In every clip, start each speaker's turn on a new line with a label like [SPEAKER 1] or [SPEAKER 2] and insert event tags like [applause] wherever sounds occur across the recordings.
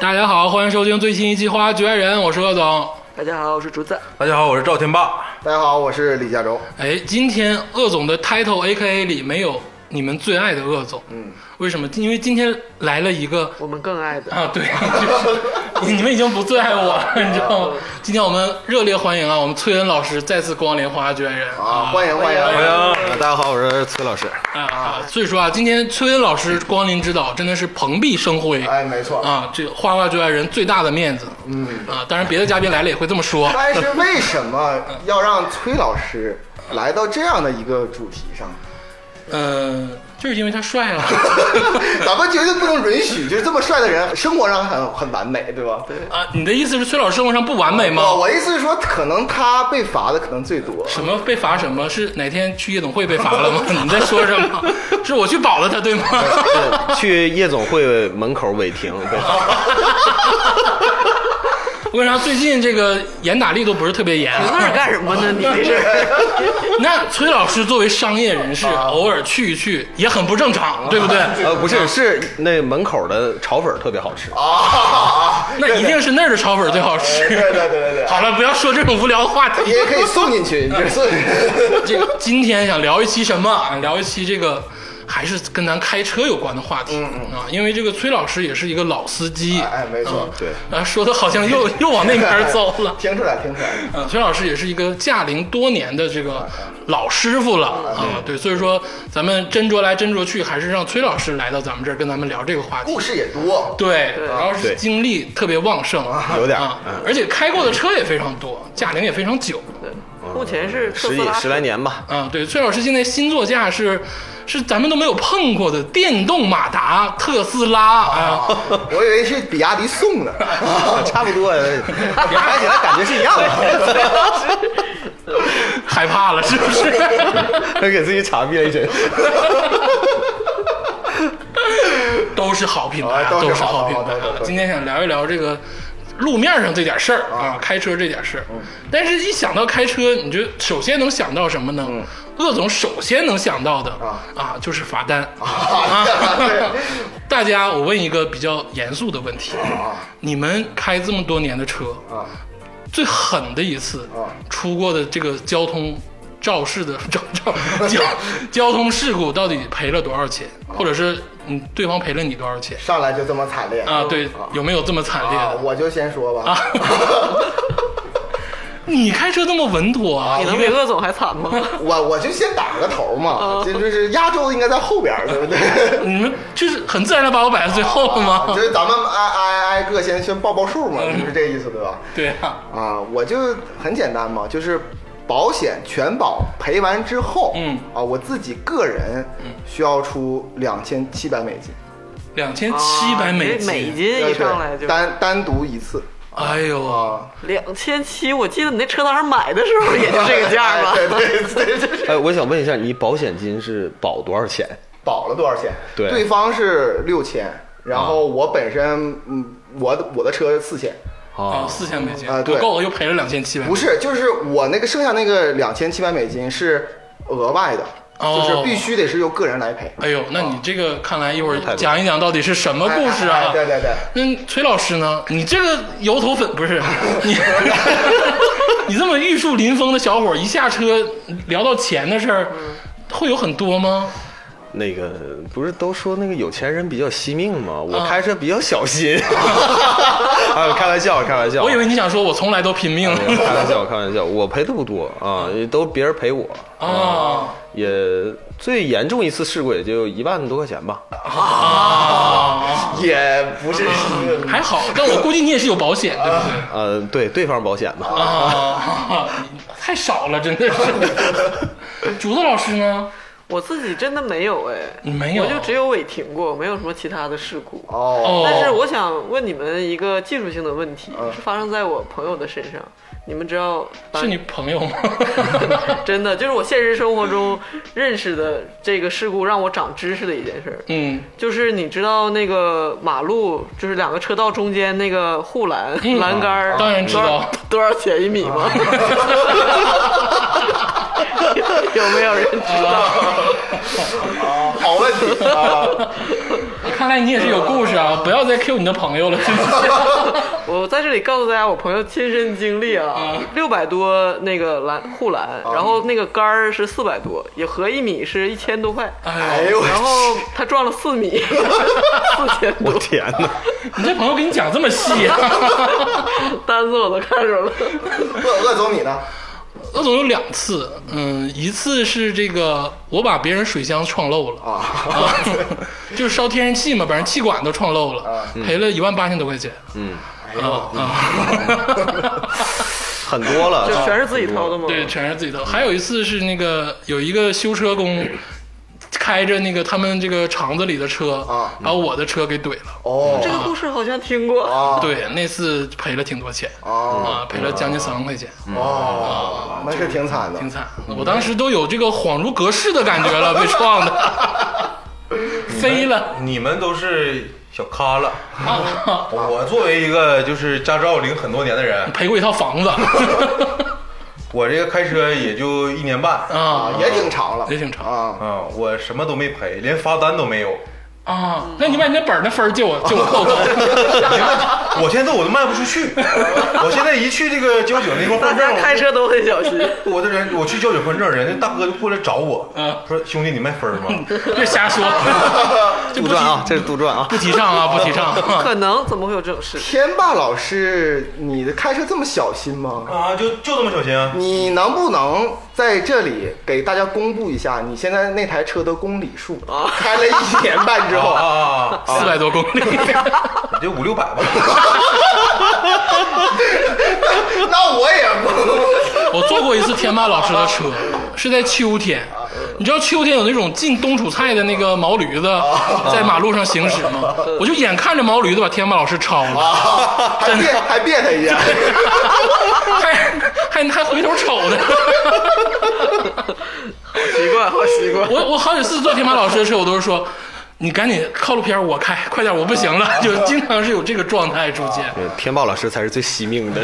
[SPEAKER 1] 大家好，欢迎收听最新一期《花局外人》，我是鄂总。
[SPEAKER 2] 大家好，我是竹子。
[SPEAKER 3] 大家好，我是赵天霸。
[SPEAKER 4] 大家好，我是李佳洲。
[SPEAKER 1] 哎，今天鄂总的 title A K A 里没有你们最爱的鄂总，嗯，为什么？因为今天来了一个
[SPEAKER 2] 我们更爱的，
[SPEAKER 1] 啊，对，就是 [laughs] 你们已经不最爱我了，你知道吗？今天我们热烈欢迎啊，我们崔恩老师再次光临《花局外人》
[SPEAKER 4] 啊，欢迎欢迎
[SPEAKER 3] 欢迎，
[SPEAKER 4] 啊大家好，我是崔老师。
[SPEAKER 1] 啊！所以说啊，今天崔恩老师光临指导真的是蓬荜生辉
[SPEAKER 4] 哎，没错。
[SPEAKER 1] 啊，这个花花局外人最大的面子，嗯啊，当然别的嘉宾来了也会这么说，
[SPEAKER 4] 但是为什么要让崔老师来到这样的一个主题 [laughs] 上？
[SPEAKER 1] 嗯、就是因为他帅啊。
[SPEAKER 4] 咱们绝对不能允许，就是这么帅的人，生活上很很完美，对吧？对。
[SPEAKER 1] 啊，你的意思是崔老师生活上不完美吗？
[SPEAKER 4] 我我意思是说，可能他被罚的可能最多。
[SPEAKER 1] 什么被罚什么？是哪天去夜总会被罚
[SPEAKER 4] [laughs]
[SPEAKER 1] 了吗？你在说什么？是我去保了他，对吗？
[SPEAKER 5] [laughs] 去夜总会门口违停，
[SPEAKER 1] [laughs]
[SPEAKER 5] 对
[SPEAKER 1] 啊我跟你说，最近这个严打力度不是特别严。啊
[SPEAKER 2] 你在那儿干什么呢？你这是
[SPEAKER 1] 那崔老师作为商业人士，
[SPEAKER 4] 啊
[SPEAKER 1] 偶尔去一去也很不正常，对不
[SPEAKER 4] [laughs]
[SPEAKER 1] 对？
[SPEAKER 5] 呃，不是，是那门口的炒粉儿特别好
[SPEAKER 1] [laughs]
[SPEAKER 5] 吃。
[SPEAKER 4] 啊，
[SPEAKER 1] 那一定是那儿的炒粉最好
[SPEAKER 4] [laughs] 对对
[SPEAKER 1] 吃。
[SPEAKER 4] 对对
[SPEAKER 1] 好了，不要说这种无聊的话题
[SPEAKER 4] 对，。也可以送进去，也送进去。
[SPEAKER 1] 这个今天想聊一期什么啊？聊一期这个还是跟咱开车有关的话题啊，因为这个崔老师也是一个老司机，
[SPEAKER 4] 哎，没错，
[SPEAKER 5] 对，
[SPEAKER 1] 啊，说的好像又又往那边走
[SPEAKER 4] [laughs]
[SPEAKER 1] 了。
[SPEAKER 4] 听出来，听出来。
[SPEAKER 1] 嗯，崔老师也是一个驾龄多年的这个老师傅了啊，对，所以说咱们斟酌来斟酌去，还是让崔老师来到咱们这儿跟咱们聊这个话题
[SPEAKER 4] 故。事也多，
[SPEAKER 1] 对，然后是
[SPEAKER 5] 对
[SPEAKER 1] 精力特别旺盛，
[SPEAKER 5] 有点儿
[SPEAKER 1] 啊，而且开过的车也非常多，驾龄也非常久。
[SPEAKER 2] [laughs] 目前是特
[SPEAKER 5] 十
[SPEAKER 2] 斯
[SPEAKER 5] 几
[SPEAKER 2] 拉
[SPEAKER 5] 十来年
[SPEAKER 1] [laughs]
[SPEAKER 5] 吧。
[SPEAKER 1] 啊，对，崔老师现在新座驾是是咱们都没有碰过的电动马达特斯拉啊，
[SPEAKER 4] [laughs] 我以为是比亚迪 [laughs] 送的。
[SPEAKER 5] 差不多，呃开起来感觉是一
[SPEAKER 1] [laughs]
[SPEAKER 5] 样的。 [laughs]
[SPEAKER 1] 害怕了是不是？
[SPEAKER 4] [laughs]
[SPEAKER 5] 他给自己查灭了一 [laughs] 身。
[SPEAKER 1] 都是好品牌，
[SPEAKER 4] 啊
[SPEAKER 1] 都
[SPEAKER 4] 都是
[SPEAKER 1] 是好
[SPEAKER 4] 好
[SPEAKER 1] 品
[SPEAKER 4] 好
[SPEAKER 1] 牌
[SPEAKER 4] 好好。好
[SPEAKER 1] 今天想聊一聊这个路面上这点事儿啊，开车这点事
[SPEAKER 4] 嗯
[SPEAKER 1] 儿。但是，一想到开车，你就首先能想到什么呢？鄂总首先能想到的
[SPEAKER 4] 嗯啊
[SPEAKER 1] 啊，就是罚单啊 [laughs]
[SPEAKER 4] 啊对。
[SPEAKER 1] 大家，我问一个比较严肃的问题：你们开这么多年的车，
[SPEAKER 4] 啊，
[SPEAKER 1] 最狠的一次
[SPEAKER 4] 啊
[SPEAKER 1] 出过的这个交通肇事的 [laughs] 交交 [laughs] 交交通事故到底赔了多少钱，或者是嗯对方赔了你多少钱
[SPEAKER 4] 上来就这么惨烈
[SPEAKER 1] 啊？对，有没有这么惨烈
[SPEAKER 4] 啊，
[SPEAKER 1] 的？
[SPEAKER 4] 我就先说吧。
[SPEAKER 2] 啊
[SPEAKER 1] 你开车那么稳妥啊？
[SPEAKER 2] 你能比鄂总还惨
[SPEAKER 1] [laughs]
[SPEAKER 2] 吗？
[SPEAKER 4] 我我就先打个头嘛，
[SPEAKER 2] 啊
[SPEAKER 4] 这就是压轴应该在后边儿，对不
[SPEAKER 2] [laughs]
[SPEAKER 4] 对？
[SPEAKER 1] 你们就是很自然的把我摆在最后吗
[SPEAKER 4] 就？是咱们挨挨挨个先先报报数嘛，
[SPEAKER 2] 嗯
[SPEAKER 4] 就是这意思对吧？
[SPEAKER 1] [laughs] 对啊，
[SPEAKER 4] 啊，我就很简单嘛，就是保险全保赔完之后，
[SPEAKER 1] 嗯
[SPEAKER 4] 啊，我自己个人
[SPEAKER 2] 嗯
[SPEAKER 4] 需要出两千七百美金，
[SPEAKER 1] 两千七百美
[SPEAKER 2] 这啊美
[SPEAKER 1] 金，
[SPEAKER 2] 金一
[SPEAKER 4] 对
[SPEAKER 2] 上来就
[SPEAKER 4] 单单独一次
[SPEAKER 1] 哎呦，
[SPEAKER 4] 啊，
[SPEAKER 2] 两千七。我记得你那车当时买的时候也就这个价吧？
[SPEAKER 4] 哎
[SPEAKER 5] 哎
[SPEAKER 4] 对对对对，
[SPEAKER 5] 哎，我想问一下，你保险金是保多少钱？
[SPEAKER 4] 保了多少钱？
[SPEAKER 5] 对
[SPEAKER 4] 对方是六千，然后我本身，嗯，我的我的车四千，
[SPEAKER 1] 啊，
[SPEAKER 5] 哦
[SPEAKER 1] 四千美金
[SPEAKER 4] 啊
[SPEAKER 1] 不
[SPEAKER 4] 对
[SPEAKER 1] 够，又赔了两千七百。
[SPEAKER 4] 不是，就是我那个剩下那个两千七百美金是额外的，
[SPEAKER 1] 哦
[SPEAKER 4] 就是必须得是由个人来赔。
[SPEAKER 1] 哎呦，那你这个看来一会儿讲一讲到底是什么故事
[SPEAKER 4] 哎
[SPEAKER 1] 啊
[SPEAKER 4] 哎？对对对，
[SPEAKER 1] 那崔老师呢？你这个油头粉不是 [laughs] 你，你这么玉树临风的小伙儿，一下车聊到钱的事儿，会有很多吗？
[SPEAKER 5] 那个不是都说那个有钱人比较惜命吗？我
[SPEAKER 1] 啊
[SPEAKER 5] 开车比较
[SPEAKER 1] [laughs]
[SPEAKER 5] 小心。 [laughs] 啊，开玩笑，开玩笑。
[SPEAKER 1] 我以为你想说我从来都拼命
[SPEAKER 5] 哎呀 [laughs] 开玩笑，开玩笑，我赔的不多啊，也都别人赔我
[SPEAKER 1] 哦
[SPEAKER 5] 也最严重一次事故也就一万多块钱吧。
[SPEAKER 1] 啊，
[SPEAKER 4] 也不是，
[SPEAKER 1] 还好，但我估计你也是有保险，对不对？
[SPEAKER 5] 呃，对，对方保险
[SPEAKER 1] [laughs]
[SPEAKER 5] 嘛。
[SPEAKER 1] 啊，太少了，真的是。竹子老师呢？
[SPEAKER 2] [laughs] 我自己真的没有哎，
[SPEAKER 1] 你没有
[SPEAKER 2] 我就只有违停过，没有什么其他的事故。
[SPEAKER 4] 哦，
[SPEAKER 1] 哦，
[SPEAKER 2] 但是我想问你们一个技术性的问题，
[SPEAKER 5] 嗯
[SPEAKER 2] 是发生在我朋友的身上。你们知道把
[SPEAKER 1] 是你朋友吗？
[SPEAKER 2] 真的就是我现实生活中认识的这个事故让我长知识的一件事儿。
[SPEAKER 1] 嗯，
[SPEAKER 2] 就是你知道那个马路，就是两个车道中间那个护栏、栏杆儿，
[SPEAKER 1] 嗯当然知啊道
[SPEAKER 2] 多少多少钱一米 [laughs] 吗？有没有人知道？
[SPEAKER 4] 哦好问题啊！
[SPEAKER 1] [laughs] 看麦，你也是有故事 [laughs] 啊！不要再 Q 你的朋友了，真 [laughs] 是。
[SPEAKER 2] 我在这里告诉大家我朋友亲身经历啊，六百多那个蓝护栏，
[SPEAKER 1] 啊
[SPEAKER 2] 然后那个杆儿是四百多，也合一米是一千多块，
[SPEAKER 1] 哎
[SPEAKER 4] 哎
[SPEAKER 1] 呦，
[SPEAKER 4] 呦我
[SPEAKER 2] [laughs] 然后他撞了四米，四千多，
[SPEAKER 5] 天哪！
[SPEAKER 1] 你这朋友给你讲这么细 [laughs] 啊？
[SPEAKER 2] 单子我都看着了。
[SPEAKER 4] 饿饿走你呢？
[SPEAKER 1] 我总有两次，嗯，一次是这个我把别人水箱撞漏了，
[SPEAKER 4] 啊，
[SPEAKER 1] 啊， [laughs] 就是烧天然气嘛，把人气管都撞漏了
[SPEAKER 4] 啊，
[SPEAKER 1] 赔了一万八千多块钱。
[SPEAKER 5] 嗯，
[SPEAKER 4] 哎
[SPEAKER 1] 啊
[SPEAKER 4] 呦，
[SPEAKER 1] 啊！ [laughs]
[SPEAKER 5] 很多了，
[SPEAKER 2] 就全是自己掏的吗？
[SPEAKER 1] 对，全是自己的。还有一次是那个有一个修车工开着那个他们这个厂子里的车
[SPEAKER 4] 啊，
[SPEAKER 1] 把我的车给怼了。
[SPEAKER 2] 这
[SPEAKER 4] 哦
[SPEAKER 2] 个故事好像听过。
[SPEAKER 4] 啊，
[SPEAKER 1] 对，那次赔了挺多钱
[SPEAKER 4] 哦嗯
[SPEAKER 1] 啊，赔了将近三万块钱，
[SPEAKER 4] 哦，那是挺惨的
[SPEAKER 1] 嗯挺。惨。
[SPEAKER 4] 嗯
[SPEAKER 1] 我当时都有这个恍如隔世的感觉了，被撞
[SPEAKER 4] [laughs]
[SPEAKER 1] 的飞了
[SPEAKER 3] 你们都是小
[SPEAKER 2] [laughs]
[SPEAKER 3] 咖了。
[SPEAKER 1] 啊！
[SPEAKER 3] 我作为一个就是驾照领很多年的人，
[SPEAKER 1] 赔过一套房子 [laughs]
[SPEAKER 3] 我这个开车也就一年半啊、
[SPEAKER 1] 啊
[SPEAKER 4] 啊，也挺长了，
[SPEAKER 1] 也挺长
[SPEAKER 4] 啊。
[SPEAKER 3] 我什么都没赔，连罚单都没有。
[SPEAKER 1] 啊！那你把你那本儿那分儿借我借我扣扣。 [laughs]
[SPEAKER 3] 我现在我都卖不出去， [laughs] 我现在一去这个交警那块儿
[SPEAKER 2] [laughs] 大
[SPEAKER 3] 换
[SPEAKER 2] 家
[SPEAKER 3] 证，
[SPEAKER 2] 开车都很小心，
[SPEAKER 3] 我这人我去交警换证，人家大哥就过来找我，
[SPEAKER 1] 嗯
[SPEAKER 3] 说兄弟你卖分儿
[SPEAKER 2] [laughs]
[SPEAKER 3] 吗？
[SPEAKER 1] 别瞎说，这
[SPEAKER 5] 杜
[SPEAKER 1] 不
[SPEAKER 5] 撰
[SPEAKER 1] 提
[SPEAKER 5] 啊，这是杜撰啊。
[SPEAKER 1] 不提倡啊，不提
[SPEAKER 4] [laughs]
[SPEAKER 1] 倡。
[SPEAKER 2] 可能怎么会有这种事？
[SPEAKER 4] 天霸老师，你的开车这么小心吗？
[SPEAKER 3] 啊，就就这么小心啊？
[SPEAKER 4] 你能不能在这里给大家公布一下你现在那台车的公里数？开了一年半
[SPEAKER 3] [laughs] 啊
[SPEAKER 4] 之后，
[SPEAKER 3] 啊
[SPEAKER 1] 四百多公里，
[SPEAKER 3] 啊！就五六百吧。
[SPEAKER 4] 那我也不
[SPEAKER 1] 我坐过一次天霸老师的车，是在秋天。你知道秋天有那种进冬储菜的那个毛驴子在马路上行驶吗？我就眼看着毛驴子把天霸老师超
[SPEAKER 4] 啊
[SPEAKER 1] 了，
[SPEAKER 3] 啊
[SPEAKER 4] 还别还别
[SPEAKER 3] [laughs]
[SPEAKER 4] 他一下，
[SPEAKER 1] 还还还回头瞅呢。
[SPEAKER 2] 习惯，好习惯。
[SPEAKER 1] 我我好几次坐天马老师的车，我都是说，你赶紧靠路边儿我开，快点，我不行了，就经常是有这个状态出现。
[SPEAKER 5] 对天霸老师才是最惜命
[SPEAKER 1] [laughs]
[SPEAKER 5] 的，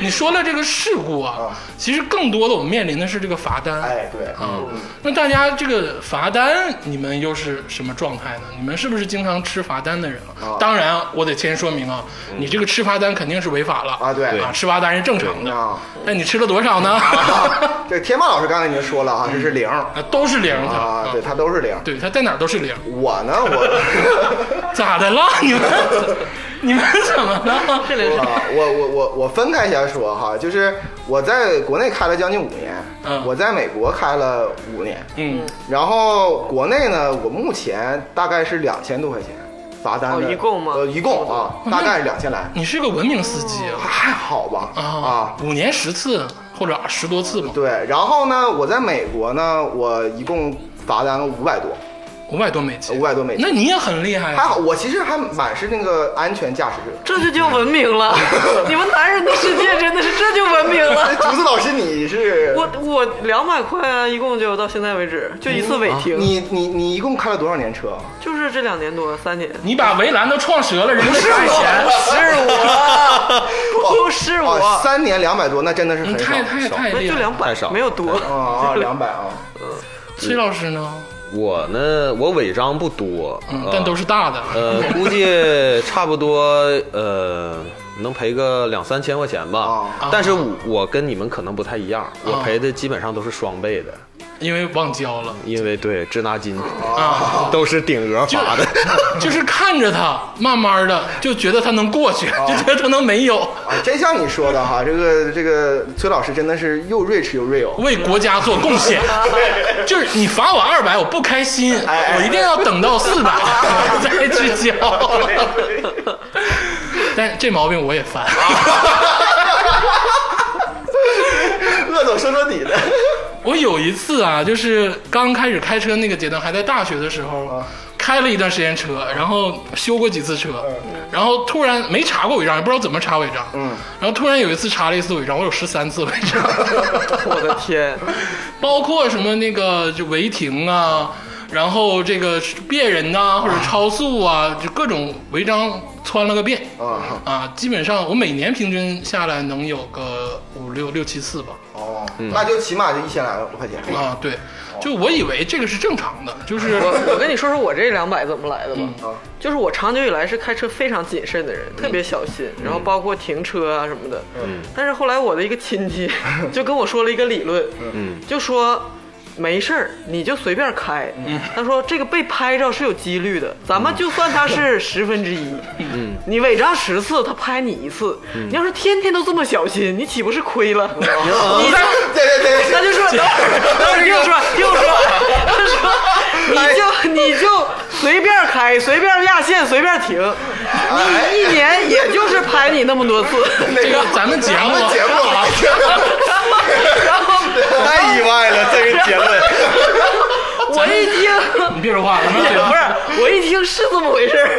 [SPEAKER 1] 你说了这个事故啊，其实更多的我们面临的是这个罚单。
[SPEAKER 4] 哎，对，
[SPEAKER 3] 嗯
[SPEAKER 1] 那大家这个罚单，你们又是什么状态呢？你们是不是经常吃罚单的人啊？当然啊，我得先说明啊，你这个吃罚单肯定是违法了
[SPEAKER 4] 嗯啊对
[SPEAKER 1] 啊，吃罚单是正常的
[SPEAKER 4] 啊，
[SPEAKER 1] 但你吃了多少呢？ [laughs] 啊，
[SPEAKER 4] 这天霸老师刚才已经说了啊，这是零
[SPEAKER 1] 都是零的
[SPEAKER 4] 啊，
[SPEAKER 3] 嗯
[SPEAKER 4] 对，他都是零。
[SPEAKER 1] 对，他在哪儿都是零。
[SPEAKER 4] 我呢，我
[SPEAKER 1] 咋的
[SPEAKER 4] [laughs]
[SPEAKER 1] 了？你们你们怎么了？
[SPEAKER 2] 这里是
[SPEAKER 4] 啊，我我我我分开先说哈，就是我在国内开了将近五年，
[SPEAKER 1] 嗯
[SPEAKER 4] 我在美国开了五年，
[SPEAKER 1] 嗯，
[SPEAKER 4] 然后国内呢，我目前大概是两千多块钱罚单的，
[SPEAKER 2] 哦一共吗
[SPEAKER 4] 呃，一共啊，大概是两千来，
[SPEAKER 1] 你是个文明司机啊！
[SPEAKER 4] 还好吧？啊，
[SPEAKER 1] 五年十次或者十多次吧，
[SPEAKER 4] 对。然后呢，我在美国呢，我一共罚单五百多，
[SPEAKER 1] 五百多美金，
[SPEAKER 4] 500多美金
[SPEAKER 1] 那你也很厉害啊，
[SPEAKER 4] 还好，我其实还蛮是那个安全驾驶者。
[SPEAKER 2] 这就叫文明了。你们男人的世界真的是这就文明
[SPEAKER 4] 哎
[SPEAKER 2] 了。
[SPEAKER 4] 竹子老师，你是
[SPEAKER 2] 我我两百块啊，一共就到现在为止就一次违停，
[SPEAKER 4] 啊你你你一共开了多少年车？
[SPEAKER 2] 就是这两年多三年。
[SPEAKER 1] 你把围栏都撞折了，人
[SPEAKER 4] [laughs]
[SPEAKER 1] 家给钱，
[SPEAKER 2] 是我，不是
[SPEAKER 4] 哦，
[SPEAKER 2] 我，
[SPEAKER 4] 三年两百多，那真的是
[SPEAKER 1] 你
[SPEAKER 4] 很
[SPEAKER 1] 嗯太
[SPEAKER 4] 少。
[SPEAKER 1] 太太
[SPEAKER 2] 那
[SPEAKER 1] 厉
[SPEAKER 2] 就
[SPEAKER 1] 害了。
[SPEAKER 2] 两
[SPEAKER 5] 太
[SPEAKER 2] 百
[SPEAKER 5] 少，
[SPEAKER 2] 没有多。
[SPEAKER 4] 啊啊，两百啊！
[SPEAKER 1] 崔老师呢？
[SPEAKER 5] 我呢，我违章不多，
[SPEAKER 1] 嗯，
[SPEAKER 5] 呃
[SPEAKER 1] 但都是大的，
[SPEAKER 5] 呃，估计差不多呃，能赔个两三千块钱
[SPEAKER 1] 哦
[SPEAKER 5] 吧
[SPEAKER 4] 啊。
[SPEAKER 5] 但是我我跟你们可能不太一样，我赔的基本上都是双倍的，
[SPEAKER 1] 因为忘交了
[SPEAKER 5] 因为对滞纳金
[SPEAKER 1] 啊，
[SPEAKER 5] 都是顶额罚的。
[SPEAKER 1] 就是看着他慢慢的就觉得他能过去， [laughs] 就觉得他能没有，
[SPEAKER 4] 啊，真像你说的哈，这个这个崔老师真的是又 rich 又 real。
[SPEAKER 1] 为国家做贡献。就是你罚我二百，我不开心，
[SPEAKER 4] 哎
[SPEAKER 1] 我一定要等到四百再去交。但这毛病我也犯，
[SPEAKER 4] 乐总说说你的，
[SPEAKER 1] 我有一次啊，就是刚开始开车那个阶段，还在大学的时
[SPEAKER 2] 啊
[SPEAKER 1] 候，开了一段时间车，然后修过几次车，
[SPEAKER 2] 嗯
[SPEAKER 1] 然后突然没查过违章，也不知道怎么查违章，嗯，然后突然有一次查了一次违章，我有十三次违章。
[SPEAKER 2] [laughs] 我
[SPEAKER 5] [laughs]
[SPEAKER 2] 的天，
[SPEAKER 1] [laughs] 包括什么那个就违停啊，然后这个别人呐、或者超速啊，就各种违章窜了个遍
[SPEAKER 2] 嗯
[SPEAKER 4] 啊
[SPEAKER 1] 啊。基本上我每年平均下来能有个五六六七次吧
[SPEAKER 4] 哦，那就起码就一千来块钱。
[SPEAKER 1] 啊，对。就我以为这个是正常的，就是
[SPEAKER 2] 我我跟你说说我这两百怎么来的吧，
[SPEAKER 4] 啊
[SPEAKER 2] 就是我长久以来是开车非常谨慎的人，特别小心，然后包括停车啊什么的。嗯。但是后来我的一个亲戚 [laughs] 就跟我说了一个理论，嗯，就说没事儿，你就随便开。他说这个被拍照是有几率的，咱们就算他是十分之一，嗯，你违章十次，他拍你一次，你要是天天都这么小心，你岂不是亏了？ [laughs] 你在
[SPEAKER 4] 对对对对
[SPEAKER 2] 他就说等会
[SPEAKER 1] [laughs]
[SPEAKER 2] 儿，等会儿听我说，听我说，他
[SPEAKER 1] 哎
[SPEAKER 2] 说你就你就随便开，随便压线，随便停，
[SPEAKER 1] 哎
[SPEAKER 2] 你一年也就是拍你那么多次，
[SPEAKER 1] 这个咱们节目
[SPEAKER 4] 咱们节目
[SPEAKER 1] 啊，
[SPEAKER 2] 然后
[SPEAKER 3] 太意外了，这个结论。
[SPEAKER 2] 我一听。
[SPEAKER 1] 你别说话，咱们节目
[SPEAKER 2] 不是，我一听是这么回事儿，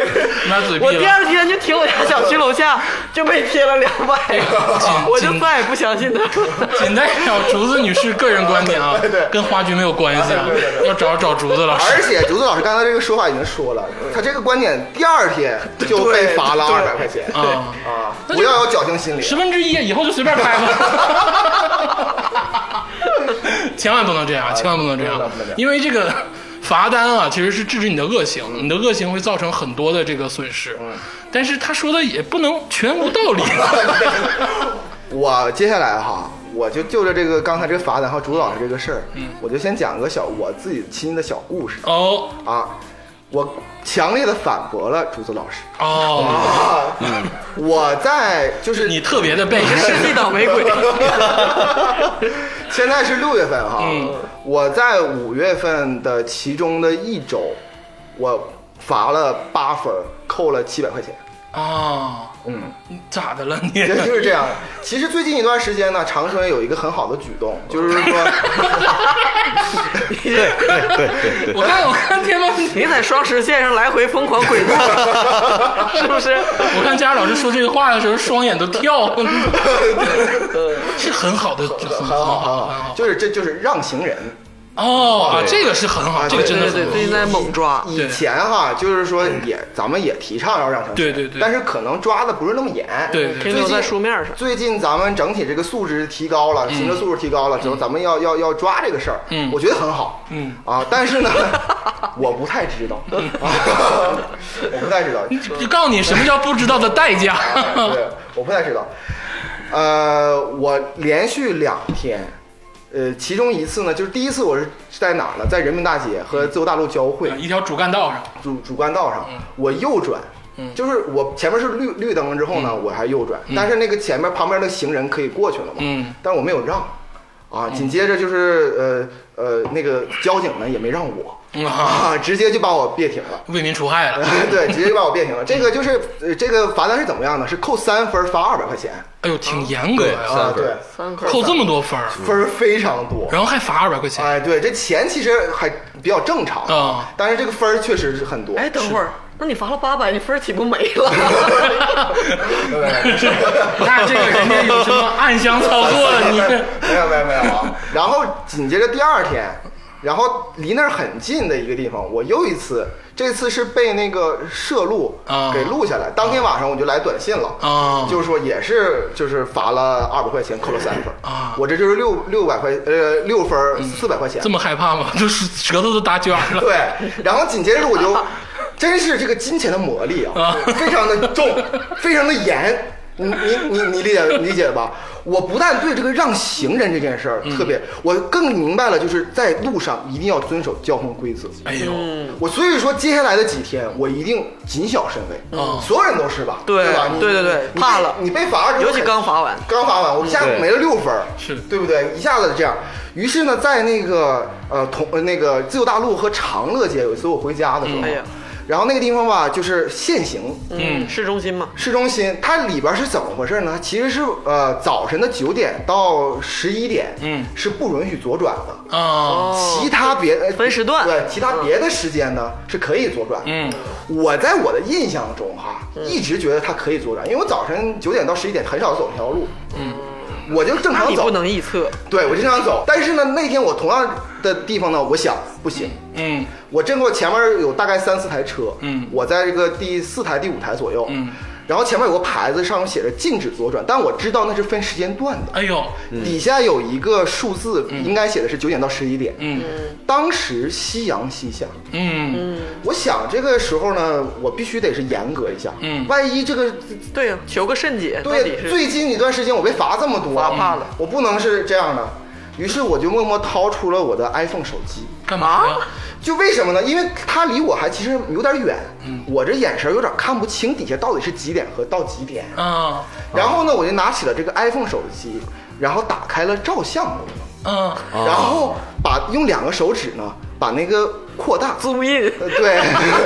[SPEAKER 1] 那嘴闭
[SPEAKER 2] 我第
[SPEAKER 1] 了。
[SPEAKER 2] 二天就停我家小区楼下就被贴了两百，
[SPEAKER 1] 哎
[SPEAKER 2] 我就再也不相信他了。
[SPEAKER 1] 仅代表竹子女士个人观点啊，跟花菊没有关系啊，要找找竹子老师。
[SPEAKER 4] 而且竹子老师刚才这个说法已经说了，他这个观点第二天就被罚了
[SPEAKER 2] 对
[SPEAKER 4] 二
[SPEAKER 2] 对
[SPEAKER 4] 百块钱
[SPEAKER 1] 啊，
[SPEAKER 4] 啊！不要有侥幸心理，
[SPEAKER 1] 十分之一以后就随便开吧， [laughs] 千万不能这样，啊千万不能这样
[SPEAKER 4] 啊不能不能这，样
[SPEAKER 1] 因为这个罚单啊，其实是制止你的恶行，你的恶行会造成很多的这个损失。
[SPEAKER 4] 嗯
[SPEAKER 1] 但是他说的也不能全无道
[SPEAKER 4] [laughs]
[SPEAKER 1] 理。
[SPEAKER 4] 我接下来哈，我就就着这个刚才这个罚单和主导的这个事儿，我就先讲个小我自己亲身的小故事
[SPEAKER 1] 哦
[SPEAKER 4] 啊。我强烈的反驳了竹子老师
[SPEAKER 1] 哦，
[SPEAKER 4] 啊！ [laughs] 我在就
[SPEAKER 1] [laughs]
[SPEAKER 4] 是
[SPEAKER 1] 你特别的背，
[SPEAKER 2] 世纪倒霉鬼，
[SPEAKER 4] [laughs] 现在是六月份哈，
[SPEAKER 1] 嗯
[SPEAKER 4] 我在五月份的其中的一周，我罚了八分儿，扣了七百块钱。 [laughs]
[SPEAKER 1] 哦，
[SPEAKER 4] 嗯，
[SPEAKER 1] 你咋的了你？
[SPEAKER 4] 也就是这样的。其实最近一段时间呢，长春有一个很好的举动，就
[SPEAKER 1] [laughs]
[SPEAKER 4] 是说，
[SPEAKER 5] 对对对对，
[SPEAKER 1] 我看我看天猫，我
[SPEAKER 2] 你在双实线上来回疯狂轨道， [laughs]
[SPEAKER 1] [laughs]
[SPEAKER 2] 是不是？
[SPEAKER 1] 看佳老师说这个话的时候，双眼都跳。是很好的，很
[SPEAKER 4] 很好
[SPEAKER 1] 很
[SPEAKER 4] 很好，
[SPEAKER 1] 好。
[SPEAKER 4] 哦就是这就是让行人。
[SPEAKER 1] 哦啊，这个是很好，这个真的
[SPEAKER 2] 对
[SPEAKER 1] 很好
[SPEAKER 2] 对，最。近在猛
[SPEAKER 1] 啊
[SPEAKER 2] 抓，
[SPEAKER 4] 以前哈，就是说也咱们也提倡要让行人，
[SPEAKER 1] 对对对
[SPEAKER 4] 但是可能抓的不是那么严，
[SPEAKER 1] 对对
[SPEAKER 2] 停留在书面上。
[SPEAKER 4] 最近咱们整体这个素质提高了，行车素质提高了之后，咱们要要要抓这个事儿，
[SPEAKER 1] 嗯
[SPEAKER 4] 我觉得很好，
[SPEAKER 1] 嗯
[SPEAKER 4] 啊，但是呢， [laughs] 我不太知道，啊我不太知道，
[SPEAKER 1] 就告诉你什么叫不知道的代价。
[SPEAKER 4] 对，我不太知道，呃，我连续两天。呃，其中一次呢，就是第一次我是在哪儿呢？在人民大街和自由大路交汇，
[SPEAKER 1] [laughs] 一条主干道上，
[SPEAKER 4] 主主干道
[SPEAKER 1] 嗯
[SPEAKER 4] 上，我右转，就是我前面是绿绿灯之后呢，我还右转，但是那个前面旁边的行人可以过去了嘛，
[SPEAKER 1] 嗯
[SPEAKER 4] 但我没有让，啊，紧接着就是呃呃那个交警呢也没让我，
[SPEAKER 1] 嗯啊，
[SPEAKER 4] 啊，直接就把我别停了。 [laughs]
[SPEAKER 1] 为民除害了。
[SPEAKER 4] 对，直接就把我别停了。这个就是，呃，这个罚单是怎么样呢？是扣三分，罚二百块钱
[SPEAKER 1] 哎呦，挺严格
[SPEAKER 5] 对三
[SPEAKER 1] 呀，
[SPEAKER 4] 啊，
[SPEAKER 5] 分
[SPEAKER 4] 对，
[SPEAKER 2] 三块
[SPEAKER 1] 扣这么多分儿，
[SPEAKER 4] 分儿非常多。
[SPEAKER 1] 然后还罚二百块钱。
[SPEAKER 4] 哎，对，这钱其实还比较正常
[SPEAKER 1] 啊，
[SPEAKER 4] 但是这个分儿确实是很多。
[SPEAKER 2] 哎，等会儿，那你罚了八百，你分儿岂不没
[SPEAKER 4] [laughs]
[SPEAKER 2] 了？
[SPEAKER 1] [laughs] 那这个人家有什么暗箱操作了？
[SPEAKER 4] [laughs]
[SPEAKER 1] 你这
[SPEAKER 4] 没有没有没有啊。然后紧接着第二天，然后离那儿很近的一个地方，我又一次，这次是被那个摄录
[SPEAKER 1] 啊
[SPEAKER 4] 给录下来。当天晚上我就来短信了，
[SPEAKER 1] 啊
[SPEAKER 4] 就是说也是就是罚了二百块钱，扣了三分
[SPEAKER 1] 啊嗯
[SPEAKER 4] 我这就是六六百块呃六分四百块钱
[SPEAKER 1] 这。么害怕吗？ [laughs] 就是舌头都打卷
[SPEAKER 4] [laughs]
[SPEAKER 1] 儿了。
[SPEAKER 4] 对，然后紧接着我就，真是这个金钱的魔力啊
[SPEAKER 1] 啊，
[SPEAKER 4] 非常的重，非常的严。你你你你理解你理解吧？我不但对这个让行人这件事儿特别，我更明白了，就是在路上一定要遵守交通规则。
[SPEAKER 1] 哎
[SPEAKER 2] 嗯
[SPEAKER 1] 呦，
[SPEAKER 4] 我所以说，接下来的几天我一定谨小慎微，所有人都是吧？
[SPEAKER 2] 嗯对
[SPEAKER 4] 吧？你
[SPEAKER 2] 对对对
[SPEAKER 4] 你
[SPEAKER 2] 怕了
[SPEAKER 4] 你被罚了之后，
[SPEAKER 2] 尤其刚罚完，嗯
[SPEAKER 4] 刚罚完，我一下子
[SPEAKER 5] 对
[SPEAKER 4] 没了六分儿，
[SPEAKER 1] 是
[SPEAKER 4] 对不对？一下子这样，于是呢，在那个呃同呃那个自由大路和长乐街，有一次我回家的时候，
[SPEAKER 2] 哎呀
[SPEAKER 4] 然后那个地方吧，就是限行。
[SPEAKER 2] 嗯，市中心嘛，
[SPEAKER 4] 市中心它里边是怎么回事呢？其实是呃早晨的九点到十一点，
[SPEAKER 1] 嗯
[SPEAKER 4] 是不允许左转的。
[SPEAKER 1] 啊，
[SPEAKER 4] 其他别呃
[SPEAKER 2] 哦分时段
[SPEAKER 4] 对，其他别的时间呢是可以左转。
[SPEAKER 1] 嗯，
[SPEAKER 4] 我在我的印象中哈，
[SPEAKER 2] 嗯
[SPEAKER 4] 一直觉得它可以左转，因为我早晨九点到十一点很少走这条路。嗯，我就正
[SPEAKER 2] 哦那
[SPEAKER 4] 常
[SPEAKER 2] 你
[SPEAKER 4] 走
[SPEAKER 2] 不。能臆测。
[SPEAKER 4] 对，我就正常走。但是呢，那天我同样的地方呢，我想不行。
[SPEAKER 1] 嗯
[SPEAKER 4] 我正过前面有大概三四台车，
[SPEAKER 1] 嗯
[SPEAKER 4] 我在这个第四台、第五台左右，
[SPEAKER 1] 嗯，
[SPEAKER 4] 然后前面有个牌子，上面写着禁止左转，但我知道那是分时间段的。
[SPEAKER 1] 哎呦，
[SPEAKER 4] 底下有一个数字，应该写的是九点到十一点。
[SPEAKER 1] 嗯
[SPEAKER 4] 当时夕阳西下，
[SPEAKER 1] 嗯，
[SPEAKER 4] 我想这个时候呢，我必须得是严格一下。
[SPEAKER 1] 嗯
[SPEAKER 4] 万一这个
[SPEAKER 2] 对呀，求个甚解，到底
[SPEAKER 4] 对
[SPEAKER 2] 是
[SPEAKER 4] 最近一段时间我被罚这么多，嗯
[SPEAKER 2] 罚怕了
[SPEAKER 4] 我不能是这样的。于是我就默默掏出了我的 iPhone 手机，
[SPEAKER 1] 干嘛呀？
[SPEAKER 4] 就为什么呢？因为它离我还其实有点远，
[SPEAKER 1] 嗯
[SPEAKER 4] 我这眼神有点看不清底下到底是几点和到几点。
[SPEAKER 1] 啊
[SPEAKER 4] 然后呢，我就拿起了这个 iPhone 手机，然后打开了照相功能，
[SPEAKER 1] 啊，
[SPEAKER 4] 然后把用两个手指呢把那个扩大，
[SPEAKER 2] zoom in，
[SPEAKER 4] 呃对，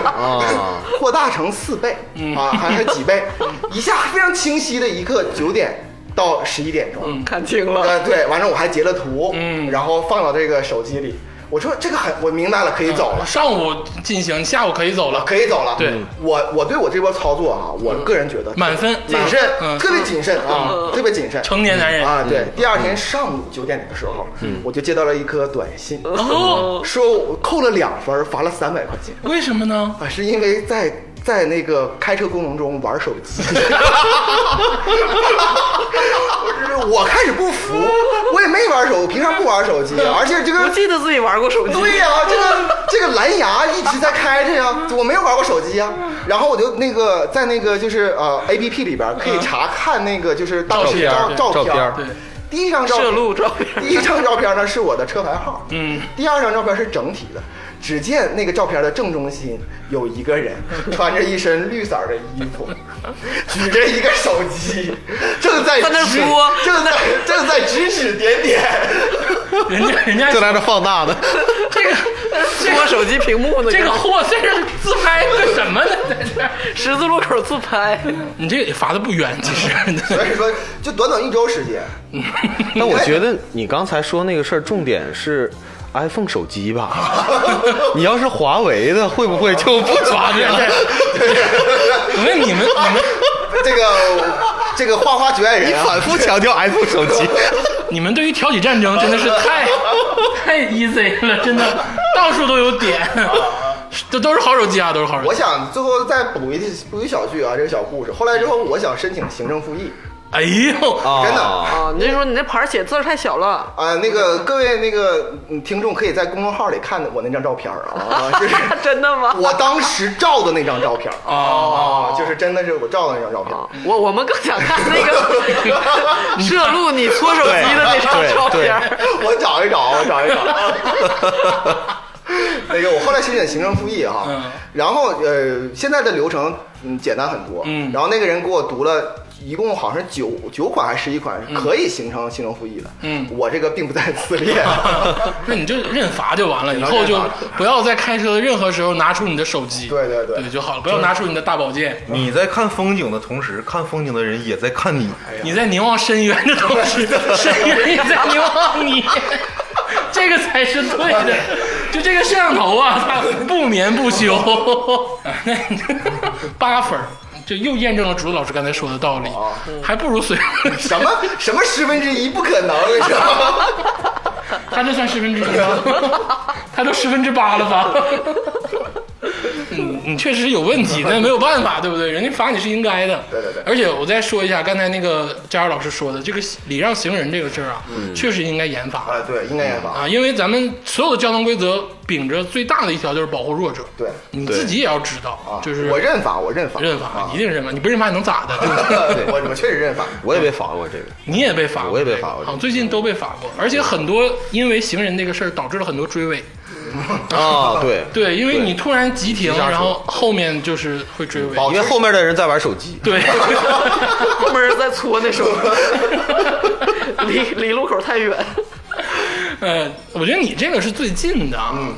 [SPEAKER 5] 啊，
[SPEAKER 4] 扩大成四倍
[SPEAKER 1] 嗯
[SPEAKER 4] 啊，还还几倍，一下非常清晰的一个九点到十一点钟，
[SPEAKER 2] 看清了，
[SPEAKER 4] 呃，对，完了我还截了图，
[SPEAKER 1] 嗯
[SPEAKER 4] 然后放到这个手机里。我说这个很，我明白了，可以走了，
[SPEAKER 1] 嗯上午进行，下午可以走了，
[SPEAKER 4] 可以走了。
[SPEAKER 1] 对，嗯
[SPEAKER 4] 我我对我这波操作啊，我个人觉得
[SPEAKER 1] 满分
[SPEAKER 4] 谨
[SPEAKER 1] 满
[SPEAKER 4] 慎
[SPEAKER 1] 分，嗯
[SPEAKER 4] 特别谨慎啊，特别谨慎。
[SPEAKER 1] 成年男人嗯
[SPEAKER 4] 啊，对。第二天上午九点的时候，我就接到了一颗短信，
[SPEAKER 1] 哦，
[SPEAKER 4] 说我扣了两分，罚了三百块钱
[SPEAKER 1] 为什么呢？
[SPEAKER 4] 啊，是因为在在那个开车过程中玩手机。 [laughs] 我开始不服，我也没玩手，我平常不玩手机，而且这个
[SPEAKER 2] 不记得自己玩过手机，
[SPEAKER 4] [laughs] 对呀、这个这个蓝牙一直在开着呀、我没有玩过手机呀、然后我就那个在那个就是呃 A P P 里边可以查看那个就是当时
[SPEAKER 5] 照
[SPEAKER 4] 照照
[SPEAKER 5] 片照片
[SPEAKER 1] 对，
[SPEAKER 4] 第一张照
[SPEAKER 2] 摄录照片
[SPEAKER 4] 第一张照片呢是我的车牌号，
[SPEAKER 1] 嗯，
[SPEAKER 4] 第二张照片是整体的。只见那个照片的正中心有一个人穿着一身绿色儿的衣服，举着一个手机，正在
[SPEAKER 2] 在那
[SPEAKER 4] 指
[SPEAKER 2] 播
[SPEAKER 4] 正在正在指指点点。
[SPEAKER 1] 人家人家
[SPEAKER 5] 在 [laughs] 这放大的，
[SPEAKER 2] 摸手机屏幕呢，
[SPEAKER 1] 这个
[SPEAKER 2] 就是
[SPEAKER 1] 货在这自拍干什么呢？在这儿，
[SPEAKER 2] 十字路口自
[SPEAKER 4] [laughs]
[SPEAKER 2] 拍，
[SPEAKER 1] 你这也罚的不冤，其实。 [laughs]
[SPEAKER 4] 所以说，就短短一周时间，
[SPEAKER 5] 但我觉得你刚才说那个事儿，重点是 iPhone 手机 [laughs] 吧？你要是华为的，会不会就不抓你了？
[SPEAKER 1] 我问你们，你们
[SPEAKER 4] 这个这个花花局外
[SPEAKER 5] [laughs] 你
[SPEAKER 4] 人、啊，
[SPEAKER 5] 反复强调 iPhone 手机，
[SPEAKER 1] 你们对于挑起战争真的是太太 easy 了，真的到处都有点，这 [laughs] 都是好手机啊，都是好手
[SPEAKER 4] 我
[SPEAKER 1] 机。
[SPEAKER 4] 想最后再补一补一小句啊，这个小故事。后来之后，我想申请行政复议
[SPEAKER 1] 哎呦，
[SPEAKER 5] 真
[SPEAKER 4] 真的
[SPEAKER 2] 啊，你就说你那牌儿写字儿太小了， [laughs]
[SPEAKER 4] 啊、那个各位那个嗯听众可以在公众号里看我那张照片儿啊，就是
[SPEAKER 2] [laughs] 真的吗？哦
[SPEAKER 4] 我当时照的那张照片儿啊，就是真的是我照的那张照片儿。
[SPEAKER 2] 我我们更想看那
[SPEAKER 4] [laughs]
[SPEAKER 2] 个摄录你搓手机的那张照片儿。
[SPEAKER 4] 我找一找，我找一找。 [laughs] 那个，我后来申请行政复议哈，
[SPEAKER 1] 嗯
[SPEAKER 4] 然后呃，现在的流程嗯简单很多，
[SPEAKER 1] 嗯
[SPEAKER 4] 然后那个人给我读了。一共好像是九九款还是十一款可以形成行政复议的，
[SPEAKER 1] 嗯
[SPEAKER 4] 我这个并不在此列。
[SPEAKER 1] [laughs] 那你就认罚就完了，以后就不要在开车的任何时候拿出你的手机，
[SPEAKER 4] [laughs] 对对对
[SPEAKER 1] 对就好了，不要拿出你的大宝剑。
[SPEAKER 3] 你在看风景的同时，看风景的人也在看你。
[SPEAKER 1] 你在凝望深渊的同时，深渊也在凝望你， [laughs] 这个才是对
[SPEAKER 4] [laughs]
[SPEAKER 1] 的。就这个摄像头啊，它不眠不休。 [laughs] 那你这 [laughs] 八分儿，这又验证了竹子老师刚才说的道理，
[SPEAKER 4] 哦
[SPEAKER 1] 还不如随便
[SPEAKER 4] 什么什么十分之一不可能，你知道吗？
[SPEAKER 1] [laughs] 他这算十分之一
[SPEAKER 4] [laughs]
[SPEAKER 1] 吗？他都十分之八了吧？嗯，你确实是有问
[SPEAKER 4] [laughs]
[SPEAKER 1] 题，那没有办法，对不对？人家罚你是应该的。
[SPEAKER 4] 对对对
[SPEAKER 1] 而且我再说一下，刚才那个佳儿老师说的这个礼让行人这个事儿啊，
[SPEAKER 4] 嗯
[SPEAKER 1] 确实应该严罚
[SPEAKER 4] 啊，对，应该也罚。
[SPEAKER 1] 啊，因为咱们所有的交通规则秉着最大的一条就是保护弱者。
[SPEAKER 4] 对
[SPEAKER 1] 你自己也要知
[SPEAKER 4] 啊
[SPEAKER 1] 道，，就是
[SPEAKER 4] 我认啊罚，我认罚，
[SPEAKER 1] 认罚，一定认罚，你不 [laughs] 认罚你能咋的？对
[SPEAKER 4] [laughs]
[SPEAKER 1] 不对？
[SPEAKER 4] 对我我确实认罚。
[SPEAKER 5] 我也被罚过这个。
[SPEAKER 1] 你也被罚过，
[SPEAKER 5] 我也被罚过
[SPEAKER 1] 好像最近都被罚过，而且很多因为行人这个事儿导致了很多追尾。
[SPEAKER 5] 啊，对，
[SPEAKER 1] 对，因为你突然急停，
[SPEAKER 5] 急刹车
[SPEAKER 1] 然后后面就是会追尾。
[SPEAKER 5] 因为后面的人在玩手机，
[SPEAKER 1] 对， [laughs]
[SPEAKER 2] 后面人在搓那手机， [laughs] 离离路口太远。
[SPEAKER 1] 呃，我觉得你这个是最近的。嗯，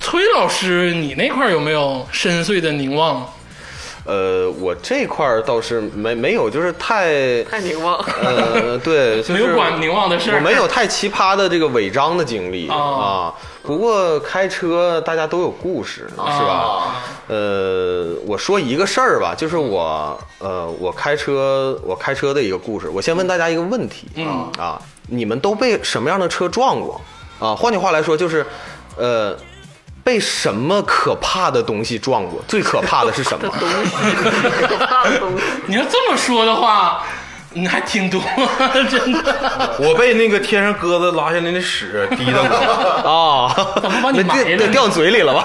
[SPEAKER 1] 崔老师，你那块儿有没有深邃的凝望？
[SPEAKER 5] 呃，我这块儿倒是没没有，就是太，
[SPEAKER 2] 太凝望，
[SPEAKER 5] 呃，对，就是
[SPEAKER 1] 没有管凝望的事儿
[SPEAKER 5] 我没有太奇葩的这个违章的经历
[SPEAKER 1] 哦哦
[SPEAKER 5] 啊。不过开车大家都有故事，是吧？呃，我说一个事儿吧，就是我呃，我开车我开车的一个故事。我先问大家一个问题，
[SPEAKER 1] 嗯
[SPEAKER 5] 啊，你们都被什么样的车撞过？啊，换句话来说，就是呃，被什么可怕的东西撞过？最可怕的
[SPEAKER 1] [laughs]
[SPEAKER 5] 是什么？
[SPEAKER 2] 东西，可怕的东西。
[SPEAKER 1] 你要这么说的话，你还挺多， [laughs] 真
[SPEAKER 5] [laughs]
[SPEAKER 1] 的。
[SPEAKER 3] 我被那个天上鸽子拉下来的屎滴到过，
[SPEAKER 5] 啊，
[SPEAKER 1] 怎么把你埋了呢
[SPEAKER 5] 那掉掉嘴里了吧？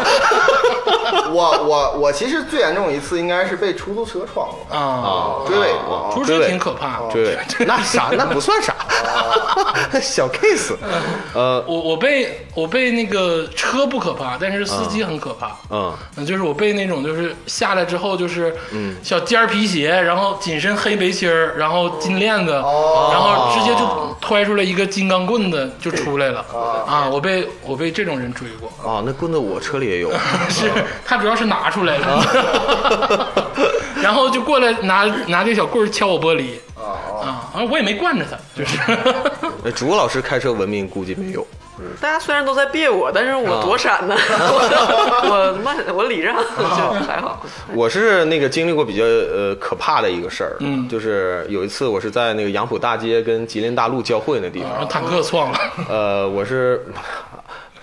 [SPEAKER 4] 我我我其实最严重一次应该是被出租车撞过，
[SPEAKER 1] 啊，
[SPEAKER 5] 啊
[SPEAKER 4] 追尾
[SPEAKER 5] 啊
[SPEAKER 4] 过。
[SPEAKER 1] 出
[SPEAKER 5] 追
[SPEAKER 1] 车
[SPEAKER 5] 尾
[SPEAKER 1] 挺可怕。
[SPEAKER 5] 追尾，哦 [laughs] 那啥，那不算啥， [laughs] 小 case。呃，
[SPEAKER 1] 我我被我被那个车不可怕，但是司机很可怕。
[SPEAKER 5] 嗯，
[SPEAKER 1] 嗯，就是我被那种就是下来之后就是，小尖儿皮鞋，然后紧身黑背心儿，然后金链子，然后直接就揣出来一个金刚棍子就出来了。啊，我被我被这种人追过，
[SPEAKER 5] 啊，那棍子我车里也有。
[SPEAKER 1] 是他主要是拿出来了， [laughs] 然后就过来拿拿这小棍儿敲我玻璃。啊，啊我也没惯着他，就是。
[SPEAKER 5] 呃竹老师开车文明估计没有。
[SPEAKER 2] 大家虽然都在别我，但是我躲闪呢，我我慢，我礼让，就还好。
[SPEAKER 5] 我是那个经历过比较呃可怕的一个事儿，嗯，就是有一次我是在那个杨浦大街跟吉林大路交汇那地
[SPEAKER 1] 然
[SPEAKER 5] 方，
[SPEAKER 1] 后坦克撞了，
[SPEAKER 5] 呃，我是。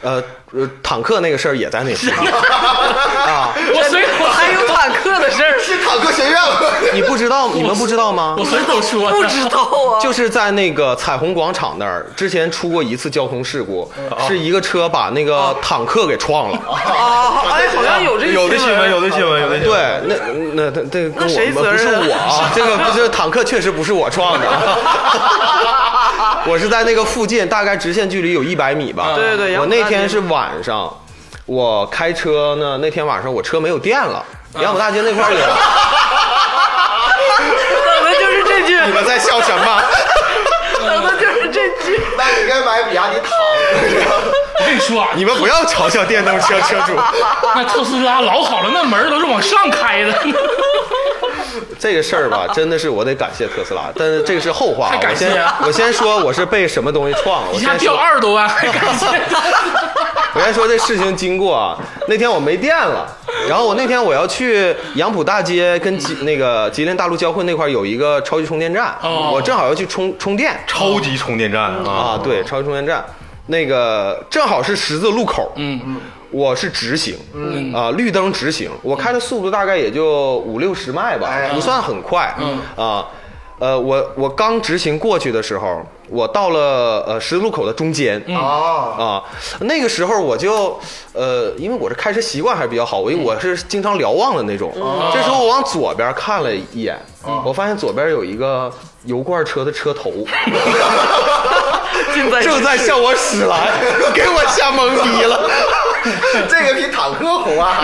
[SPEAKER 5] 呃，呃坦克那个事儿也在那附近 [laughs] 啊，
[SPEAKER 1] 我随口
[SPEAKER 2] 还有坦克的事儿，
[SPEAKER 4] 是坦克学院吗？
[SPEAKER 5] 你不知道，你们不知道吗
[SPEAKER 1] 我？随口说的，
[SPEAKER 2] [laughs] 不知道啊。
[SPEAKER 5] 就是在那个彩虹广场那儿，之前出过一次交通事故，
[SPEAKER 2] 哦
[SPEAKER 5] 是一个车把那个坦克给撞了。
[SPEAKER 2] 啊，哎，好像有这个 [laughs]
[SPEAKER 3] 有的新闻，有的新闻，有的新闻。
[SPEAKER 5] [laughs] 对，那那那这跟
[SPEAKER 2] 那谁
[SPEAKER 5] 我们不是
[SPEAKER 2] 责任 [laughs]
[SPEAKER 5] 我啊，这个不是坦克，确实不是我撞的，我是在那个附近，大概直线距离有一百米吧。
[SPEAKER 2] 对对对
[SPEAKER 5] 我那
[SPEAKER 2] 杨浦大
[SPEAKER 5] 天
[SPEAKER 2] 街
[SPEAKER 5] 是晚上，我开车呢，那天晚上我车没有电了，
[SPEAKER 2] 啊
[SPEAKER 5] 杨浦大街那块儿有。
[SPEAKER 2] 等的就是这句，
[SPEAKER 5] 你们在笑什么？
[SPEAKER 2] 等的就是这句。
[SPEAKER 4] 那你应该买比亚迪唐。
[SPEAKER 1] 我跟你说啊，
[SPEAKER 5] 你们不要嘲笑电动车车主。
[SPEAKER 1] 那特斯拉老好了，那门儿都是往上开的。
[SPEAKER 5] 这个事
[SPEAKER 1] [laughs]
[SPEAKER 5] 儿吧，真的是我得感谢特斯拉，但是这个是后话。
[SPEAKER 1] 还感谢
[SPEAKER 5] 我先
[SPEAKER 1] 啊
[SPEAKER 5] 我先说我是被什么东西撞
[SPEAKER 1] [laughs]
[SPEAKER 5] 了，我
[SPEAKER 1] 一下
[SPEAKER 5] 先
[SPEAKER 1] 掉
[SPEAKER 5] 说，
[SPEAKER 1] 二十多万，还感谢。
[SPEAKER 5] 我先说这事情经过啊。那天我没电了，然后我那天我要去杨浦大街跟吉那个吉林大路交汇那块儿有一个超级充电站，
[SPEAKER 1] 哦
[SPEAKER 5] 我正好要去充充电
[SPEAKER 3] 超级充电站啊
[SPEAKER 5] 啊，对，超级充电站。那个正好是十字路口，
[SPEAKER 1] 嗯嗯，
[SPEAKER 5] 我是直行，嗯啊、绿灯直行，我开的速度大概也就五六十迈吧，
[SPEAKER 4] 哎
[SPEAKER 5] 不算很快，嗯啊、呃，我我刚直行过去的时候，我到了呃十字路口的中间，
[SPEAKER 4] 哦，
[SPEAKER 5] 啊，那个时候我就，呃，因为我这开车习惯还是比较好，我因为我是经常瞭望的那种。这时候我往左边看了一眼，我发现左边有一个油罐车的车头，
[SPEAKER 2] 近在
[SPEAKER 5] 正在向我驶来， [laughs] 给我吓懵逼了。
[SPEAKER 4] 这个比坦克红啊！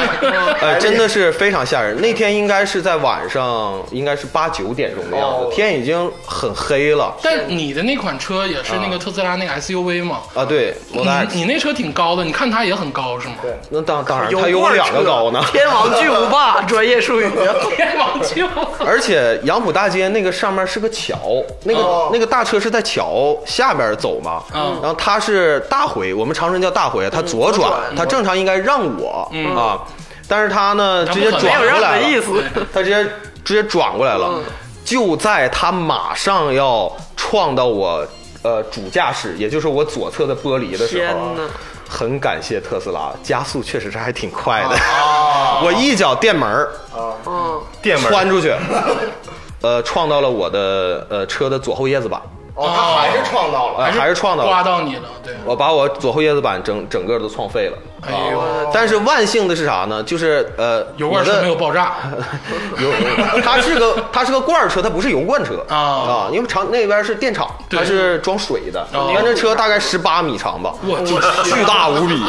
[SPEAKER 5] 呃，真的是非常吓人。那天应该是在晚上，应该是八九点钟的样子
[SPEAKER 4] 哦，
[SPEAKER 5] 天已经很黑了
[SPEAKER 1] 但你的那款车也是那个特斯拉那个 SUV 嘛？
[SPEAKER 5] 啊。对，我那
[SPEAKER 1] 你你那车挺高的，你看它也很高是吗？ [laughs]
[SPEAKER 4] 对
[SPEAKER 5] 那当当然，
[SPEAKER 2] 有
[SPEAKER 5] 它有我两个高呢。
[SPEAKER 2] [laughs] 天王巨无霸，专业术语啊。
[SPEAKER 1] 天王就
[SPEAKER 5] 而且杨浦大街那个上面是个桥，那个、
[SPEAKER 4] 哦
[SPEAKER 5] 那个大车是在桥下边走嘛，
[SPEAKER 1] 嗯
[SPEAKER 5] 然后它是大回，我们长春叫大回，它嗯左转，它正常应该让我、啊，但是它呢
[SPEAKER 1] 它
[SPEAKER 5] 直
[SPEAKER 1] 不可能
[SPEAKER 5] 接转
[SPEAKER 2] 没
[SPEAKER 5] 过
[SPEAKER 2] 有让
[SPEAKER 5] 来
[SPEAKER 2] 的意
[SPEAKER 5] 了，
[SPEAKER 2] 思，
[SPEAKER 5] 它直接直接转过来了，就在它马上要撞到我呃主驾驶，也就是我左侧的玻璃的时候啊
[SPEAKER 2] [laughs] 天哪，
[SPEAKER 5] 很感谢特斯拉，加速确实是还挺快的， [laughs] 我一脚电门儿
[SPEAKER 2] 嗯，
[SPEAKER 3] 电门
[SPEAKER 5] 窜出去，呃，撞到了我的呃车的左后叶子板，
[SPEAKER 4] 哦，他还是创造了。
[SPEAKER 5] 呃，还是撞到
[SPEAKER 1] 刮
[SPEAKER 5] 了，
[SPEAKER 1] 到你了，对。
[SPEAKER 5] 我把我左后叶子板整整个都撞废了。
[SPEAKER 1] 哎呦，
[SPEAKER 5] 但是万幸的是啥呢？就是呃，
[SPEAKER 1] 油罐
[SPEAKER 5] 我
[SPEAKER 1] 车
[SPEAKER 5] 的
[SPEAKER 1] 没有爆炸，
[SPEAKER 5] 有，它是个它是个罐儿车，它不是油罐车
[SPEAKER 1] 啊
[SPEAKER 5] 因为长那边是电厂，
[SPEAKER 1] 对
[SPEAKER 5] 它是装水的，
[SPEAKER 1] 哦
[SPEAKER 5] 但这车大概十八米长吧，
[SPEAKER 1] 我去，
[SPEAKER 5] 巨大无比，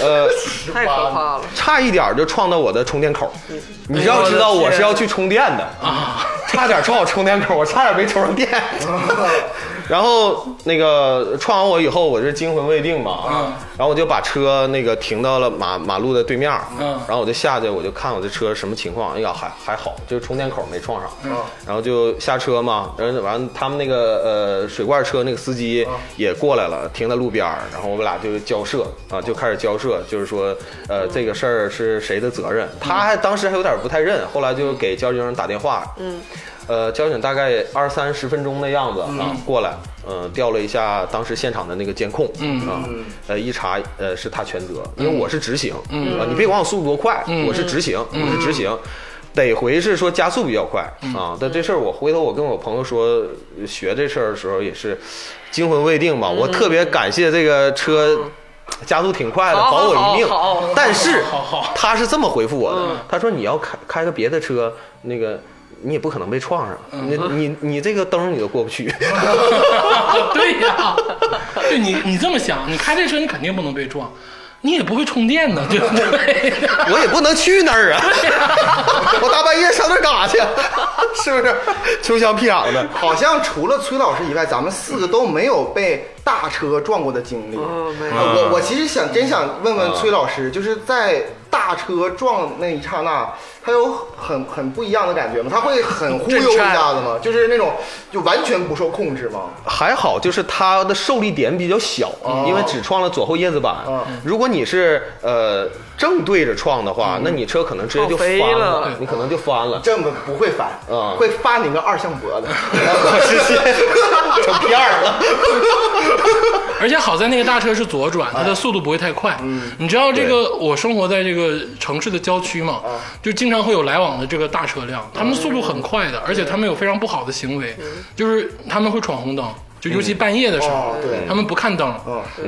[SPEAKER 5] 呃，
[SPEAKER 2] 太可怕了。
[SPEAKER 5] 差一点儿就撞到我的充电口儿。你要知道我是要去充电的啊，差点撞我充电口儿，我差点没充上 [laughs] 电。然后那个撞完我以后，我是惊魂未定嘛，然后我就把车那个停到了马马路的对面儿，
[SPEAKER 1] 嗯
[SPEAKER 5] 然后我就下去，我就看我这车什么情况，哎呀还还好，就是充电口儿没撞上，然后就下车嘛，然后完了他们那个呃水罐车那个司机也过来了，停在路边儿，然后我们俩就交涉啊，就开始交涉，就是说呃这个事儿是谁的责任，他还当时还有点不太认，后来就给交警打电话，嗯。呃，交警大概二三十分钟的样子啊、过来啊、呃，调了一下当时现场的那个监控，嗯啊，呃，一查，呃，是他全责，因为我是直行，嗯啊，嗯你别管我速度多快，我是直行，我是直行。得回是说加速比较快啊，但这事儿我回头我跟我朋友说学这事儿的时候也是惊魂未定吧。我特别感谢这个车加速挺快的，
[SPEAKER 2] 好
[SPEAKER 5] 保我一命
[SPEAKER 2] 好好好。
[SPEAKER 5] 但是
[SPEAKER 1] 好好好
[SPEAKER 5] 他是这么回复我的，他说你要开开个别的车，那个你也不可能被撞上，你你你这个灯你都过不去。 [laughs]
[SPEAKER 1] [laughs] 对呀、对你你这么想，你开这车你肯定不能被撞，你也不会充电呢，对不对？
[SPEAKER 5] 我也不能去那儿啊！ [laughs] 我大半夜上那儿干啥去？啊 [laughs] 是不是？穷乡僻壤的。
[SPEAKER 4] 好像除了崔老师以外，咱们四个都没有被大车撞过的经历。
[SPEAKER 2] 哦没有嗯
[SPEAKER 4] 呃我我其实想真想问问崔老师，就是在大车撞那一刹那，他有很很不一样的感觉吗？他会很忽悠一下子吗？就是那种就完全不受控制吗？
[SPEAKER 5] 还好，就是它的受力点比较小，因为只撞了左后叶子板。如果你是呃正对着撞的话，那你车可能直接就
[SPEAKER 2] 撞飞
[SPEAKER 5] 翻
[SPEAKER 2] 了
[SPEAKER 5] 你可能就
[SPEAKER 4] [laughs]
[SPEAKER 5] 翻了。
[SPEAKER 4] 这么不会翻，
[SPEAKER 2] 嗯
[SPEAKER 5] 啊
[SPEAKER 4] 会发你个二向箔
[SPEAKER 2] [laughs]
[SPEAKER 4] 的。
[SPEAKER 5] 直接成片儿了。
[SPEAKER 1] 而且好在那个大车是左转，
[SPEAKER 4] 哎
[SPEAKER 1] 它的速度不会太快。
[SPEAKER 4] 嗯
[SPEAKER 1] 你知道这个，我生活在这个城市的郊区嘛，
[SPEAKER 4] 嗯
[SPEAKER 1] 就经常会有来往的这个大车辆，他们速度很快
[SPEAKER 4] 嗯
[SPEAKER 1] 的，而且他们有非常不好的行为，就是他们会闯红灯，就尤其半夜的时候
[SPEAKER 4] 哦，对哦
[SPEAKER 1] 他们不看灯，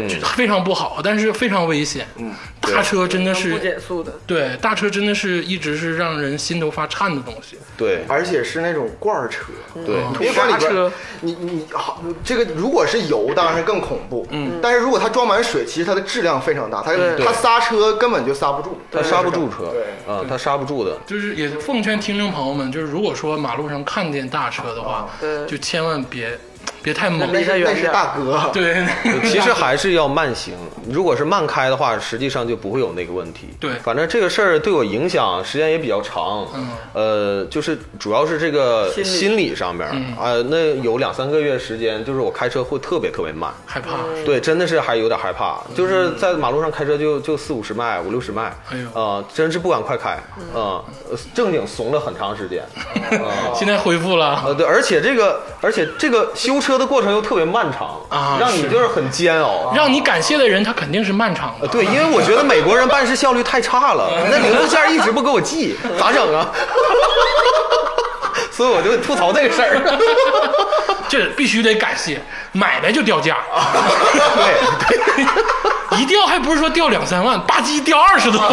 [SPEAKER 1] 就非常不好，但是非常危险。
[SPEAKER 4] 嗯
[SPEAKER 1] 大车真的
[SPEAKER 2] 不
[SPEAKER 1] 是。
[SPEAKER 2] 减速的，
[SPEAKER 1] 对，大车真的是一直是让人心头发颤的东西。
[SPEAKER 5] 对
[SPEAKER 4] 而且是那种罐儿车，
[SPEAKER 5] 对，
[SPEAKER 4] 你 [laughs] 别管里边
[SPEAKER 2] 刹车，
[SPEAKER 4] 你你好，这个如果是油，当然是更恐怖。嗯，但是如果它装满水，其实它的质量非常大，它
[SPEAKER 2] 对
[SPEAKER 4] 它刹车根本就刹不住，
[SPEAKER 5] 它刹不住车
[SPEAKER 4] 对
[SPEAKER 5] 啊，它刹不住的。
[SPEAKER 1] 就是也奉劝听众朋友们，就是如果说马路上看见大车的话，
[SPEAKER 2] 对
[SPEAKER 1] 就千万别别太猛。
[SPEAKER 4] 哦那
[SPEAKER 2] 离它
[SPEAKER 4] 是
[SPEAKER 2] 远
[SPEAKER 4] 那是
[SPEAKER 2] 点
[SPEAKER 4] 大哥，
[SPEAKER 1] 对，
[SPEAKER 5] 其实还是要慢行，如果是慢开的话，实际上就不会有那个问题。
[SPEAKER 1] 对
[SPEAKER 5] 反正这个事儿对我影响时间也比较长。
[SPEAKER 1] 嗯，
[SPEAKER 5] 呃，就是主要是这个
[SPEAKER 2] 心理
[SPEAKER 5] 心理上面，呃，那有两三个月时间，就是我开车会特别特别慢。
[SPEAKER 1] 害怕。
[SPEAKER 5] 对，真的是还有点害怕，就是在马路上开车就就四五十迈、五六十迈，
[SPEAKER 1] 嗯哎呦嗯
[SPEAKER 5] 啊，真是不敢快开，啊，呃正经怂了很长时
[SPEAKER 1] [laughs]
[SPEAKER 5] 间，啊，
[SPEAKER 1] 现在恢复了，
[SPEAKER 5] 呃，对，而且这个，而且这个修车的过程又特别漫长
[SPEAKER 1] 啊
[SPEAKER 5] 让你
[SPEAKER 1] 是
[SPEAKER 5] 就是很煎熬。啊
[SPEAKER 1] 让你感谢的人他肯定是漫长
[SPEAKER 5] 呃
[SPEAKER 1] 的。
[SPEAKER 5] 对，因为我觉得美国人办事效率太
[SPEAKER 1] [laughs]
[SPEAKER 5] 差了，那零部件一直不给我寄，咋整啊？ [laughs] 所以我就吐槽这个
[SPEAKER 1] [laughs]
[SPEAKER 5] 事儿。 [laughs]
[SPEAKER 1] 这必须得感谢，买来就掉价， [laughs]
[SPEAKER 5] 对，
[SPEAKER 1] 一掉还不是说掉两三万，吧唧掉二十多。 [laughs]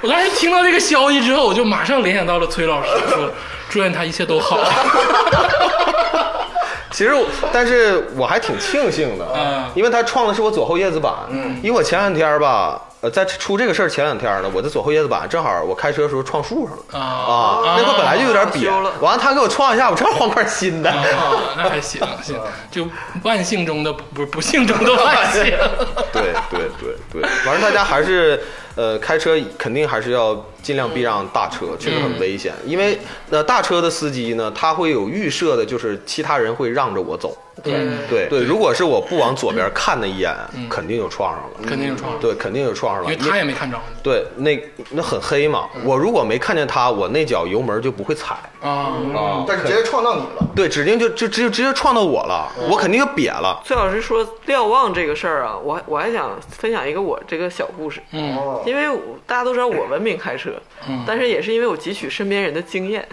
[SPEAKER 1] 我当时听到这个消息之后，我就马上联想到了崔老师，说祝愿他一切都 [laughs] 好。
[SPEAKER 5] 其实我，但是我还挺庆幸的，啊
[SPEAKER 1] 嗯
[SPEAKER 5] 因为他撞的是我左后叶子板，嗯，因为我前两天儿吧，呃，在出这个事儿前两天儿呢，我的左后叶子板正好我开车的时候撞树上了。
[SPEAKER 1] 啊
[SPEAKER 5] 啊，那块本来就有点瘪
[SPEAKER 2] 修了，
[SPEAKER 5] 完了他给我撞一下，我正好换块新的。
[SPEAKER 1] 啊，那还行行，就万幸中的不是不幸中的万幸。
[SPEAKER 5] [laughs]
[SPEAKER 1] [laughs]
[SPEAKER 5] 对对对对，反正大家还是呃开车肯定还是要尽量避让大车，确实很危险。因为呃大车的司机呢，他会有预设的，就是其他人会让着我走。
[SPEAKER 1] 嗯
[SPEAKER 2] 对，
[SPEAKER 5] 对对，如果是我不往左边看那一眼，肯定就撞上了。
[SPEAKER 1] 肯定有创伤，
[SPEAKER 5] 对，肯定就撞上
[SPEAKER 1] 因
[SPEAKER 5] 了。
[SPEAKER 1] 为他也没看着
[SPEAKER 5] 对，那那很黑嘛，我如果没看见他，我那脚油门就不会踩
[SPEAKER 1] 你啊。
[SPEAKER 5] 啊。
[SPEAKER 4] 但是直接撞到你了。
[SPEAKER 5] 对，指定就就直接直接撞到我了，我肯定就瘪了。
[SPEAKER 2] 崔老师说瞭望这个事儿啊，我还我还想分享一个我这个小故事，
[SPEAKER 1] 嗯
[SPEAKER 4] 哦
[SPEAKER 2] 因为我大家都知道我文明开车，但是也是因为我汲取身边人的经验，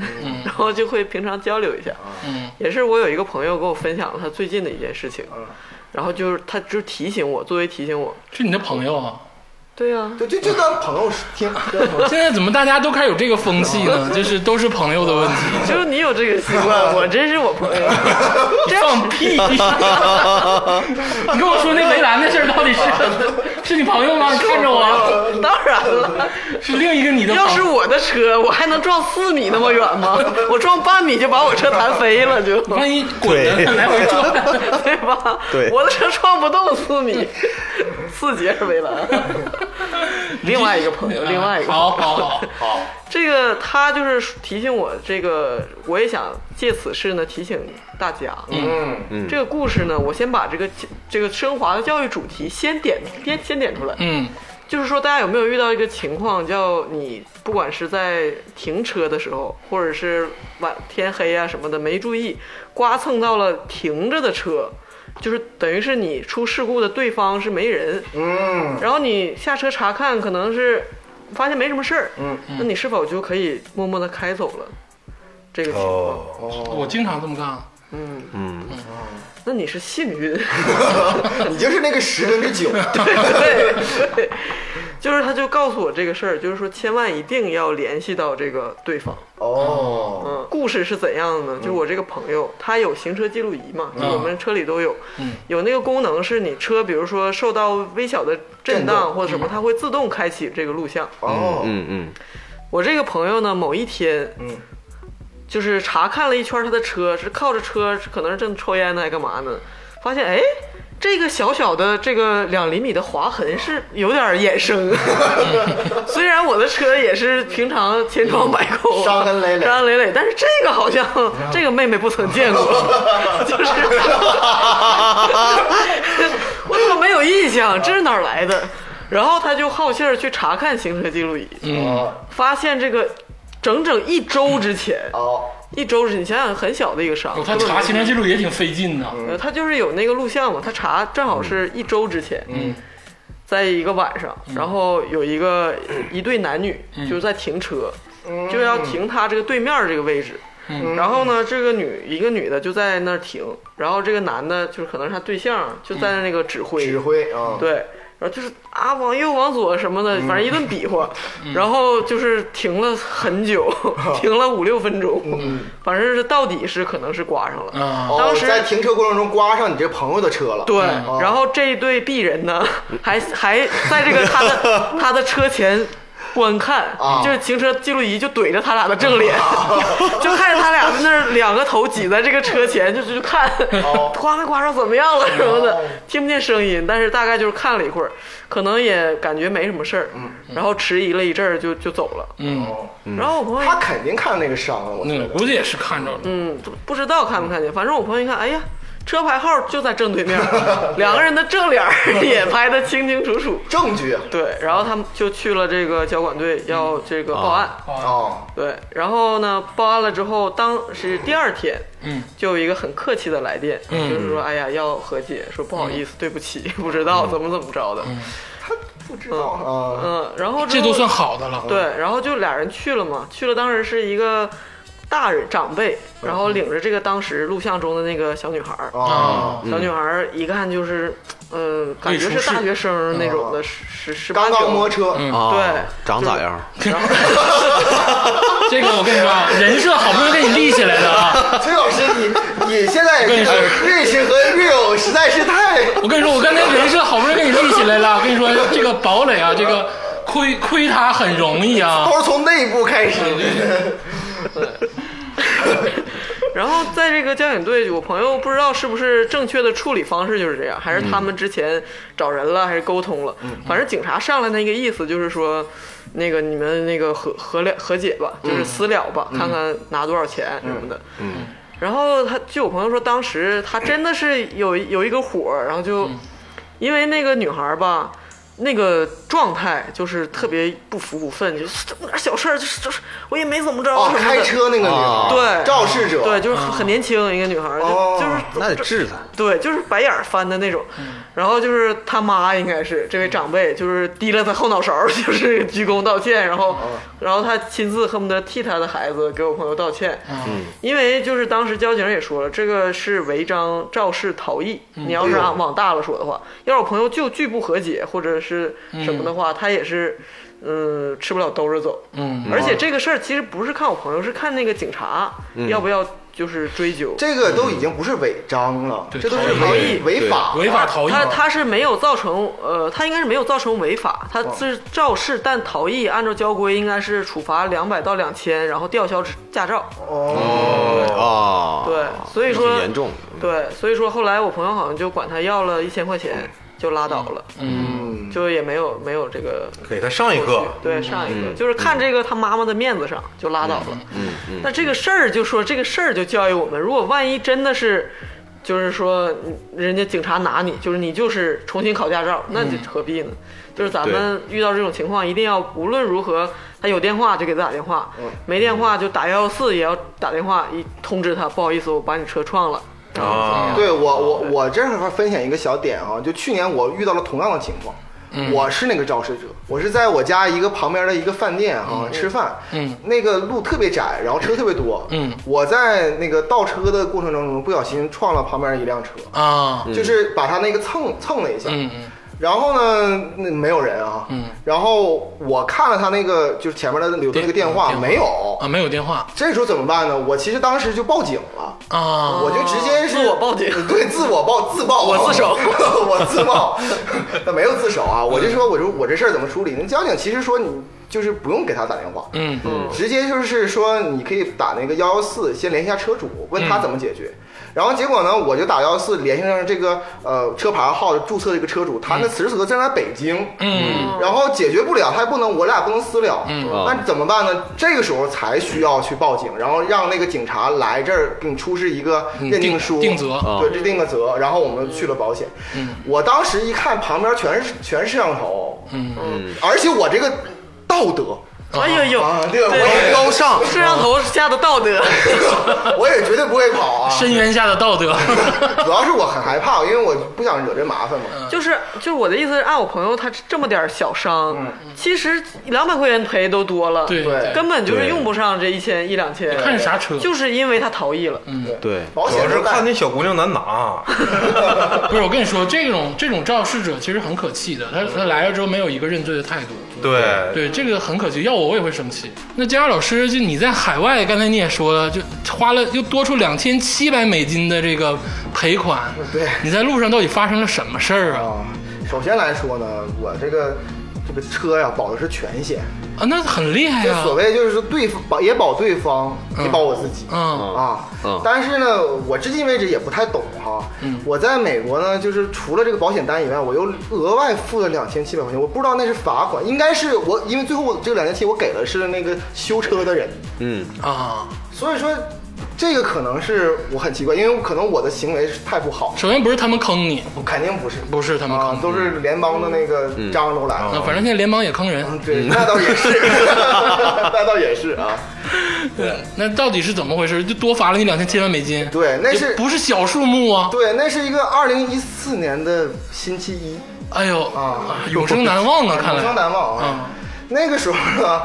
[SPEAKER 2] 然后就会平常交流一下。
[SPEAKER 1] 嗯
[SPEAKER 2] 也是我有一个朋友跟我分享了他最近的一件事情，然后就是他就提醒我，作为提醒我，
[SPEAKER 1] 是你的朋友啊？
[SPEAKER 2] 对啊，
[SPEAKER 4] 就就就当朋友听，当朋
[SPEAKER 1] [laughs]
[SPEAKER 4] 友
[SPEAKER 1] 现在怎么大家都开始有这个风气
[SPEAKER 2] [laughs]
[SPEAKER 1] 呢？就是都是朋友的问题。
[SPEAKER 2] 就是你有这个习惯，我真是我朋友，这样
[SPEAKER 1] 放屁！ [laughs] 你跟我说那围栏的事儿到底是是你朋友吗？你看着我，
[SPEAKER 2] 当然了。
[SPEAKER 1] 是另一个你的朋友。
[SPEAKER 2] 要是我的车，我还能撞四米那么远吗？我撞半米就把我车弹飞了，就
[SPEAKER 1] 万一滚了
[SPEAKER 5] 对
[SPEAKER 1] 来回撞，
[SPEAKER 2] 对吧？
[SPEAKER 5] 对
[SPEAKER 2] 我的车撞不动四米，四节是围栏。另外一个朋友， [laughs] 另外一个朋友
[SPEAKER 1] 好好好好，
[SPEAKER 2] 这个他就是提醒我，这个我也想借此事呢提醒大家，啊
[SPEAKER 4] 嗯，
[SPEAKER 5] 嗯
[SPEAKER 2] 这个故事呢，我先把这个这个升华的教育主题先点先先点出来，
[SPEAKER 1] 嗯
[SPEAKER 2] 就是说，大家有没有遇到一个情况，叫你不管是在停车的时候，或者是晚天黑啊什么的没注意，刮蹭到了停着的车，就是等于是你出事故的对方是没人，
[SPEAKER 4] 嗯，
[SPEAKER 2] 然后你下车查看，可能是发现没什么事儿，
[SPEAKER 4] 嗯，
[SPEAKER 2] 那你是否就可以默默的开走了？这个情况，
[SPEAKER 3] 哦，
[SPEAKER 4] 哦，
[SPEAKER 1] 我经常这么干。
[SPEAKER 2] 嗯，
[SPEAKER 5] 嗯，
[SPEAKER 2] 那你是幸运。
[SPEAKER 4] [laughs]
[SPEAKER 2] [laughs]
[SPEAKER 4] 你就是那个十分之九，
[SPEAKER 2] 对，对，就是他就告诉我这个事儿，就是说千万一定要联系到这个对方。
[SPEAKER 4] 哦，
[SPEAKER 2] 嗯，故事是怎样呢？就是我这个朋友，他有行车记录仪嘛，就我们车里都有，有那个功能是你车，比如说受到微小的震嗯
[SPEAKER 4] 震
[SPEAKER 2] 荡
[SPEAKER 4] 动
[SPEAKER 2] 或者什么，它会自动开启这个录像。
[SPEAKER 4] 哦，
[SPEAKER 5] 嗯嗯，
[SPEAKER 2] 我这个朋友呢，某一天，
[SPEAKER 4] 嗯，
[SPEAKER 2] 就是查看了一圈他的车，是靠着车，可能是正抽烟呢，还干嘛呢？发现哎，这个小小的这个两厘米的划痕是有点衍生。
[SPEAKER 4] [laughs]
[SPEAKER 2] 虽然我的车也是平常千疮百孔、啊
[SPEAKER 4] 伤痕累嗯累
[SPEAKER 2] 伤痕累累，但是这个好像这个妹妹不曾
[SPEAKER 4] [laughs]
[SPEAKER 2] 见过，就是， [laughs] 我怎么没有印象？这是哪儿来的？然后他就好信儿去查看行车记录仪，
[SPEAKER 1] 嗯
[SPEAKER 4] 哦，
[SPEAKER 2] 发现这个整整一周之前，
[SPEAKER 4] 哦，一
[SPEAKER 2] 一周之前，你想想很小的一个伤
[SPEAKER 1] 我，看查行车记录也挺费劲的，
[SPEAKER 2] 呃他就是有那个录像嘛，他查正好是一周之前，嗯，在一个晚上，然后有一个一对男女就是在停车，就要停他这个对面儿这个位置。然后呢，这个女一个女的就在那儿停，然后这个男的就是可能是他对象，就在那个指挥
[SPEAKER 4] 指挥啊，
[SPEAKER 2] 对，然后就是啊往右往左什么的，反正一顿比划，然后就是停了很久，停了五六分钟，反正是到底是可能是刮上了。
[SPEAKER 1] 啊，
[SPEAKER 4] 哦，
[SPEAKER 2] 当时
[SPEAKER 4] 在停车过程中刮上你这朋友的车了，
[SPEAKER 2] 对，
[SPEAKER 4] 哦
[SPEAKER 2] 然后这一对璧人呢，还还在这个他的
[SPEAKER 4] [laughs]
[SPEAKER 2] 他的车前观看，
[SPEAKER 4] 啊
[SPEAKER 2] 就是行车记录仪就怼着他俩的正脸， [laughs] 就看着他俩在那儿两个头挤在这个车
[SPEAKER 4] [laughs]
[SPEAKER 2] 前，就是就看
[SPEAKER 4] 哦
[SPEAKER 2] 刮没刮上怎么样了什么的，听不见声音，但是大概就是看了一会儿，可能也感觉没什么事儿，
[SPEAKER 4] 嗯
[SPEAKER 2] 然后迟疑了一阵儿就就走了。
[SPEAKER 1] 嗯，
[SPEAKER 2] 然后我朋友
[SPEAKER 4] 哦他肯定看那个伤了，我
[SPEAKER 1] 那
[SPEAKER 4] 觉
[SPEAKER 1] 我
[SPEAKER 4] 得。
[SPEAKER 1] 估计也是看着了，
[SPEAKER 2] 嗯，不不知道看没看见，反正我朋友一看，哎呀，车牌号就在正对面儿，
[SPEAKER 1] [laughs]
[SPEAKER 2] 两个人的正脸儿也拍得清清楚楚。
[SPEAKER 4] 证据啊
[SPEAKER 2] 对，然后他们就去了这个交管队要这个报案。
[SPEAKER 4] 哦，
[SPEAKER 2] 对，然后呢，报案了之后，当时第二天，
[SPEAKER 1] 嗯，
[SPEAKER 2] 就有一个很客气的来电，
[SPEAKER 1] 嗯
[SPEAKER 2] 就是说，哎呀，要和解，说不好意思，对不起， [laughs] 不知道怎么怎么着的。嗯，
[SPEAKER 4] 不知道啊，
[SPEAKER 2] 然后之
[SPEAKER 1] 这
[SPEAKER 2] 后
[SPEAKER 1] 都算好的了。
[SPEAKER 2] 对，然后就俩人去了嘛，去了当时是一个大人长辈，
[SPEAKER 1] 嗯
[SPEAKER 2] 然后领着这个当时录像中的那个小女孩儿，
[SPEAKER 1] 啊
[SPEAKER 4] 哦，
[SPEAKER 2] 小女孩儿一看就是，呃，感觉
[SPEAKER 1] 未出
[SPEAKER 2] 是
[SPEAKER 1] 世
[SPEAKER 2] 大学生那种
[SPEAKER 4] 哦
[SPEAKER 2] 的，十十十八
[SPEAKER 4] 刚刚摸
[SPEAKER 2] 九，
[SPEAKER 4] 车，
[SPEAKER 1] 嗯
[SPEAKER 5] 啊，
[SPEAKER 2] 对
[SPEAKER 5] 长咋样？
[SPEAKER 1] 这个我跟你说，啊，人设好不容易给你立起来的啊！
[SPEAKER 4] 崔老师，你你现在
[SPEAKER 1] 跟你说
[SPEAKER 4] 瑞士和瑞友实在是太
[SPEAKER 1] 我跟你说，我刚才人设好不容易给你立起来了。我跟你说，这个堡垒啊，这个亏亏他很容易啊。嗯
[SPEAKER 4] 都是从内部开始，
[SPEAKER 2] 然后在这个交警队，我朋友不知道是不是正确的处理方式就是这样，还是他
[SPEAKER 4] 嗯
[SPEAKER 2] 们之前找人了，还是沟通了，反正警察上来那个意思就是说。那个你们那个和和了和解吧，就是
[SPEAKER 4] 嗯
[SPEAKER 2] 私了吧，看看拿多少钱什么的。
[SPEAKER 5] 嗯，
[SPEAKER 2] 然后他据我朋友说，当时他真的是有有一个火儿，然后就、
[SPEAKER 4] 嗯
[SPEAKER 2] 因为那个女孩儿吧，那个状态就是特别不服不忿，就是这么点小事儿，就是就是我也没怎么着
[SPEAKER 4] 哦
[SPEAKER 2] 什，么的。
[SPEAKER 4] 开车那个女孩，
[SPEAKER 5] 啊
[SPEAKER 2] 对
[SPEAKER 4] 肇事者，嗯
[SPEAKER 2] 对，就是很年轻一个女孩儿，
[SPEAKER 4] 哦
[SPEAKER 2] 就就是
[SPEAKER 5] 那得治他。
[SPEAKER 2] 对，就是白眼儿翻的那种。然后就是他妈应该是这位长辈，就是低了他后脑勺儿， [laughs] 就是鞠躬道歉，然后然后他亲自恨不得替他的孩子给我朋友道歉。
[SPEAKER 1] 嗯，
[SPEAKER 2] 因为就是当时交警也说了，这个是违章肇事逃逸。你要是
[SPEAKER 4] 哎呦
[SPEAKER 2] 按往大了说的话，要是我朋友就拒不和解或者是什么的话，他也是。嗯，吃不了兜着走。
[SPEAKER 1] 嗯，
[SPEAKER 2] 而且这个事儿其实不是看我朋友，是看那个警察、要不要就是追究。
[SPEAKER 4] 这个都已经不是违章了，
[SPEAKER 1] 对
[SPEAKER 4] 这都是
[SPEAKER 1] 逃
[SPEAKER 4] 违
[SPEAKER 1] 逸
[SPEAKER 4] 违法，
[SPEAKER 1] 违法逃逸嘛。
[SPEAKER 2] 他他是没有造成，呃，他应该是没有造成违法，他
[SPEAKER 5] 哦
[SPEAKER 2] 是肇事但逃逸，按照交规应该是处罚两百到两千，然后吊销驾照。
[SPEAKER 5] 哦，
[SPEAKER 2] 对，所以说
[SPEAKER 5] 挺严重。
[SPEAKER 2] 对，所以说后来我朋友好像就管他要了一千块钱，就拉倒了，
[SPEAKER 4] 嗯，
[SPEAKER 2] 就也没有没有这个
[SPEAKER 3] 给他上一课。
[SPEAKER 2] 对，上一个、
[SPEAKER 4] 嗯
[SPEAKER 2] 就是看这个他妈妈的面子上就
[SPEAKER 4] 嗯
[SPEAKER 2] 拉倒了。嗯嗯。那这个事儿就说这个事儿就教育我们，如果万一真的是就是说你人家警察拿你，就是你就是重新考驾照，那
[SPEAKER 4] 嗯
[SPEAKER 2] 就何必呢？就是咱们遇到这种情况，一定要无论如何，他有电话就给他打电话，
[SPEAKER 4] 嗯
[SPEAKER 2] 没电话就打幺幺四也要打电话，一通知他，不好意思，我把你车撞了。
[SPEAKER 3] 啊，
[SPEAKER 4] 对我我我这儿还分享一个小点啊，就去年我遇到了同样的情况。
[SPEAKER 1] 嗯
[SPEAKER 4] 我是那个肇事者，我是在我家一个旁边的一个饭店啊、吃饭，
[SPEAKER 1] 嗯
[SPEAKER 4] 那个路特别窄，然后车特别多，
[SPEAKER 1] 嗯
[SPEAKER 4] 我在那个倒车的过程当中不小心撞了旁边一辆车，
[SPEAKER 1] 啊，
[SPEAKER 4] 就是把他那个蹭蹭了一下，
[SPEAKER 1] 嗯嗯
[SPEAKER 4] 然后呢，那没有人啊，
[SPEAKER 1] 嗯
[SPEAKER 4] 然后我看了他那个就是前面的留的那个电话
[SPEAKER 1] 电
[SPEAKER 4] 没有，
[SPEAKER 1] 啊，没有电话
[SPEAKER 4] 这时候怎么办呢？我其实当时就报警了。
[SPEAKER 1] 啊，
[SPEAKER 4] 我就直接是
[SPEAKER 2] 自我报警
[SPEAKER 4] 对，自我报 [laughs] 自爆，
[SPEAKER 2] 我自首，
[SPEAKER 4] 我自 [laughs] 爆，那没有自首啊，我就说，我说我这事儿怎么处理？那交警其实说你就是不用给他打电话，
[SPEAKER 1] 嗯
[SPEAKER 2] 嗯
[SPEAKER 4] 直接就是说你可以打那个幺幺四，先联系一下车主，
[SPEAKER 1] 嗯
[SPEAKER 4] 问他怎么解决。然后结果呢，我就打幺幺四联系上这个呃车牌号注册这个车主，他那此时此刻正在北京，
[SPEAKER 1] 嗯
[SPEAKER 4] 然后解决不了，他也不能，我俩不能私了，
[SPEAKER 1] 嗯
[SPEAKER 4] 那怎么办呢？这个时候才需要去报警，然后让那个警察来这儿给你出示一个认定书，
[SPEAKER 1] 嗯定定责
[SPEAKER 5] 啊
[SPEAKER 4] 对，这定个责，然后我们去了保险。
[SPEAKER 1] 嗯
[SPEAKER 4] 我当时一看旁边全是全是摄像头，
[SPEAKER 1] 嗯
[SPEAKER 4] 而且我这个道德
[SPEAKER 2] 哎呦呦，
[SPEAKER 4] 啊，对，我
[SPEAKER 2] 对
[SPEAKER 4] 也高
[SPEAKER 1] [laughs]
[SPEAKER 4] 尚，
[SPEAKER 2] 摄像头下的道
[SPEAKER 4] [laughs]
[SPEAKER 2] 德，
[SPEAKER 4] 我也绝对不会跑啊。
[SPEAKER 1] 深渊下的道德， [laughs]
[SPEAKER 4] 主要是我很害怕，因为我不想惹这麻烦嘛。
[SPEAKER 1] 嗯
[SPEAKER 2] 就是就是我的意思是，按我朋友他这么点儿小伤，其实两百块钱赔都多了，
[SPEAKER 1] 对
[SPEAKER 4] 对
[SPEAKER 2] 根本就是
[SPEAKER 5] 对
[SPEAKER 2] 用不上这一千一两千，
[SPEAKER 1] 看是嗯啥车，
[SPEAKER 2] 就是因为他逃逸了，
[SPEAKER 5] 对，
[SPEAKER 4] 保
[SPEAKER 3] 主
[SPEAKER 4] 险
[SPEAKER 3] 要是
[SPEAKER 4] 都带
[SPEAKER 3] 看那小姑娘难拿，
[SPEAKER 1] 不是我跟你说，这种这种肇事者其实很可气的，他他来了之后没有一个认罪的态度，
[SPEAKER 3] 对，
[SPEAKER 1] 对，这个很可惜，要我我也会生气。那佳佳老师，就你在海外，刚才你也说了，就花了又多出两千七百美金的这个赔款，
[SPEAKER 4] 对
[SPEAKER 1] 你在路上到底发生了什么事儿啊？
[SPEAKER 4] 啊。首先来说呢，我这个这个车呀、保的是全险，
[SPEAKER 1] 啊，那很厉害
[SPEAKER 4] 就
[SPEAKER 1] 啊！
[SPEAKER 4] 所谓就是说对方保也保对方，也保我自己。
[SPEAKER 1] 嗯
[SPEAKER 4] 啊
[SPEAKER 5] 嗯，
[SPEAKER 4] 但是呢，我至今为止也不太懂哈。
[SPEAKER 1] 嗯
[SPEAKER 4] 我在美国呢，就是除了这个保险单以外，我又额外付了两千七百块钱，我不知道那是罚款，应该是我，因为最后我这个两千七我给的是那个修车的人，
[SPEAKER 5] 嗯，
[SPEAKER 1] 啊，
[SPEAKER 4] 所以说这个可能是我很奇怪，因为可能我的行为是太不好，
[SPEAKER 1] 首先不是他们坑你，
[SPEAKER 4] 肯定不是，
[SPEAKER 1] 不是他们坑
[SPEAKER 4] 啊
[SPEAKER 1] 你，，
[SPEAKER 4] 都是联邦的那个章都来了。
[SPEAKER 1] 啊，反正现在联邦也坑人。
[SPEAKER 4] 嗯，对，那倒也
[SPEAKER 1] [laughs]
[SPEAKER 4] 是，那倒也是啊。
[SPEAKER 1] 对，那到底是怎么回事？就多罚了你两千七百美金？
[SPEAKER 4] 对那是
[SPEAKER 1] 也不是小数目啊？
[SPEAKER 4] 对，那是一个二零一四年的星期一，
[SPEAKER 1] 哎呦，
[SPEAKER 4] 啊
[SPEAKER 1] 永生难忘啊！看
[SPEAKER 4] [laughs] 永
[SPEAKER 1] 来，嗯
[SPEAKER 4] 生难忘啊。那个时候呢，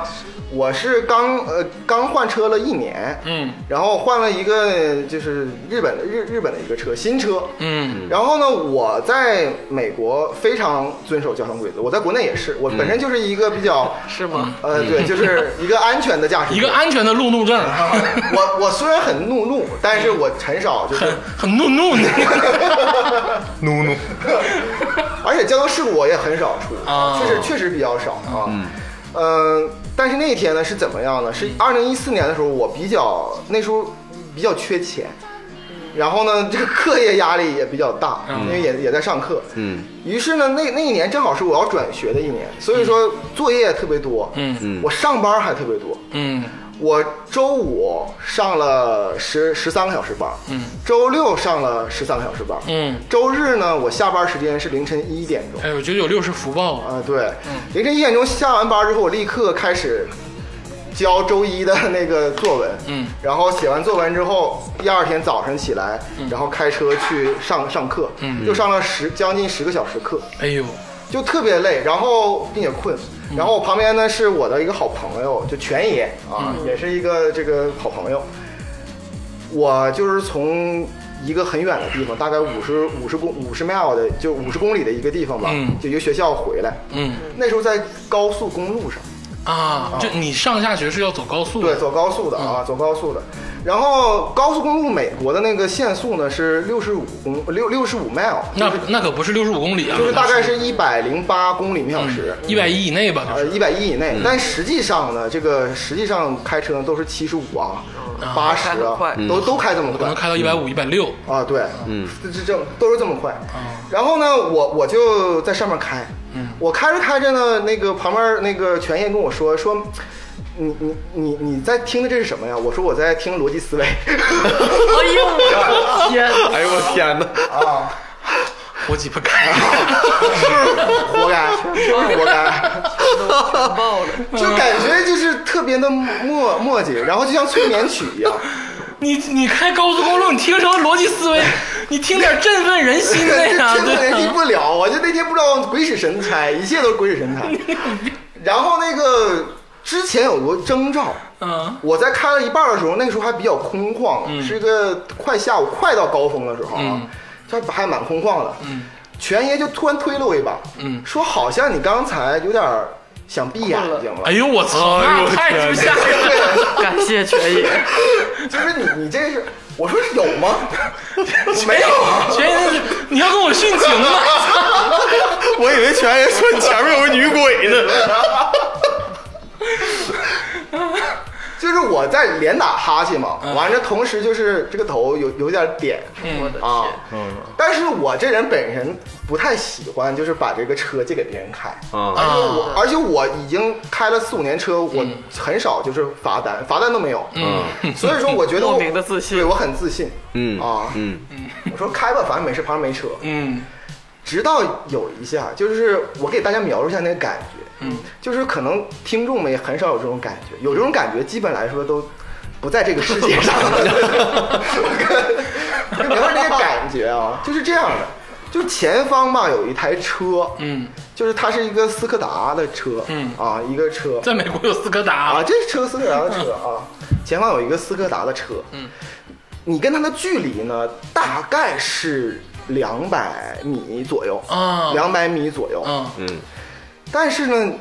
[SPEAKER 4] 我是刚呃刚换车了一年，
[SPEAKER 1] 嗯
[SPEAKER 4] 然后换了一个就是日本的日日本的一个车，新车。
[SPEAKER 1] 嗯
[SPEAKER 4] 然后呢，我在美国非常遵守交通规则，我在国内也是，
[SPEAKER 1] 嗯
[SPEAKER 4] 我本身就是一个比
[SPEAKER 1] [laughs]
[SPEAKER 4] 较，
[SPEAKER 2] 是吗？
[SPEAKER 4] 呃，对，就是一个安全的驾驶者，
[SPEAKER 1] 一个安全的路怒症，
[SPEAKER 4] 啊我我虽然很怒怒，但是我很少就是，
[SPEAKER 1] [laughs] 很 [laughs] 很怒怒的
[SPEAKER 4] [laughs]
[SPEAKER 3] 努努，
[SPEAKER 4] 而且交通事故我也很少出，
[SPEAKER 1] 啊
[SPEAKER 4] 确实确实比较少啊。嗯、但是那一天呢是怎么样呢？是二零一四年的时候，我比较那时候比较缺钱，然后呢这个课业压力也比较大，
[SPEAKER 1] 嗯
[SPEAKER 4] 因为也也在上课。
[SPEAKER 5] 嗯，
[SPEAKER 4] 于是呢那那一年正好是我要转学的一年，所以说作业特别多，
[SPEAKER 1] 嗯
[SPEAKER 4] 我上班还特别多，
[SPEAKER 1] 嗯
[SPEAKER 4] 我周五上了十十三个小时班，
[SPEAKER 1] 嗯，
[SPEAKER 4] 周六上了十三个小时班，
[SPEAKER 1] 嗯，
[SPEAKER 4] 周日呢，我下班时间是凌晨一点钟，
[SPEAKER 1] 哎，我觉得有六是福报啊。
[SPEAKER 4] 啊、对，凌晨一点钟下完班之后，我立刻开始交周一的那个作文，
[SPEAKER 1] 嗯，
[SPEAKER 4] 然后写完作文之后，第二天早晨起来，然后开车去上上课，
[SPEAKER 1] 嗯
[SPEAKER 4] 又上了十将近十个小时课，
[SPEAKER 1] 哎呦，
[SPEAKER 4] 就特别累，然后并且困。
[SPEAKER 1] 嗯
[SPEAKER 4] 然后我旁边呢是我的一个好朋友，就全爷啊，
[SPEAKER 1] 嗯
[SPEAKER 4] 也是一个这个好朋友。我就是从一个很远的地方，大概五十五十公五十 mile 的，就五十公里的一个地方吧
[SPEAKER 1] 嗯，
[SPEAKER 4] 就一个学校回来。
[SPEAKER 1] 嗯
[SPEAKER 4] 那时候在高速公路上，
[SPEAKER 1] 啊，就你上下学是要走高速
[SPEAKER 4] 对，
[SPEAKER 1] 的，
[SPEAKER 4] 走高速的
[SPEAKER 1] 嗯
[SPEAKER 4] 啊，走高速的。然后高速公路美国的那个限速呢是六十五公六六十五 mile，就
[SPEAKER 1] 那
[SPEAKER 4] 是
[SPEAKER 1] 那嗯可不是六十五公里啊，
[SPEAKER 4] 就是大概是一百零八公里每小时。
[SPEAKER 1] 一百一以内吧，
[SPEAKER 4] 呃，一百一以内，
[SPEAKER 1] 嗯
[SPEAKER 4] 但实际上呢，这个实际上开车都是七十五啊，八十
[SPEAKER 2] 开很
[SPEAKER 4] 啊
[SPEAKER 2] 快，
[SPEAKER 4] 都都开这么
[SPEAKER 1] 嗯可
[SPEAKER 4] 快
[SPEAKER 1] 能开到一百五、一百六。
[SPEAKER 4] 啊，对，嗯，这这都是这么快。然后呢，我我就在上面开，我开着开着呢，那个旁边那个全爷跟我说说，你你你你在听的这是什么呀？我说我在听逻辑思维 [laughs]
[SPEAKER 2] 哎呦我的天！
[SPEAKER 5] 哎呦我天哪！
[SPEAKER 4] 啊，
[SPEAKER 1] 我鸡巴开，
[SPEAKER 4] 活该，是不是活该？
[SPEAKER 2] 爆了！
[SPEAKER 4] 就感觉就是特别的磨磨叽，然后就像催眠曲一样。
[SPEAKER 1] 你你开高速公路，你听什么逻辑思维？你听点振奋人心的
[SPEAKER 4] [laughs]
[SPEAKER 1] 呀，
[SPEAKER 4] 这
[SPEAKER 1] 对啊
[SPEAKER 4] 人听
[SPEAKER 1] 呀。
[SPEAKER 4] 不了，我就那天不知道鬼使神差，一切都是鬼使神差。然后那个之前有过征兆，
[SPEAKER 1] 嗯，
[SPEAKER 4] 我在开了一半的时候，那个时候还比较空旷，是一个快下午快到高峰的时候啊
[SPEAKER 1] 嗯，
[SPEAKER 4] 这、还蛮空旷的。嗯，全爷就突然推了我一把，
[SPEAKER 1] 嗯
[SPEAKER 4] 说好像你刚才有点想闭眼睛了
[SPEAKER 1] 哎。呦我操，
[SPEAKER 5] 哎呦
[SPEAKER 1] 那
[SPEAKER 5] 我
[SPEAKER 1] 太
[SPEAKER 5] 天
[SPEAKER 1] 鸡巴吓人了。
[SPEAKER 2] 感谢全野，
[SPEAKER 4] [laughs] 就是你你这是，我说有吗？没有啊。
[SPEAKER 1] 全爷，你要跟我殉情吗？
[SPEAKER 5] 我以为全爷说你前面有个女鬼呢。
[SPEAKER 4] 就是我在连打哈欠嘛，完了同时就是这个头有有点点
[SPEAKER 2] 我的
[SPEAKER 4] 啊
[SPEAKER 2] 天！，
[SPEAKER 4] 但是我这人本身不太喜欢，就是把这个车借给别人开。
[SPEAKER 5] 啊，
[SPEAKER 4] 而且我，而且我已经开了四五年车，我很少就是罚单，罚单都没有。嗯，所以说我觉得我
[SPEAKER 2] 莫名的自信
[SPEAKER 4] 对我很自信。
[SPEAKER 5] 嗯
[SPEAKER 4] 啊，
[SPEAKER 5] 嗯，
[SPEAKER 4] 我说开吧，反正没事，旁边没车。
[SPEAKER 1] [laughs] 嗯
[SPEAKER 4] 直到有一下，就是我给大家描述一下那个感觉，
[SPEAKER 1] 嗯，
[SPEAKER 4] 就是可能听众们也很少有这种感觉，有这种感觉基本来说都不在这个
[SPEAKER 1] [laughs]
[SPEAKER 4] 世界上。我跟我跟描述那个感觉啊，就是这样的，就前方吧有一台车，
[SPEAKER 1] 嗯，
[SPEAKER 4] 就是它是一个斯柯达的车，
[SPEAKER 1] 嗯
[SPEAKER 4] 啊一个车，
[SPEAKER 1] 在美国有斯柯
[SPEAKER 4] 啊，
[SPEAKER 1] 达，
[SPEAKER 4] 这是车斯柯达的车
[SPEAKER 1] [laughs]
[SPEAKER 4] 啊，前方有一个斯柯达的车，嗯，你跟它的距离呢，大概是两百米左右
[SPEAKER 1] 啊
[SPEAKER 4] 两百米左右，
[SPEAKER 1] 嗯
[SPEAKER 5] 嗯，
[SPEAKER 4] 但是呢，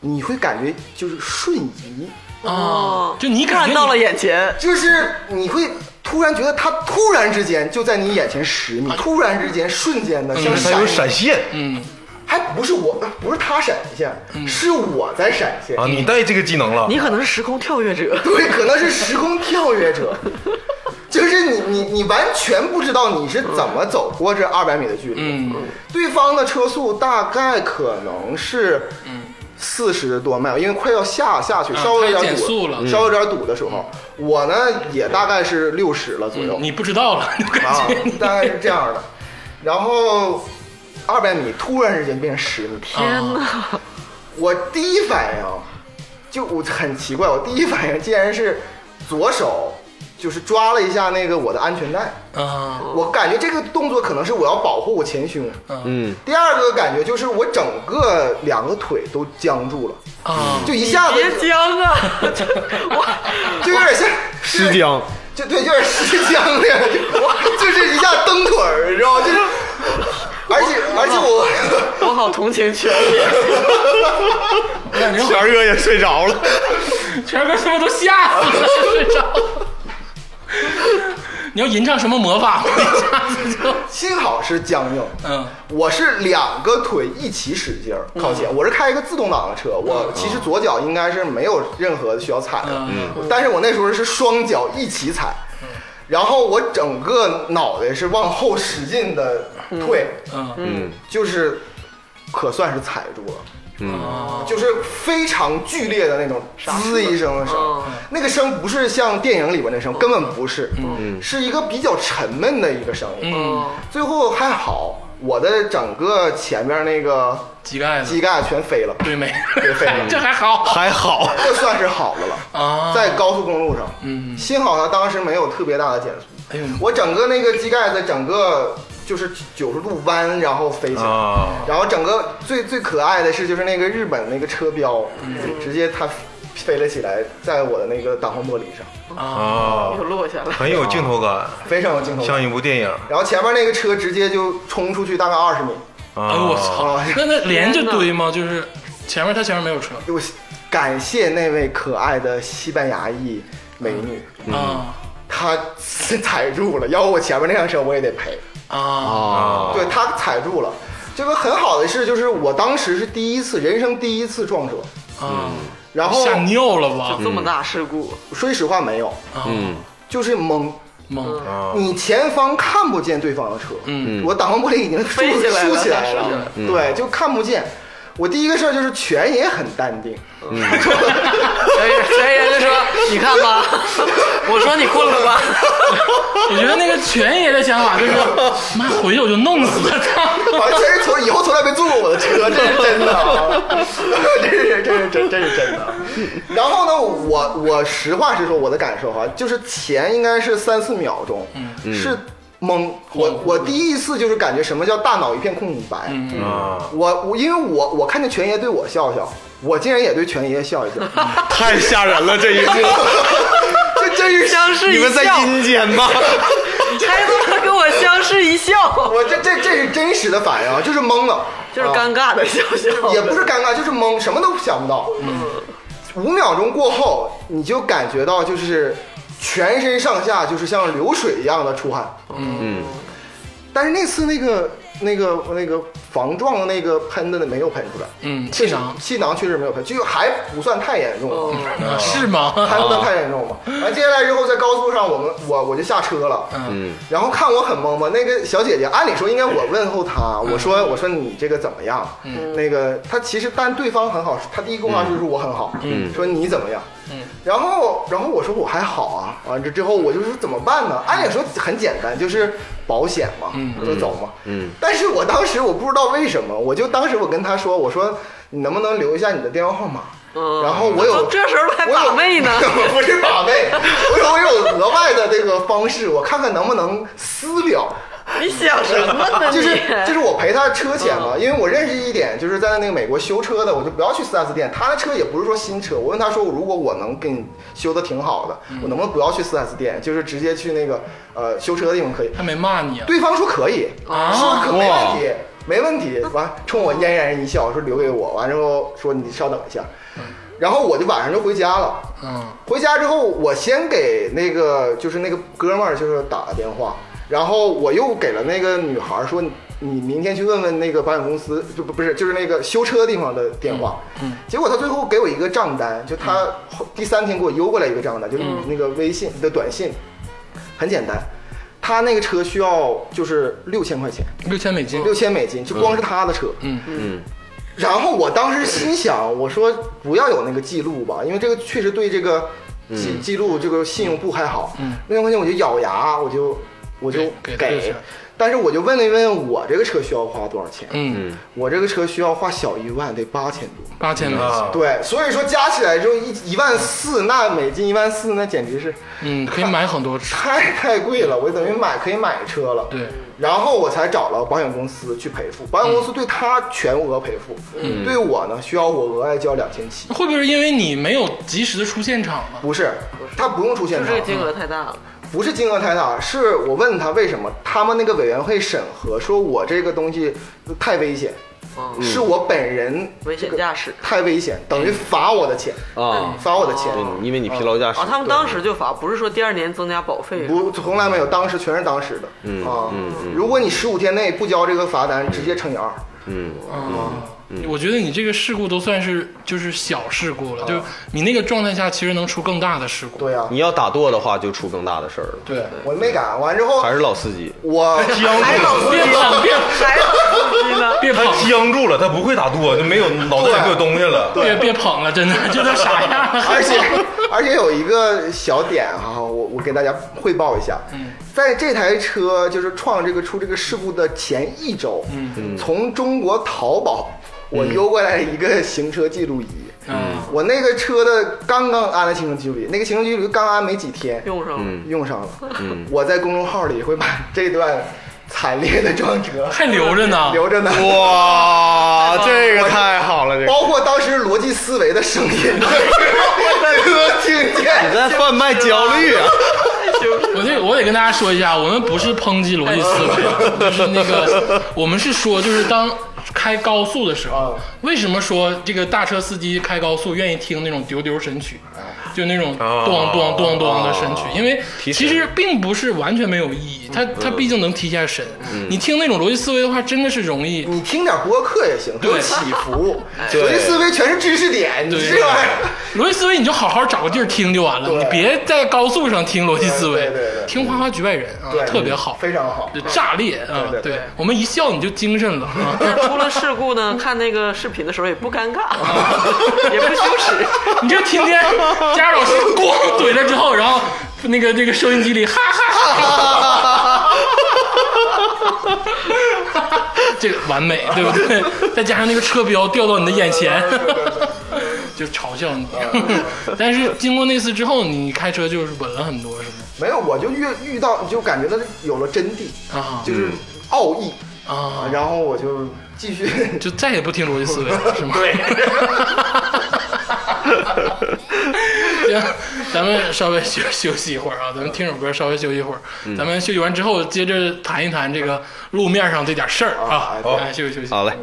[SPEAKER 4] 你会感觉就是瞬移，
[SPEAKER 1] 啊，就你感觉
[SPEAKER 2] 哦看
[SPEAKER 1] 你
[SPEAKER 2] 到了眼前，
[SPEAKER 4] 就是你会突然觉得它突然之间就在你眼前十
[SPEAKER 1] 啊
[SPEAKER 4] 米，突然之间瞬间的像
[SPEAKER 3] 嗯它
[SPEAKER 4] 闪
[SPEAKER 3] 有
[SPEAKER 4] 一
[SPEAKER 3] 闪现
[SPEAKER 1] 嗯
[SPEAKER 4] 还不是我，不是它闪现，是我在闪现
[SPEAKER 3] 啊！你带这个技能了，
[SPEAKER 2] 你可能是时空跳跃
[SPEAKER 1] 啊
[SPEAKER 2] 者。
[SPEAKER 4] [laughs] 对，可能是时空跳
[SPEAKER 1] [laughs]
[SPEAKER 4] 跃者，就是你你你完全不知道你是怎么走过这二百米的距离。
[SPEAKER 1] 嗯，
[SPEAKER 4] 对方的车速大概可能是四十多迈，因为快要下下去，
[SPEAKER 1] 嗯啊
[SPEAKER 4] 稍微有
[SPEAKER 1] 开
[SPEAKER 4] 点
[SPEAKER 1] 始减
[SPEAKER 4] 堵
[SPEAKER 1] 速了嗯
[SPEAKER 4] 稍微有点堵的时候，我呢也大概是六十了左右。
[SPEAKER 1] 你不知道了， [laughs] 就感
[SPEAKER 4] [laughs] 啊
[SPEAKER 1] 觉，
[SPEAKER 4] 大概是这样的。然后二百米突然之间变成十米，
[SPEAKER 1] 天哪，
[SPEAKER 4] 我第一反应就我很奇怪，我第一反应竟然是左手就是抓了一下那个我的安全带，
[SPEAKER 1] 啊，
[SPEAKER 4] 我感觉这个动作可能是我要保护我前胸。啊
[SPEAKER 5] 嗯，
[SPEAKER 4] 第二个感觉就是我整个两个腿都僵住了，
[SPEAKER 1] 啊，
[SPEAKER 4] 就一下子
[SPEAKER 2] 别僵
[SPEAKER 1] [laughs]
[SPEAKER 2] 啊！我
[SPEAKER 4] 就有点像
[SPEAKER 5] 尸僵。
[SPEAKER 4] 就对，就是失僵的，就就是一下蹬腿儿，你知道吗？就是，而且而且我。 [laughs]
[SPEAKER 2] 我好同情全野，
[SPEAKER 1] 我感觉
[SPEAKER 5] 全哥也睡着了。
[SPEAKER 1] 全哥他妈都吓死了， [laughs] 睡着。你要吟唱什么魔法？我一下子就，
[SPEAKER 4] 幸好是僵硬，
[SPEAKER 1] [laughs] 嗯
[SPEAKER 4] 我是两个腿一起使劲儿靠
[SPEAKER 1] 嗯
[SPEAKER 4] 前。我是开一个自动挡的车，我其实左脚应该是没有任何需要踩的，
[SPEAKER 1] 嗯
[SPEAKER 4] 嗯但是我那时候是双脚一起踩，然后我整个脑袋是往后使劲的退，
[SPEAKER 1] 嗯
[SPEAKER 5] 嗯
[SPEAKER 4] 就是可算是踩住了。
[SPEAKER 5] 嗯
[SPEAKER 1] 啊，
[SPEAKER 4] 就是非常剧烈的那种滋一声的声
[SPEAKER 2] 嗯，
[SPEAKER 4] 那个声不是像电影里边那声，根本不是，嗯是一个比较沉闷的一个声音。
[SPEAKER 1] 嗯，
[SPEAKER 4] 最后还好，我的整个前面那个
[SPEAKER 1] 膝盖
[SPEAKER 4] 膝
[SPEAKER 1] 子
[SPEAKER 4] 盖全飞了，
[SPEAKER 1] 对没？
[SPEAKER 4] 对废
[SPEAKER 1] [laughs]
[SPEAKER 4] 了
[SPEAKER 1] 这还好
[SPEAKER 5] 还好。
[SPEAKER 4] 这算是好的了。
[SPEAKER 1] 啊，
[SPEAKER 4] 在高速公路上，
[SPEAKER 1] 嗯
[SPEAKER 4] 幸好他当时没有特别大的减速，
[SPEAKER 1] 哎呦，
[SPEAKER 4] 我整个那个膝盖子整个就是九十度弯，然后飞起来。
[SPEAKER 3] 啊，
[SPEAKER 4] 然后整个最最可爱的是，就是那个日本那个车标，直接它飞了起来，在我的那个挡风玻璃上，
[SPEAKER 3] 啊
[SPEAKER 2] 又，落下了。
[SPEAKER 3] 很有镜头感，
[SPEAKER 4] 非常有镜头感。
[SPEAKER 3] 像一部电影。
[SPEAKER 4] 然后前面那个车直接就冲出去大概二十米，
[SPEAKER 1] 哎
[SPEAKER 3] 啊，
[SPEAKER 1] 呦我操
[SPEAKER 4] 啊！
[SPEAKER 1] 那那连着堆吗？就是前面他前面没有车
[SPEAKER 4] 我感谢那位可爱的西班牙裔美女，
[SPEAKER 1] 啊
[SPEAKER 4] 她踩住了，要不我前面那辆车我也得赔。
[SPEAKER 1] 啊
[SPEAKER 4] 哦
[SPEAKER 3] 哦
[SPEAKER 5] 啊
[SPEAKER 4] 对，她踩住了，这个很好的事就是我当时是第一次，人生第一次撞车，
[SPEAKER 1] 啊！
[SPEAKER 4] 然后
[SPEAKER 1] 吓尿了吧
[SPEAKER 4] 嗯
[SPEAKER 2] 就？这么大事故，
[SPEAKER 4] 说实话没有，
[SPEAKER 1] 哦
[SPEAKER 5] 嗯
[SPEAKER 4] 就是懵。
[SPEAKER 1] 懵
[SPEAKER 3] 啊
[SPEAKER 4] 你前方看不见对方的车，
[SPEAKER 1] 哦嗯
[SPEAKER 4] 我挡风玻璃已经竖
[SPEAKER 2] 飞起来了
[SPEAKER 4] 竖起来
[SPEAKER 2] 竖起来
[SPEAKER 4] 了，对，就看不见。我第一个事儿就是全也很淡定， [laughs]
[SPEAKER 2] 全人全人哎就说：“你看 [laughs] 吧，我说你困了吧？
[SPEAKER 1] 我觉得那个全爷的想法
[SPEAKER 4] [laughs]
[SPEAKER 1] 就是，妈回去我就弄死他。
[SPEAKER 4] 好像是从以后从来没坐过我的车，这是真的
[SPEAKER 5] [laughs]
[SPEAKER 4] 啊，这是这是真这是真的。 [laughs] 然后呢，我我实话实说我的感受哈、就是前应该是三四秒钟，
[SPEAKER 2] 嗯
[SPEAKER 4] 是嗯懵，嗯我我第一次就是感觉什么叫大脑一片空白，
[SPEAKER 3] 啊，
[SPEAKER 4] 我我因为我我看见全爷对我笑笑，我竟然也对全爷笑一笑，
[SPEAKER 2] [laughs]
[SPEAKER 5] 太吓人了这一幕，
[SPEAKER 4] 这真
[SPEAKER 2] [laughs]
[SPEAKER 4] 是
[SPEAKER 2] 相视
[SPEAKER 5] 你
[SPEAKER 2] 一
[SPEAKER 5] 们在
[SPEAKER 2] 笑，
[SPEAKER 5] 阴间吧？
[SPEAKER 2] 孩子们跟我相视一笑，
[SPEAKER 4] 我这这这是真实的反应啊，就是懵了，
[SPEAKER 2] 就是
[SPEAKER 4] 啊
[SPEAKER 2] 尴尬的笑笑，
[SPEAKER 4] 也不是尴尬，就是懵，什么都想不到。
[SPEAKER 1] 嗯
[SPEAKER 4] 五秒钟过后，你就感觉到就是全身上下就是像流水一样的出汗。
[SPEAKER 5] 嗯，
[SPEAKER 4] 但是那次那个那个那个防撞的那个喷的没有喷出来，
[SPEAKER 1] 嗯，
[SPEAKER 4] 确
[SPEAKER 1] 气
[SPEAKER 4] 实
[SPEAKER 1] 囊
[SPEAKER 4] 气囊确实没有喷，就还不算太严重。
[SPEAKER 2] 哦
[SPEAKER 1] 啊是吗？
[SPEAKER 4] 还不算太严重吧。完，接下来之后在高速上，我们我我就下车了，
[SPEAKER 1] 嗯，
[SPEAKER 4] 然后看我很懵嘛，那个小姐姐，按理说应该我问候她，
[SPEAKER 1] 嗯
[SPEAKER 4] 我说我说你这个怎么样？那个她其实但对方很好，她第一个话就是我很好，
[SPEAKER 1] 嗯
[SPEAKER 5] 嗯
[SPEAKER 4] 说你怎么样？然后，然后我说我还好啊，完这之后我就说怎么办呢？按理说很简单，就是保险嘛，就走嘛。
[SPEAKER 5] 嗯，
[SPEAKER 4] 但是我当时我不知道为什么，我就当时我跟她说，我说你能不能留一下你的电话号码？
[SPEAKER 2] 嗯
[SPEAKER 4] 然后我有
[SPEAKER 2] 这时候还把妹
[SPEAKER 4] [laughs]
[SPEAKER 2] 呢
[SPEAKER 4] 不是把妹，我有我有额外的这个方式，我看看能不能私
[SPEAKER 2] [laughs]
[SPEAKER 4] 了。
[SPEAKER 2] 你想什么呢？
[SPEAKER 4] 就是
[SPEAKER 2] 你
[SPEAKER 4] 就是我赔他车钱
[SPEAKER 2] 嗯
[SPEAKER 4] 嘛，因为我认识一点，就是在那个美国修车的，我就不要去4 S 店。他的车也不是说新车，我问他说，如果我能给你修的挺好的，
[SPEAKER 2] 嗯
[SPEAKER 4] 我能不能不要去4 S 店，就是直接去那个呃修车的地方可以？
[SPEAKER 1] 他没骂你啊？
[SPEAKER 4] 对方说可以，
[SPEAKER 2] 哦
[SPEAKER 1] 啊
[SPEAKER 4] 说可没问题，没问题。完，冲我嫣然一笑，说留给我。完之后说你稍等一下，
[SPEAKER 2] 嗯
[SPEAKER 4] 然后我就晚上就回家了。
[SPEAKER 1] 嗯，
[SPEAKER 4] 回家之后，我先给那个就是那个哥们儿就是打了电话，然后我又给了那个女孩儿说，你你明天去问问那个保险公司，就不不是就是那个修车地方的电话。
[SPEAKER 1] 嗯嗯
[SPEAKER 4] 结果他最后给我一个账单，就他后第三天给我邮过来一个账单，就是你那个微信的短信，很简单。他那个车需要就是六千块钱，
[SPEAKER 1] 六千美金。
[SPEAKER 4] 六千美金，就光是他的车。
[SPEAKER 1] 嗯
[SPEAKER 5] 嗯
[SPEAKER 4] 然后我当时心想，我说不要有那个记录吧，因为这个确实对这个记、记录这个信用不太好。
[SPEAKER 1] 嗯，
[SPEAKER 4] 六千块钱我就咬牙，我就我就
[SPEAKER 1] 给
[SPEAKER 4] 给，
[SPEAKER 1] 给了就行
[SPEAKER 4] 但是我就问了一问，我这个车需要花多少钱？
[SPEAKER 1] 嗯，
[SPEAKER 5] 嗯，
[SPEAKER 4] 我这个车需要花小一万，得八千多。
[SPEAKER 1] 八千美金。
[SPEAKER 3] 啊，
[SPEAKER 4] 对，所以说加起来就一一万四，那美金一万四，那简直是
[SPEAKER 1] 嗯，可以买很多车。
[SPEAKER 4] 太太贵了，我等于买可以买车了。
[SPEAKER 1] 对，
[SPEAKER 4] 然后我才找了保险公司去赔付，保险公司对他全额赔付，对我呢需要我额外交两千七。
[SPEAKER 1] 会不会是因为你没有及时的出现场啊？
[SPEAKER 4] 不是，他不用出现
[SPEAKER 2] 就这
[SPEAKER 4] 场
[SPEAKER 2] 个，金额太大了，
[SPEAKER 4] 不是金额太大，是我问他为什么，他们那个委员会审核说我这个东西太危险，
[SPEAKER 2] 嗯，
[SPEAKER 4] 是我本人
[SPEAKER 2] 危险驾驶
[SPEAKER 4] 太危险，等于罚我的钱，
[SPEAKER 5] 啊，
[SPEAKER 4] 罚我的钱。
[SPEAKER 5] 对，因为你疲劳驾驶
[SPEAKER 2] 啊，，他们当时就罚，不是说第二年增加保费，
[SPEAKER 4] 不，从来没有，当时全是当时的、
[SPEAKER 5] 嗯
[SPEAKER 4] 啊、
[SPEAKER 5] 嗯嗯
[SPEAKER 4] 如果你十五天内不交这个罚单，直接乘以二。
[SPEAKER 5] 嗯
[SPEAKER 1] 啊，
[SPEAKER 4] 嗯
[SPEAKER 1] 我觉得你这个事故都算是就是小事故了，
[SPEAKER 4] 哦
[SPEAKER 1] 就是你那个状态下其实能出更大的事故。
[SPEAKER 4] 对呀、
[SPEAKER 5] 你要打舵的话，就出更大的事儿了。
[SPEAKER 1] 对，
[SPEAKER 4] 我没敢。完之后，
[SPEAKER 5] 还是老司机，
[SPEAKER 4] 我
[SPEAKER 2] 还老司
[SPEAKER 1] 别
[SPEAKER 2] 机
[SPEAKER 1] 跑，别
[SPEAKER 2] 还老司机呢，
[SPEAKER 1] 别
[SPEAKER 3] 他
[SPEAKER 1] 捧，
[SPEAKER 3] 僵住了，他不会打舵，就没有脑袋里没有东西了。
[SPEAKER 1] 别别捧了，真的就都啥样了。
[SPEAKER 2] [laughs]
[SPEAKER 4] 而且而且有一个小点哈、我我给大家汇报一下，
[SPEAKER 2] 嗯
[SPEAKER 4] 在这台车就是创这个出这个事故的前一周，
[SPEAKER 2] 嗯
[SPEAKER 4] 从中国淘宝我邮过来一个行车记录仪。
[SPEAKER 1] 嗯，
[SPEAKER 4] 我那个车的刚刚安了行车记录仪，那个行车记录仪刚安没几天，嗯
[SPEAKER 2] 用上了，
[SPEAKER 4] 用上了。我在公众号里会把这段惨烈的撞车
[SPEAKER 1] [laughs]
[SPEAKER 2] 啊
[SPEAKER 1] 还留着呢。
[SPEAKER 4] 留着呢，
[SPEAKER 5] 哇，这个太好了，这个
[SPEAKER 4] 包括当时逻辑思维的声
[SPEAKER 2] [laughs]
[SPEAKER 4] 音，我都听见
[SPEAKER 5] 你。在贩卖焦虑啊！
[SPEAKER 1] 我这我得跟大家说一下，我们不是抨击逻辑思 [laughs] 维，就是那个我们是说，就是当开高嗯速的时候，为什么说这个大车司机开高速愿意听那种丢丢神曲？就那种咚咚咚咚的哦神曲，嗯因为其实并不是完全没有意义，它它毕竟能提一下神。你听那种逻辑思维的话，真的是容易。
[SPEAKER 4] [laughs] 你听点播客也行，有
[SPEAKER 1] 对
[SPEAKER 4] 起伏，
[SPEAKER 5] 对
[SPEAKER 4] 逻辑思维全是知识点，你
[SPEAKER 1] 对
[SPEAKER 4] 这玩意儿。
[SPEAKER 1] 逻辑思维你就好好找个地儿听就完了，
[SPEAKER 4] 对
[SPEAKER 1] 你别在高速上听逻辑思维
[SPEAKER 4] 对对对，对
[SPEAKER 1] 听《花花局外人》啊
[SPEAKER 4] 对，
[SPEAKER 1] 特别好，
[SPEAKER 4] 非常好。
[SPEAKER 1] 就炸裂啊！
[SPEAKER 4] 对对对
[SPEAKER 1] 对我们一笑你就精神了啊！
[SPEAKER 2] 出了事故呢，看那个视频的时候也不尴 [laughs] 尬，也不羞 [laughs] 耻。
[SPEAKER 1] 你就天天佳老师咣怼了之后，然后那个那个收音机里哈哈哈哈，这个完美，对不对？再加上那个车标掉到你的眼前，就嘲笑你。但是经过那次之后，你开车就是稳了很多，是吗？
[SPEAKER 4] 没有，我就遇遇到就感觉到有了真谛，
[SPEAKER 1] 啊
[SPEAKER 4] 就是奥义，
[SPEAKER 1] 啊！
[SPEAKER 4] 然后我就继续。
[SPEAKER 1] 就再也不听逻辑思维了，是吗？对。 [laughs] 行，咱们稍微休休息一会儿啊，咱们听首歌，稍微休息一会儿。咱们休息完之后，接着谈一谈这个路面上这点事儿啊。
[SPEAKER 4] 好
[SPEAKER 1] 哎休息休息。
[SPEAKER 5] 好嘞。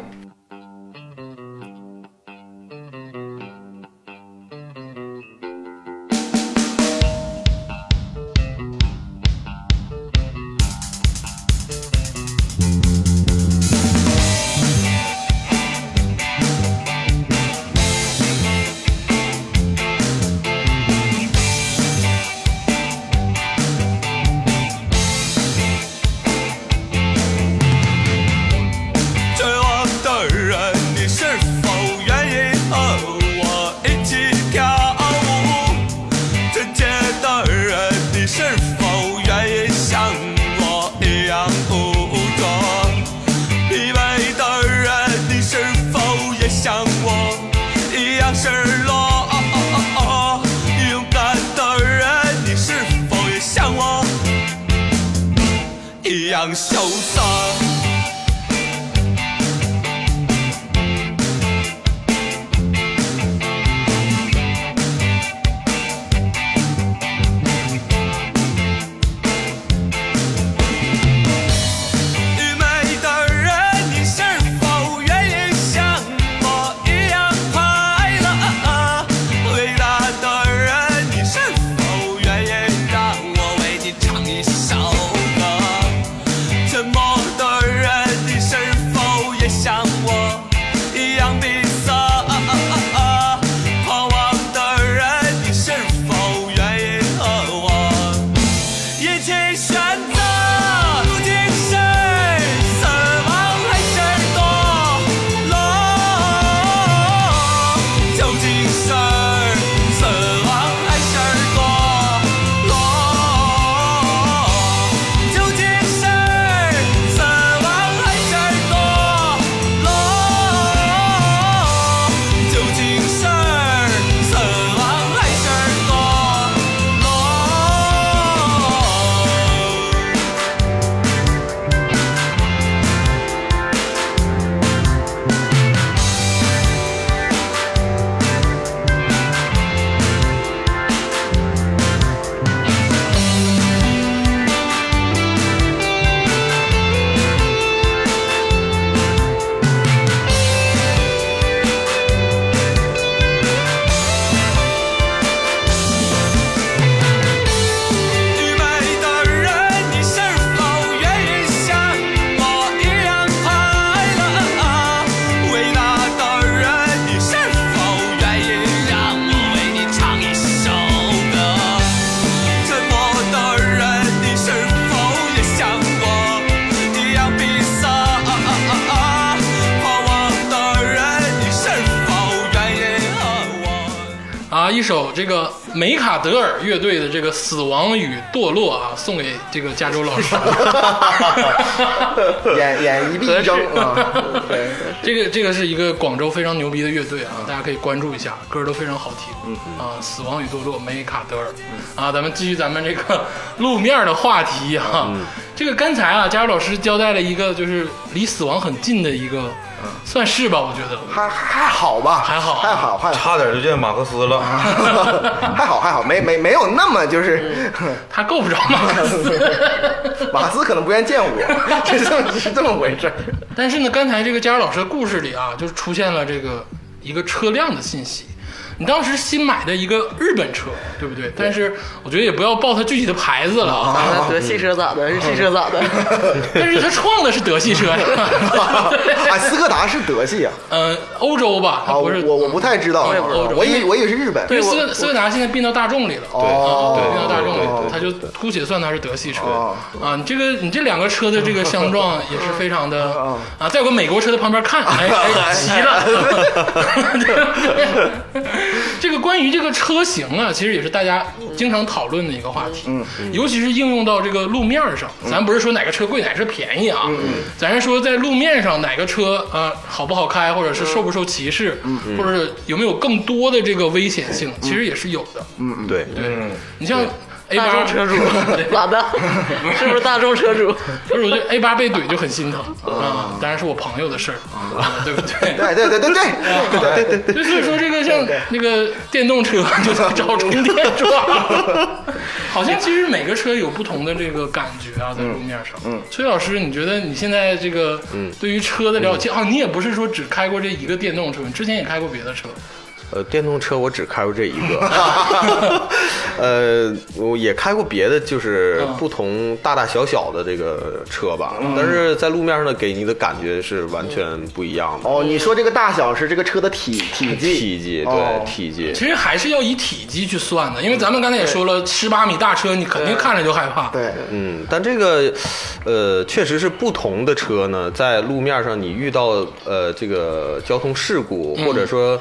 [SPEAKER 6] 追我的人，你是否愿意和我一起跳舞？追街的人，你是否愿意像我一样舞着？疲惫的人，你是否也像我一样失落？勇敢的人，你是否也像我一样潇洒？愚昧的人，你是否愿意像我一样快乐？伟大的人，你是否愿意让我为你唱一首歌？沉默的人，你是否也像我一样闭塞？狂妄的人，你是否愿意和我？一起选择，究竟是死亡还是堕落？究竟是死亡还是堕落？究竟是死亡还是堕落？究竟是死亡还是堕落？愚昧的人，你是否愿意像我一样快乐？伟大的人，你是否愿意让我为你唱一首歌？沉默的人，你是否也像我一样闭塞？狂妄的人，你是否愿意和我？
[SPEAKER 1] 啊，一首这个梅卡德尔乐队的这个《死亡与堕落》啊，送给这个加州老师。
[SPEAKER 4] 眼眼一闭一睁 [laughs] 啊，对，
[SPEAKER 1] 这个这个是一个广州非常牛逼的乐队啊，大家可以关注一下，歌都非常好听。嗯啊，死亡与堕落，梅卡德尔。啊，咱们继续咱们这个 [laughs] 路面的话题啊。这个刚才啊，佳茹老师交代了一个就是离死亡很近的一个，算是吧，我觉得。
[SPEAKER 4] 还还好吧，
[SPEAKER 1] 还好
[SPEAKER 4] 还
[SPEAKER 1] [laughs]
[SPEAKER 4] 好，还好，
[SPEAKER 3] 差点就见马克思了。
[SPEAKER 4] 还好，还好，没没没有那么就是，
[SPEAKER 1] 他够不着马克思。
[SPEAKER 4] [laughs] 马克思可能不愿意见我， [laughs] 是这么是这么回事
[SPEAKER 1] [laughs]
[SPEAKER 4] 儿。
[SPEAKER 1] 但是呢，刚才这个佳茹老师的故事里啊，就是出现了这个一个车辆的信息。你当时新买的一个日本车，对不对？但是我觉得也不要报它具体的牌子了啊。
[SPEAKER 2] 完了，德系车咋的？日系车 [laughs] 咋的？
[SPEAKER 1] 但是它创的是德系车，
[SPEAKER 4] [laughs] 哎，斯柯达是德系啊，
[SPEAKER 1] 嗯，欧洲吧，它
[SPEAKER 4] 啊，
[SPEAKER 1] 不
[SPEAKER 4] 我
[SPEAKER 1] 是
[SPEAKER 4] 我我不太知道，
[SPEAKER 1] 我也不知道
[SPEAKER 4] 我以我以为是日本，
[SPEAKER 1] 因为斯柯斯柯达现在并到大众里了，对
[SPEAKER 4] 哦
[SPEAKER 1] 并到大众
[SPEAKER 5] 对
[SPEAKER 1] 里
[SPEAKER 5] 对
[SPEAKER 1] 了，
[SPEAKER 5] 对
[SPEAKER 1] 它就姑且算它是德系车
[SPEAKER 4] 哦
[SPEAKER 1] 啊。你这个你这两个车的这个相撞也是非常的啊，在有个美国车的旁边看，哎哎，急了。这个关于这个车型啊，其实也是大家经常讨论的一个话题，尤其是应用到这个路面上。咱不是说哪个车贵，哪个车便宜啊，咱是说在路面上哪个车啊好不好开，或者是受不受歧视，或者是有没有更多的这个危险性，其实也是有的。
[SPEAKER 5] 对，
[SPEAKER 1] 对，你像 A
[SPEAKER 2] 大
[SPEAKER 1] 八
[SPEAKER 2] 众车主 [laughs] 咋的？是不是大众车主？
[SPEAKER 1] 不是，我觉得 A 八被怼就很心疼啊，当然是我朋友的事儿，啊对不对？
[SPEAKER 4] 嗯对对对对对对对对对，嗯
[SPEAKER 1] 就所以说这个像那个电动车就得找充电桩，好像其实每个车有不同的这个感觉啊，在路面上。嗯，崔老师，你觉得你现在这个
[SPEAKER 4] 嗯
[SPEAKER 1] 对于车的了解啊，你也不是说只开过这一个电动车，你之前也开过别的车，
[SPEAKER 5] 呃，电动车我只开过这一个， [laughs] 呃，我也开过别的，就是
[SPEAKER 1] 嗯
[SPEAKER 5] 不同大大小小的这个车吧，但是在路面上的给你的感觉是完全不一样
[SPEAKER 4] [laughs]
[SPEAKER 5] 的。
[SPEAKER 4] 哦，你说这个大小是这个车的体体积，
[SPEAKER 5] 体积
[SPEAKER 4] 哦
[SPEAKER 5] 对体积，
[SPEAKER 1] 其实还是要以体积去算的，因为咱们刚才也说了，十八米大车你肯定看着就害怕。
[SPEAKER 4] 对，
[SPEAKER 5] 嗯，但这个，呃，确实是不同的车呢，在路面上你遇到呃这个交通事故，或者说，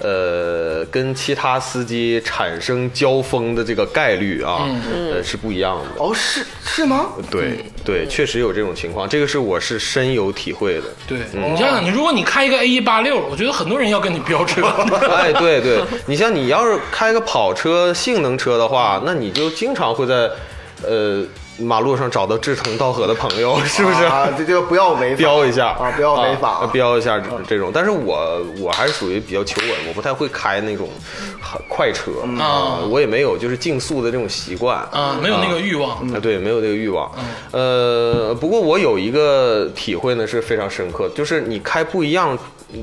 [SPEAKER 5] 呃，跟其他司机产生交锋的这个概率啊，呃是不一样的。
[SPEAKER 4] 哦是是吗？
[SPEAKER 5] 对对，确实有这种情况，这个是我是深有体会的。
[SPEAKER 1] 对，你想想，你如果你开一个 A 一八六，我觉得很多人要跟你飙车。
[SPEAKER 5] 哎，对对，你像你要是开个跑车、性能车的话，那你就经常会在，呃，马路上找到志同道合的朋友，是不是？
[SPEAKER 4] 啊，这就不要违法
[SPEAKER 5] 标一下
[SPEAKER 4] 啊，不要违法
[SPEAKER 5] 啊，标一下这这种。但是我我还是属于比较求稳，我不太会开那种很快车
[SPEAKER 2] 嗯
[SPEAKER 1] 啊
[SPEAKER 5] 我也没有就是竞速的这种习惯
[SPEAKER 1] 啊，没有那个欲望。
[SPEAKER 5] 啊，对，没有这个欲望。
[SPEAKER 2] 嗯
[SPEAKER 5] 呃，不过我有一个体会呢，是非常深刻，就是你开不一样，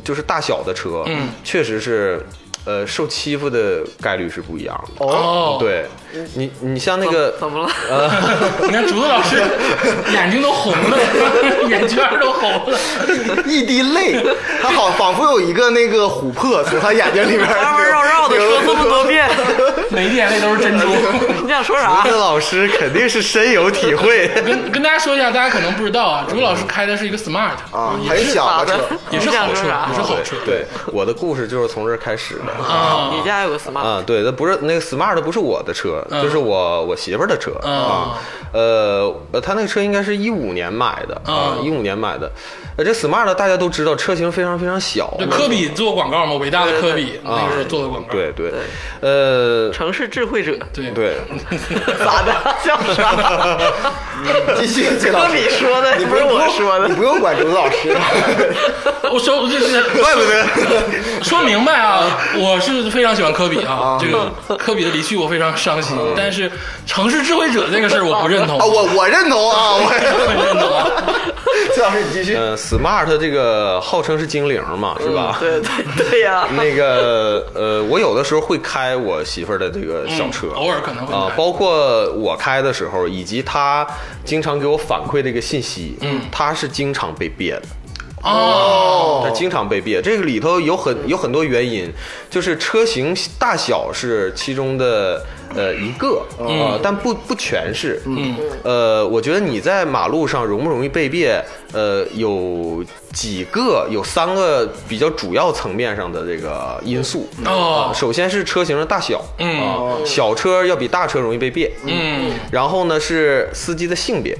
[SPEAKER 5] 就是大小的车，
[SPEAKER 1] 嗯
[SPEAKER 5] 确实是，呃，受欺负的概率是不一样的。
[SPEAKER 1] 哦，
[SPEAKER 5] 啊对，你你像那个 [laughs] 呃
[SPEAKER 2] 怎么了？
[SPEAKER 1] 你看竹子老师眼睛都红了， [laughs] 眼圈儿都红了。
[SPEAKER 4] 一滴泪，他好仿佛有一个那个琥珀从他眼
[SPEAKER 2] [laughs]
[SPEAKER 4] 睛里边
[SPEAKER 5] 哎
[SPEAKER 2] 弯
[SPEAKER 4] 儿
[SPEAKER 2] 弯绕绕的说这么多遍，
[SPEAKER 1] 每滴眼泪都是珍珠。
[SPEAKER 2] [laughs] 你想说啥
[SPEAKER 5] [laughs] 竹？子老师肯定是深有体会。
[SPEAKER 1] [laughs] 跟跟大家说一下，大家可能不知道啊，竹子老师开的是一个 Smart，
[SPEAKER 4] 啊，很小
[SPEAKER 2] 咋
[SPEAKER 4] 的
[SPEAKER 2] 的
[SPEAKER 4] 车，？
[SPEAKER 1] 也是
[SPEAKER 2] 你想
[SPEAKER 1] 好
[SPEAKER 2] 说
[SPEAKER 1] 车，
[SPEAKER 2] 啥
[SPEAKER 1] 也是好车。
[SPEAKER 5] 对，我的故事就是从这儿开始的。
[SPEAKER 1] 啊，
[SPEAKER 2] 你家有个 smart，
[SPEAKER 5] 啊，对，那不是那个 smart 不是我的车，
[SPEAKER 1] 嗯
[SPEAKER 5] 就是我我媳妇儿的车啊。呃，呃她那个车应该是一五年买的啊，
[SPEAKER 1] 嗯
[SPEAKER 5] 一五年买的。呃，这 smart 大家都知道，车型非常非常小。
[SPEAKER 1] 对科比做广告嘛，伟大的科比那
[SPEAKER 5] 啊
[SPEAKER 1] 个是做的广告。
[SPEAKER 5] 对对，呃，
[SPEAKER 2] 城市智慧者，
[SPEAKER 1] 对
[SPEAKER 5] 对，
[SPEAKER 2] 咋的？想说啥？
[SPEAKER 4] 继续，崔老
[SPEAKER 2] 哥
[SPEAKER 4] 师
[SPEAKER 2] 你说的，
[SPEAKER 4] 你
[SPEAKER 2] 不是
[SPEAKER 4] 用
[SPEAKER 2] [laughs] 我说的
[SPEAKER 4] 你。不用管竹子老师，
[SPEAKER 1] 我说我这这
[SPEAKER 5] 怪不
[SPEAKER 1] [laughs]
[SPEAKER 5] 得
[SPEAKER 1] 说明白啊，我是非常喜欢科比啊，这个科比的离去我非常伤心，
[SPEAKER 5] 啊
[SPEAKER 1] 但是城市智慧者这个事儿我不认同
[SPEAKER 4] 啊，，我我认同啊，我
[SPEAKER 1] 不认同啊。
[SPEAKER 4] 崔老师你继续，
[SPEAKER 5] 呃，smart 这个号称是精灵嘛，是吧？
[SPEAKER 2] 嗯对对对呀，
[SPEAKER 5] [laughs] 那个呃，我有的时候会开我媳妇儿的这个小车，
[SPEAKER 1] 嗯偶尔可能会
[SPEAKER 5] 啊、
[SPEAKER 1] 开
[SPEAKER 5] 包括我开的时候，以及她经常给我反馈的一个信息，嗯，她是经常被憋的。
[SPEAKER 1] 啊哦，
[SPEAKER 5] 它经常被别，这个里头有很有很多原因，就是车型大小是其中的呃一个
[SPEAKER 1] 嗯
[SPEAKER 5] 啊、呃但不不全是。嗯，呃，我觉得你在马路上容不容易被别，呃，有几个有三个比较主要层面上的这个因素。
[SPEAKER 1] 哦
[SPEAKER 5] 呃首先是车型的大小，
[SPEAKER 1] 嗯
[SPEAKER 5] 啊小车要比大车容易被别。
[SPEAKER 1] 嗯，
[SPEAKER 5] 然后呢是司机的性别。
[SPEAKER 1] 啊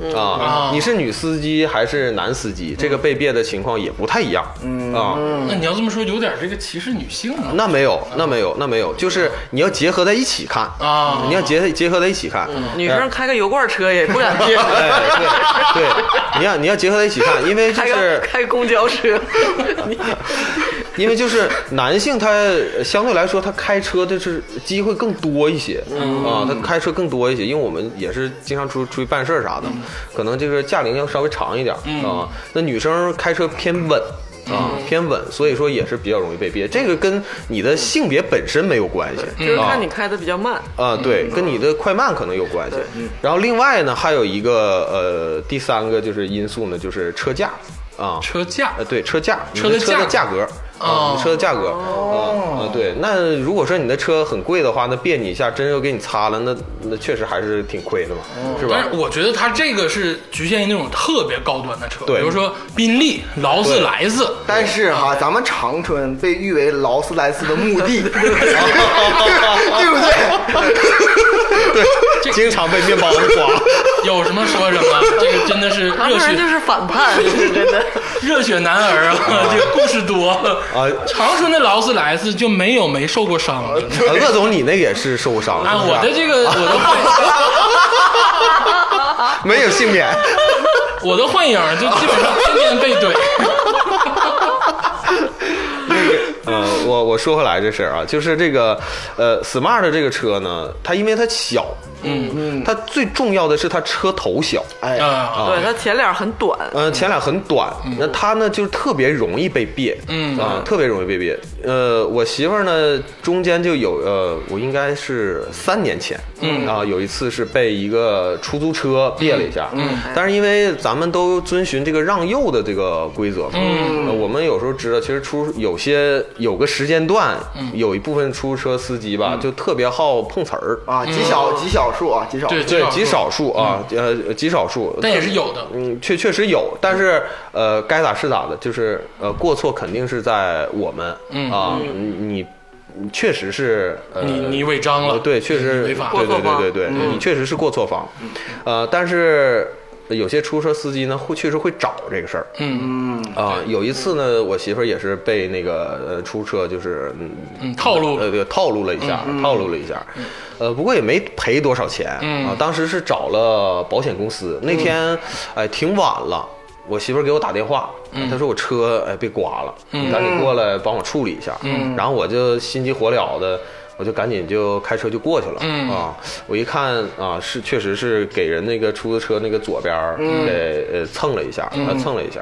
[SPEAKER 2] 嗯
[SPEAKER 5] 啊，你是女司机还是男司机？这个被别的情况也不太一样。啊，
[SPEAKER 1] 那你要这么说，有点这个歧视女性啊。
[SPEAKER 5] 那没有，那没有，那没有，就是你要结合在一起看
[SPEAKER 1] 啊
[SPEAKER 5] 你要结结合在一起看。
[SPEAKER 2] 嗯女生开个油罐车也不敢接，
[SPEAKER 5] 哎，对对，你要你要结合在一起看，因为就
[SPEAKER 2] [laughs] 开个
[SPEAKER 5] 是
[SPEAKER 2] 开公交车， [laughs] 你
[SPEAKER 5] 因为就是男性他呃相对来说他开车的是机会更多一些、
[SPEAKER 2] 嗯
[SPEAKER 5] 啊，他开车更多一些，因为我们也是经常出出去办
[SPEAKER 2] 嗯
[SPEAKER 5] 事儿啥的，可能这个驾龄要稍微长一点、啊。那女生开车偏稳。啊，
[SPEAKER 2] 嗯
[SPEAKER 5] 偏稳，所以说也是比较容易被憋。这个跟你的性别本身没有关系，
[SPEAKER 2] 嗯就是
[SPEAKER 5] 啊
[SPEAKER 2] 看你开的比较慢，
[SPEAKER 5] 啊，对，跟你的快慢可能有关系
[SPEAKER 2] 对。嗯
[SPEAKER 5] 然后另外呢，还有一个呃，第三个就是因素呢，就是车价啊，
[SPEAKER 1] 车价
[SPEAKER 5] 呃，对，车价，你
[SPEAKER 1] 车的
[SPEAKER 5] 车的
[SPEAKER 1] 价
[SPEAKER 5] 价格
[SPEAKER 1] 哦
[SPEAKER 5] 啊，你车的价格啊，啊对。那如果说你的车很贵的话，那别你一下，真要给你擦了，那那确实还是挺亏的嘛，是吧
[SPEAKER 1] 但？是我觉得它这个是局限于那种特别高端的车，比
[SPEAKER 5] 对
[SPEAKER 1] 如说宾利、劳斯莱斯。
[SPEAKER 4] 但是哈，咱们长春被誉为劳斯莱斯的墓地，对不对？
[SPEAKER 5] 对， [laughs] 经常被面包子 [laughs] 刮。
[SPEAKER 1] 有什么说什么，这个真的是
[SPEAKER 2] 长
[SPEAKER 1] 热
[SPEAKER 2] 春人就
[SPEAKER 1] 血
[SPEAKER 2] 是反叛，就是真的。
[SPEAKER 1] 热血男儿
[SPEAKER 5] [laughs]
[SPEAKER 1] 啊，这个故事多
[SPEAKER 5] 啊
[SPEAKER 1] 长春的劳斯莱斯就没有没受过伤哎的，
[SPEAKER 5] 啊鄂总，你那也是受过伤了，
[SPEAKER 1] 啊，
[SPEAKER 5] 呃是不是
[SPEAKER 1] 我的这
[SPEAKER 5] [laughs]
[SPEAKER 1] 个我的幻
[SPEAKER 5] 没有幸免。 [laughs]
[SPEAKER 1] 我的幻影就基本上天天被怼。
[SPEAKER 5] [laughs] 呃，我我说回来这事儿啊，就是这个，呃，smart 这个车呢，它因为它小，嗯嗯，它最重要的是它车头小，
[SPEAKER 4] 哎，
[SPEAKER 1] 啊，
[SPEAKER 5] 哦
[SPEAKER 2] 对，它前脸很短，
[SPEAKER 5] 呃，前脸很短，那它呢就是特别容易被别，
[SPEAKER 1] 嗯
[SPEAKER 5] 啊、特别容易被别。呃，我媳妇儿呢中间就有呃，我应该是三年前，嗯啊、有一次是被一个出租车别了一下，嗯，但是因为咱们都遵循这个让右的这个规则嘛，嗯、我们有时候知道，其实出有些有个时间段，有一部分出租车司机吧，就特别好碰瓷儿。
[SPEAKER 4] 啊，极少极少数啊，极少数
[SPEAKER 1] 对
[SPEAKER 5] 对，
[SPEAKER 1] 极
[SPEAKER 5] 极
[SPEAKER 1] 少
[SPEAKER 5] 少数啊，呃，极少数，
[SPEAKER 1] 但也是有的
[SPEAKER 5] 嗯，确确实有，但是呃，该咋是咋的，就是呃，过错肯定是在我们，
[SPEAKER 1] 嗯
[SPEAKER 5] 啊，你你确实是呃
[SPEAKER 1] 你你违章了
[SPEAKER 5] 呃对，确实
[SPEAKER 1] 你违法
[SPEAKER 5] 对对
[SPEAKER 2] 过错方
[SPEAKER 5] 对对对，
[SPEAKER 1] 嗯
[SPEAKER 5] 你确实是过错方，呃，但是呃有些出租车司机呢，会确实会找这个事儿，
[SPEAKER 1] 嗯
[SPEAKER 5] 啊，有一次呢，我媳妇儿也是被那个呃出租车就是嗯
[SPEAKER 1] 嗯，套路嗯
[SPEAKER 5] 呃，
[SPEAKER 1] 了，
[SPEAKER 5] 对，套路了一下，套路了一下，呃，不过也没赔多少钱
[SPEAKER 1] 嗯
[SPEAKER 5] 啊。当时是找了保险公司，那天哎挺晚了，我媳妇儿给我打电话，
[SPEAKER 1] 嗯
[SPEAKER 5] 她说我车哎被刮了，你赶紧过来帮我处理一下。
[SPEAKER 1] 嗯
[SPEAKER 5] 然后我就心急火燎的。我就赶紧就开车就过去了、
[SPEAKER 1] 嗯
[SPEAKER 5] 啊！我一看啊，是确实是给人那个出租车那个左边儿
[SPEAKER 1] 嗯
[SPEAKER 5] 给、呃蹭了一下，呃蹭了一下。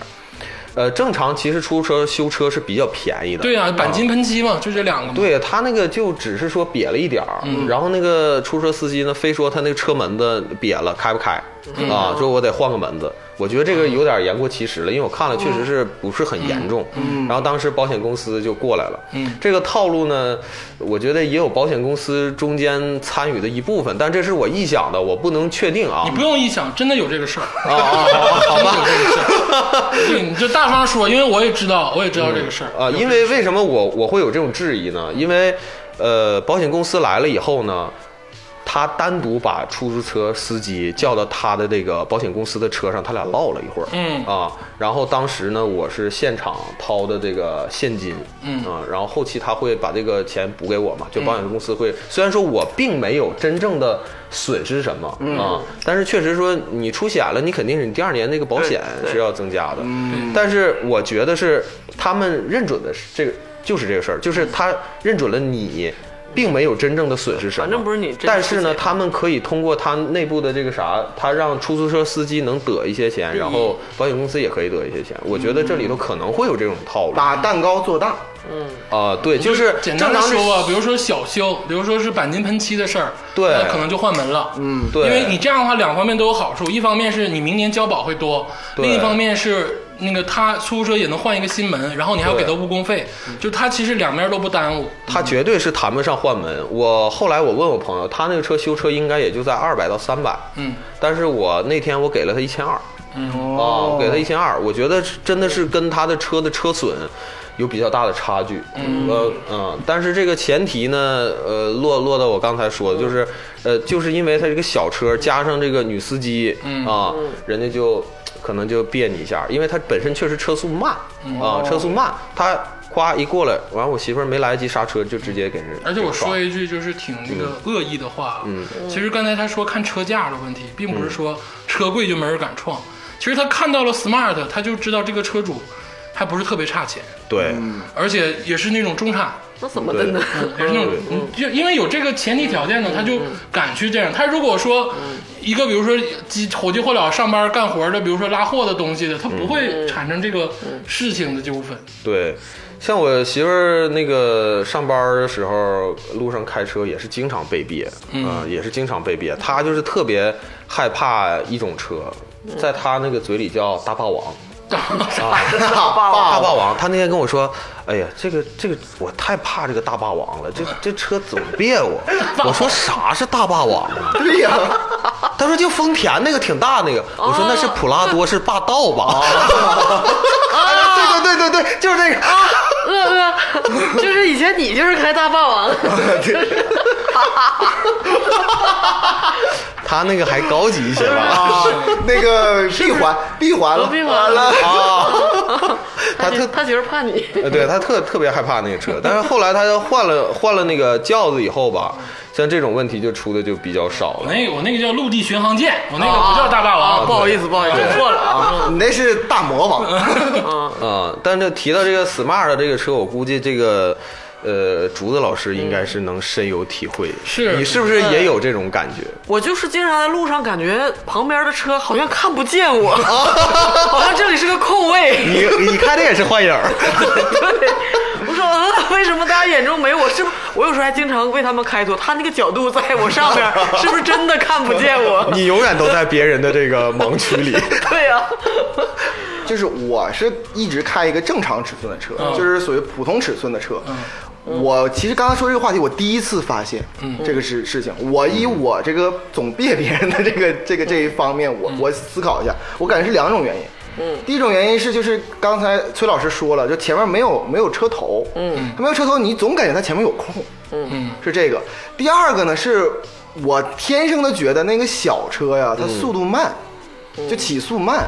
[SPEAKER 5] 呃，正常其实出租车修车是比较便宜的，
[SPEAKER 1] 对啊，钣金喷漆嘛，就这两个嘛。
[SPEAKER 5] 对啊他那个就只是说瘪了一点儿，
[SPEAKER 1] 嗯
[SPEAKER 5] 然后那个出租车司机呢，非说他那个车门子瘪了，开不开、
[SPEAKER 1] 嗯
[SPEAKER 5] 啊？说我得换个门子。我觉得这个有点言过其实了，因为我看了确实
[SPEAKER 1] 嗯
[SPEAKER 5] 是不是很严重。然后当时保险公司就过来了。
[SPEAKER 1] 嗯
[SPEAKER 5] 这个套路呢，我觉得也有保险公司中间参与的一部分，但这是我臆想的，我不能确定啊
[SPEAKER 1] 你。不用臆想，真的有这个事儿，
[SPEAKER 5] 啊啊啊！好
[SPEAKER 1] 真
[SPEAKER 5] 吧
[SPEAKER 1] 的有。这个事
[SPEAKER 5] [laughs]
[SPEAKER 1] 儿。对，你就大方说，因为我也知道，我也知道这个事儿。
[SPEAKER 5] 啊，因为为什么我我会有这种质疑呢？因为，呃，保险公司来了以后呢，他单独把出租车司机叫到他的这个保险公司的车上，他俩唠了一会儿，
[SPEAKER 1] 嗯
[SPEAKER 5] 啊，然后当时呢，我是现场掏的这个现金，
[SPEAKER 1] 嗯
[SPEAKER 5] 啊，然后后期他会把这个钱补给我嘛，就保
[SPEAKER 2] 嗯
[SPEAKER 5] 险公司会，虽然说我并没有真正的损失什么、
[SPEAKER 2] 嗯
[SPEAKER 5] 啊，但是确实说你出险了，你肯定是你第二年那个保险
[SPEAKER 2] 哎对嗯
[SPEAKER 5] 是要增加的，但是我觉得是他们认准的是这个就是这个事儿，就是他认准了你。并没有真正的损失什么，
[SPEAKER 2] 反正不是你真
[SPEAKER 5] 但是呢，
[SPEAKER 2] 出险
[SPEAKER 5] 他们可以通过他内部的这个啥，他让出租车司机能得一些钱，然后保险公司也可以得一些钱。我觉得这里头可能会有这种套路啊、
[SPEAKER 4] 把
[SPEAKER 5] 啊
[SPEAKER 4] 蛋糕做大，
[SPEAKER 5] 对，就是
[SPEAKER 1] 嗯简
[SPEAKER 5] 正
[SPEAKER 1] 单
[SPEAKER 5] 常
[SPEAKER 1] 的
[SPEAKER 5] 是
[SPEAKER 1] 说吧，比如说小修，比如说是钣金喷漆的事儿，
[SPEAKER 5] 对
[SPEAKER 1] 那可能就换门了。嗯，
[SPEAKER 5] 对
[SPEAKER 1] 因为你这样的话，两方面都有好处，一方面是你明年交保会多，
[SPEAKER 5] 对
[SPEAKER 1] 另一方面是那个他出租车也能换一个新门，然后你还要给他
[SPEAKER 5] 对
[SPEAKER 1] 误工费，就他其实两面都不耽误。
[SPEAKER 5] 他绝对是谈不上换门。我后来我问我朋友，他那个车修车应该也就在二百到三百，
[SPEAKER 1] 嗯，
[SPEAKER 5] 但是我那天我给了他一千二，
[SPEAKER 1] 哎
[SPEAKER 5] 嗯，啊，我给他一千二，我觉得是真的是跟他的车的车损。有比较大的差距，嗯呃嗯，但是这个前提呢，呃，落落到我刚才
[SPEAKER 1] 嗯
[SPEAKER 5] 说的，就是，呃，就是因为他这个小车加上这个女司机，嗯啊，人家就可能就别你一下，因为他本身确实车速慢啊，
[SPEAKER 1] 哦
[SPEAKER 5] 车速慢，他夸一过来，完了我媳妇儿没来得及刹车，就直接给人。
[SPEAKER 1] 而且我
[SPEAKER 5] 给
[SPEAKER 1] 说
[SPEAKER 5] 撞
[SPEAKER 1] 一句就是挺那个恶意的话，嗯，其实刚才他说看车价的问题，并不是说车贵就没人敢撞，其实他看到了 smart，他就知道这个车主还不是特别差钱，
[SPEAKER 5] 对，
[SPEAKER 1] 而且也是那种中产，
[SPEAKER 2] 那怎么的呢？ [laughs]
[SPEAKER 1] 也是那种，嗯就因为有这个前提条件呢，他就敢去这样。他如果说一个，比如说鸡火急火燎上班干活的，比如说拉货的东西的，他不会产生这个事情的纠纷。
[SPEAKER 5] 对，像我媳妇儿那个上班儿的时候，路上开车也是经常被憋，
[SPEAKER 4] 嗯
[SPEAKER 5] 啊、也是经常被憋。她就是特别害怕一种车，
[SPEAKER 4] 嗯
[SPEAKER 5] 在她那个嘴里叫大霸王。
[SPEAKER 4] [laughs] 大
[SPEAKER 5] 大
[SPEAKER 4] 霸
[SPEAKER 5] 霸
[SPEAKER 4] 王，
[SPEAKER 5] 王，他那天跟我说：“哎呀，这个这个，我太怕这个大霸王了，这
[SPEAKER 4] 嗯
[SPEAKER 5] 这车总别我。”我说：“啥是大霸王啊
[SPEAKER 4] 对呀，？”
[SPEAKER 5] 他说：“就丰田那个挺大那个。”我说：“
[SPEAKER 4] 哦
[SPEAKER 5] 那是普拉多，是霸道吧？” [laughs]
[SPEAKER 4] 对对对对对，就是这个。
[SPEAKER 2] 呃呃，就是以前你就是开大霸王，
[SPEAKER 5] 他那个还高级一些吧？
[SPEAKER 4] [laughs] 啊，那个闭环，闭环了，
[SPEAKER 2] 闭
[SPEAKER 4] [laughs]
[SPEAKER 2] 环了
[SPEAKER 4] 了，
[SPEAKER 5] 啊，他特
[SPEAKER 2] [laughs] 他媳妇儿怕你。
[SPEAKER 5] 呃，对他特特别害怕那个车，但是后来他又换了换了那个轿子以后吧，像这种问题就出的就比较少
[SPEAKER 1] 我
[SPEAKER 2] 哎
[SPEAKER 5] 了。
[SPEAKER 1] 那个我那个叫陆地巡航舰，我那个不叫大霸
[SPEAKER 2] 啊，
[SPEAKER 1] 王
[SPEAKER 2] 不。好意思，不好意思，错了啊。
[SPEAKER 4] 你那是大魔王，
[SPEAKER 5] 啊、但是提到这个 smart 这个车，我估计这个，呃，竹子老师应该是能深有体会。
[SPEAKER 1] 是
[SPEAKER 5] 你是不是也有这种感觉？
[SPEAKER 2] 我就是经常在路上感觉旁边的车好像看不见我，好像这里是个空位。
[SPEAKER 5] 你你开的也是幻影儿，
[SPEAKER 2] 对，我说、呃、为什么大家眼中没我？是不我有时候还经常为他们开脱，他那个角度在我上边，是不是真的看不见我？
[SPEAKER 5] 你永远都在别人的这个盲区里。
[SPEAKER 2] 对呀、
[SPEAKER 4] 就是我是一直开一个正常尺寸的车，就是属于普通尺寸的车。嗯我其实刚才说这个话题，我第一次发现这个事事情。我以我这个总别别人的这个这个这一方面，我我思考一下，我感觉是两种原因。嗯，第一种原因是就是刚才崔老师说了，就前面没有没有车头，嗯，没有车头，你总感觉它前面有空，嗯，是这个。第二个呢，是我天生的觉得那个小车呀，它速度慢，就起速慢。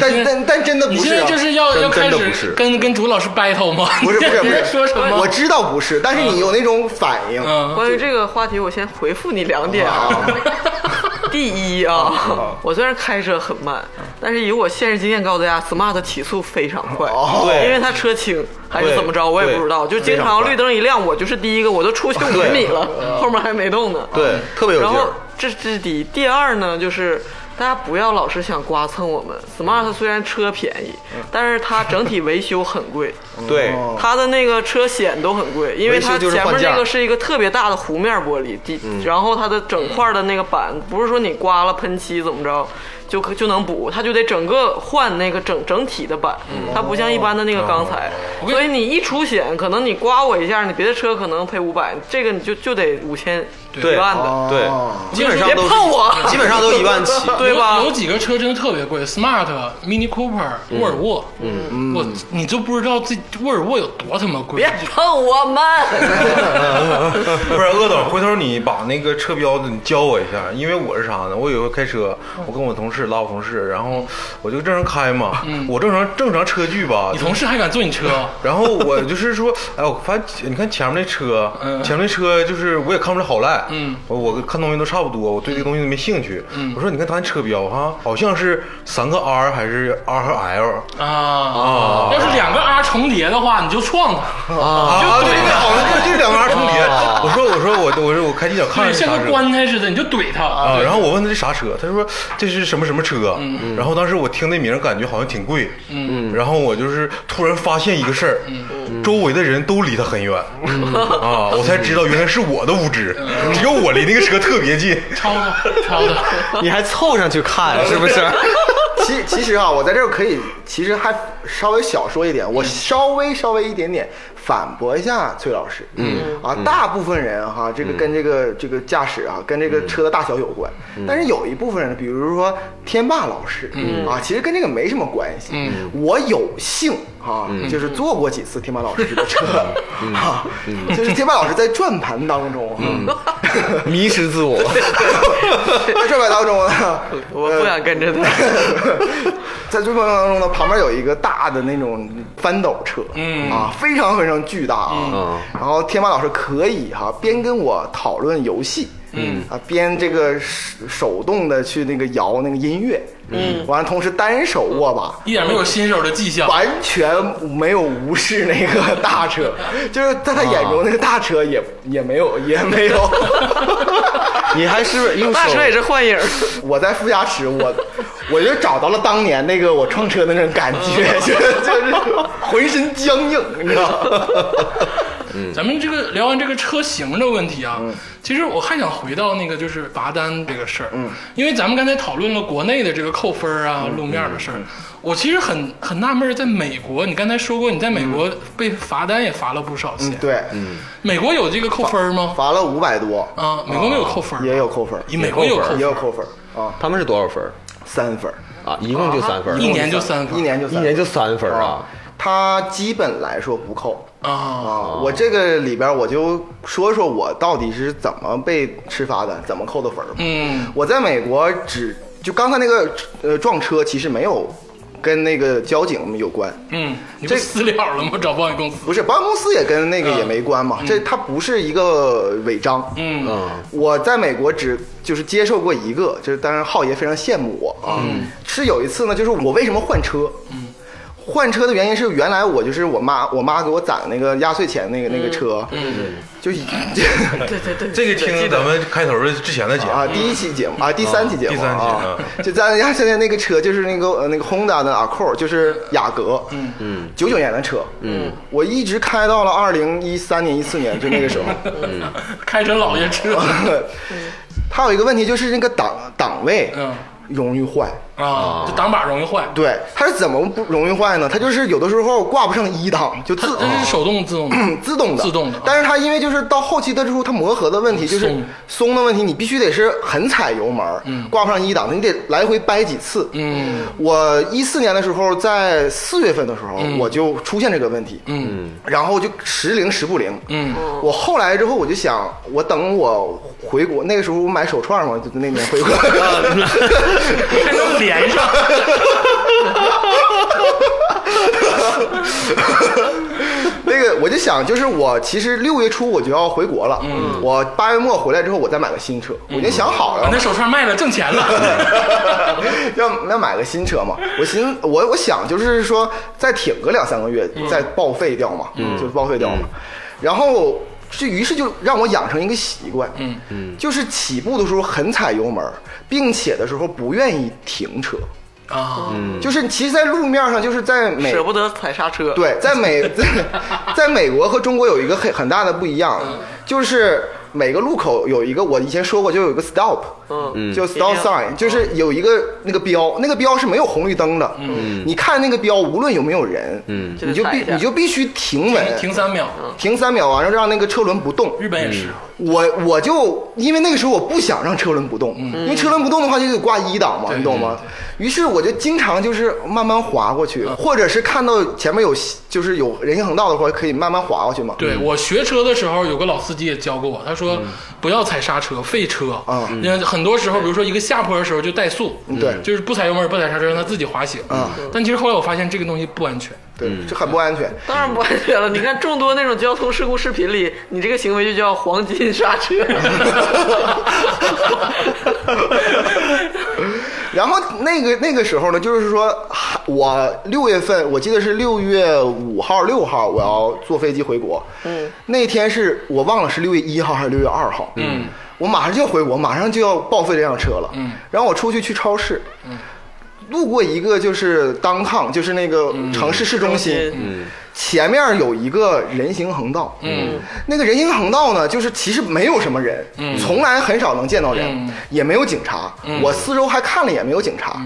[SPEAKER 4] 但但但真的
[SPEAKER 1] 嗯你
[SPEAKER 4] 不
[SPEAKER 1] 现
[SPEAKER 4] 是、
[SPEAKER 1] 在
[SPEAKER 4] 啊，
[SPEAKER 1] 就是要
[SPEAKER 5] 真
[SPEAKER 1] 要开
[SPEAKER 5] 真的不是
[SPEAKER 1] 始跟跟竹老师 battle 吗？
[SPEAKER 4] 不是不是不
[SPEAKER 1] [laughs] 你在
[SPEAKER 4] 是
[SPEAKER 1] 说什么？
[SPEAKER 4] 我知道不是，但是你有那种反应，
[SPEAKER 5] 啊
[SPEAKER 1] 嗯，
[SPEAKER 2] 关于这个话题，我先回复你两点啊。 [laughs] 第一啊，我虽然开车很慢，但是以我现实经验告诉大家，Smart 起速非常快，
[SPEAKER 5] 哦对
[SPEAKER 2] 因为它车轻还是
[SPEAKER 5] 对
[SPEAKER 2] 怎么着，我也不知道。就
[SPEAKER 5] 对
[SPEAKER 2] 经
[SPEAKER 5] 非常
[SPEAKER 2] 常
[SPEAKER 5] 快
[SPEAKER 2] 绿灯一亮，我就是第一个，我都出去五十米了，后面还没动呢。
[SPEAKER 5] 对，特别有
[SPEAKER 2] 然
[SPEAKER 5] 劲
[SPEAKER 2] 后
[SPEAKER 5] 儿。
[SPEAKER 2] 这这是第一，第二呢就是。大家不要老是想刮蹭我们，Smart 虽然车便宜，
[SPEAKER 5] 嗯
[SPEAKER 2] 但是它整体维修很贵。
[SPEAKER 5] 对，
[SPEAKER 2] 它的那个车险都很贵，因为它
[SPEAKER 5] 哦维修就是
[SPEAKER 2] 前
[SPEAKER 5] 换
[SPEAKER 2] 面
[SPEAKER 5] 件儿嗯
[SPEAKER 2] 那个是一个特别大的弧面玻璃，第然后它的整块的那个板，不是说你刮了喷漆怎么着就可就能补，它就得整个换那个整整体的板，
[SPEAKER 5] 嗯
[SPEAKER 2] 它不像一般的那个钢材，
[SPEAKER 5] 哦
[SPEAKER 2] 所以你一出险，可能你刮我一下，你别的车可能赔五百，这个你就就得五千
[SPEAKER 5] 对
[SPEAKER 2] 一万
[SPEAKER 4] 哦
[SPEAKER 2] 的，
[SPEAKER 5] 对，基本上
[SPEAKER 2] 别
[SPEAKER 5] 都
[SPEAKER 2] 碰我
[SPEAKER 5] 基本上都一万起。
[SPEAKER 2] [laughs] 对吧
[SPEAKER 1] 有？有几个车真的特别贵，Smart、Mini Cooper、沃尔沃，嗯，我你就不知道这沃尔沃有多他妈贵
[SPEAKER 2] 别。碰我
[SPEAKER 5] [laughs]
[SPEAKER 2] 们，
[SPEAKER 3] 不是鄂总，回头你把那个车标你教我一下，因为我是啥呢？我有一回开车，
[SPEAKER 1] 嗯
[SPEAKER 3] 我跟我同事拉我同事，然后我就正常开嘛，我正常正常车距吧
[SPEAKER 1] 嗯你，同事还敢坐你车？
[SPEAKER 3] 然后我就是说，哎，我发现你看前面那车，前面那车就是我也看不出好赖，
[SPEAKER 1] 嗯
[SPEAKER 3] 我我看东西都差不多，我对这个东西没兴趣。我说你看他那车标哈，好像是三个 R 还是 R 和 L
[SPEAKER 1] 啊，要是两个 R 重叠的话，你就撞他，
[SPEAKER 3] 啊？对对，好像就是就是两个 R 重叠。我说我说我我说我开近角
[SPEAKER 1] 对，
[SPEAKER 3] 看看是
[SPEAKER 1] 啊像
[SPEAKER 3] 啥
[SPEAKER 1] 个
[SPEAKER 3] 车。
[SPEAKER 1] 棺材似的，你就怼他。
[SPEAKER 3] 啊，然后我问他这啥车，他说这是什么什么车，啊然后当时我听那名儿感觉好像挺贵，嗯，然后我就是突然发现一个事儿，周围的人都离他很远，啊，我才知道原来是我的无知，只有我离那个车特别近，
[SPEAKER 1] 超他，超
[SPEAKER 5] [laughs]
[SPEAKER 1] 他！
[SPEAKER 5] 你还凑上去看是不 [laughs] 是？
[SPEAKER 4] 其其实啊，我在这儿可以，其实还稍微小说一点，我稍微稍微一点点反驳一下崔老师。嗯啊，大部分人哈、这个跟这个这个驾驶啊，跟这个车的大小有关，但是有一部分人，比如说天霸老师，嗯啊，其实跟这个没什么关系。嗯，我有幸哈、就是坐过几次天霸老师的车， [laughs] 哈、就是天霸老师在转盘当中嗯哈。
[SPEAKER 5] 迷失自我。
[SPEAKER 4] [laughs] 在转盘当中呢，啊 [laughs]
[SPEAKER 2] 我不想跟着他。
[SPEAKER 4] 在追梦当中呢，旁边有一个大的那种翻斗车，
[SPEAKER 1] 嗯
[SPEAKER 4] 啊，非常非常巨大啊。
[SPEAKER 5] 嗯
[SPEAKER 4] 然后天马老师可以哈、边跟我讨论游戏，嗯啊，边这个手手动的去那个摇那个音乐，嗯，完了同时单手握把，
[SPEAKER 1] 一点没有新手的迹象。
[SPEAKER 4] 完全没有无视那个大车，就是在他眼
[SPEAKER 5] 啊
[SPEAKER 4] 中那个大车也也没有也没有。
[SPEAKER 5] [laughs]
[SPEAKER 4] [laughs]
[SPEAKER 5] 你还是用
[SPEAKER 2] 大
[SPEAKER 5] 手
[SPEAKER 2] 车也是幻
[SPEAKER 5] [laughs]
[SPEAKER 2] 影，
[SPEAKER 4] 我在副驾驶，我我就找到了当年那个我撞车的那种感觉，
[SPEAKER 1] [laughs]
[SPEAKER 4] 就就是浑身僵硬，你知道吗？ [laughs]
[SPEAKER 1] 咱们这个聊完这个车型的问题啊，其实我还想回到那个就是罚单这个事儿，嗯，因为咱们刚才讨论了国内的这个扣分儿啊、路面的事儿，我其实很很纳闷儿，在美国，你刚才说过你在美国被罚单也罚了不少钱，，
[SPEAKER 4] 嗯对，
[SPEAKER 1] 美国有这个扣分儿吗？
[SPEAKER 4] 罚了五百多，
[SPEAKER 1] 嗯啊，美国没有扣分儿，
[SPEAKER 4] 也有扣分，
[SPEAKER 1] 以美国有扣分
[SPEAKER 4] 也有扣分啊，
[SPEAKER 5] 他们是多少分
[SPEAKER 4] 三分，
[SPEAKER 5] 啊？一共就三分，
[SPEAKER 1] 一年就三分，
[SPEAKER 4] 一年就
[SPEAKER 5] 一
[SPEAKER 4] 三分
[SPEAKER 5] 年就三分
[SPEAKER 4] 啊 [laughs]
[SPEAKER 5] 啊！，
[SPEAKER 4] 他基本来说不扣。
[SPEAKER 1] 啊，
[SPEAKER 4] 啊，我这个里边我就说说我到底是怎么被吃罚的，怎么扣的分儿吧。
[SPEAKER 1] 嗯
[SPEAKER 4] 我在美国只就刚才那个呃撞车，其实没有跟那个交警有关，
[SPEAKER 1] 嗯，你不私了了吗？找保险公司，
[SPEAKER 4] 不是保险公司也跟那个也
[SPEAKER 1] 嗯
[SPEAKER 4] 没关嘛，这它不是一个违章。
[SPEAKER 1] 嗯
[SPEAKER 5] 嗯，
[SPEAKER 4] 我在美国只就是接受过一个，就是当然浩爷非常羡慕我啊，是有一次呢，就是我为什么换车，换车的原因是原来我就是我妈我妈给我攒那个压岁钱那个那个车，嗯，就已
[SPEAKER 2] 对对对，
[SPEAKER 3] [laughs] 这个听咱们开头的之前的节目
[SPEAKER 4] [laughs] 啊，第一期节目啊，第三期节目，
[SPEAKER 3] 第三期
[SPEAKER 4] 啊，就咱家现在那个车就是那个呃那个 Honda 的 Accord，就是雅阁，嗯嗯，九九年的车，嗯，我一直开到了二零一三年一四年，就那个时 [laughs] 候，
[SPEAKER 1] 开成老爷
[SPEAKER 4] 哦
[SPEAKER 1] 车啊
[SPEAKER 4] [coughs] 它有一个问题就是那个档档位，
[SPEAKER 1] 嗯
[SPEAKER 4] 容易坏，
[SPEAKER 1] 啊，这挡把容易坏，
[SPEAKER 4] 哦对，它是怎么不容易坏呢？它就是有的时候挂不上一档，就
[SPEAKER 1] 它
[SPEAKER 4] 自
[SPEAKER 1] 这是手动自动的
[SPEAKER 4] 自动的，
[SPEAKER 1] 自动的啊
[SPEAKER 4] 但是它因为就是到后期的时候，它磨合的问题就是
[SPEAKER 1] 松
[SPEAKER 4] 松的问题，你必须得是狠踩油门，嗯，挂不上一档，你得来回掰几次。
[SPEAKER 1] 嗯，
[SPEAKER 4] 我一四年的时候，在四月份的时候，我就出现这个问题，
[SPEAKER 1] 嗯，
[SPEAKER 4] 然后就时灵时不灵，
[SPEAKER 1] 嗯，
[SPEAKER 4] 我后来之后我就想，我等我回国那个时候我买手串嘛，就那年
[SPEAKER 1] [laughs]
[SPEAKER 4] 回国，
[SPEAKER 1] 啊还能连上，
[SPEAKER 4] [laughs] 那个我就想，就是我其实六月初我就要回国了，嗯，我八月末回来之后，我再买个新车，我已经想好了
[SPEAKER 1] 啊把，那手串卖了挣钱
[SPEAKER 4] 嗯
[SPEAKER 1] 了。
[SPEAKER 4] [laughs] 要要买个新车嘛。我寻思我我想就是说再挺个两三个月，再报废掉嘛，就报废掉嘛。然后这于是就让我养成一个习惯，嗯嗯，就是起步的时候狠踩油门，并且的时候不愿意停车，
[SPEAKER 1] 啊，
[SPEAKER 4] 就是其实，在路面上嗯就是在美
[SPEAKER 2] 舍不得踩刹车，，
[SPEAKER 4] 对，在 [laughs] 美在在美国和中国有一个很很大的不一样，就是每个路口有一个我以前说过，就有一个 stop，
[SPEAKER 2] 嗯
[SPEAKER 4] 就 stop
[SPEAKER 2] 一定
[SPEAKER 4] sign，就是有一个那个标，那个标是没有红绿灯的，嗯，你看那个标，无论有没有人，嗯，你就
[SPEAKER 2] 就得踩
[SPEAKER 4] 必
[SPEAKER 2] 一下
[SPEAKER 4] 你就必须停稳，
[SPEAKER 1] 停三秒，
[SPEAKER 4] 停三秒完了让那个车轮不动，
[SPEAKER 1] 日本也
[SPEAKER 4] 嗯
[SPEAKER 1] 是，
[SPEAKER 4] 我我就因为那个时候我不想让车轮不动，因为车轮不动的话就得挂一档嘛，你懂吗？于是我就经常就是慢慢滑过去，或者是看到前面有就是有人行横道的话，可以慢慢滑过去嘛。
[SPEAKER 1] 对我学车的时候，有个老司机也教过我，他
[SPEAKER 4] 嗯
[SPEAKER 1] 说不要踩刹车，废车
[SPEAKER 4] 啊
[SPEAKER 1] 因为很多时候，比如说一个下坡的时候就怠速，
[SPEAKER 4] 嗯对
[SPEAKER 1] 就是不踩油门，不踩刹车，让它自己滑行。
[SPEAKER 4] 啊
[SPEAKER 1] 但其实后来我发现这个东西不安全，
[SPEAKER 4] 对，这很不安全。
[SPEAKER 2] 当然不安全了。你看众多那种交通事故视频里，你这个行为就叫黄金刹车。
[SPEAKER 4] [laughs] [laughs] 然后那个那个时候呢，就是说我六月份，我记得是六月五号、六号，我要坐飞机回国。嗯，那天是我忘了是六月一号还是六月二号。嗯，我马上就要回国，马上就要报废这辆车了。嗯，然后我出去去超市。嗯。路过一个就是当趟，就是那个城市市嗯中心，
[SPEAKER 2] 中心
[SPEAKER 4] 嗯，前面有一个人行横道，嗯，那个人行横道呢，就是其实没有什么人，嗯，从来很少能见到人，也没有警察，我四周还看了也没有警察，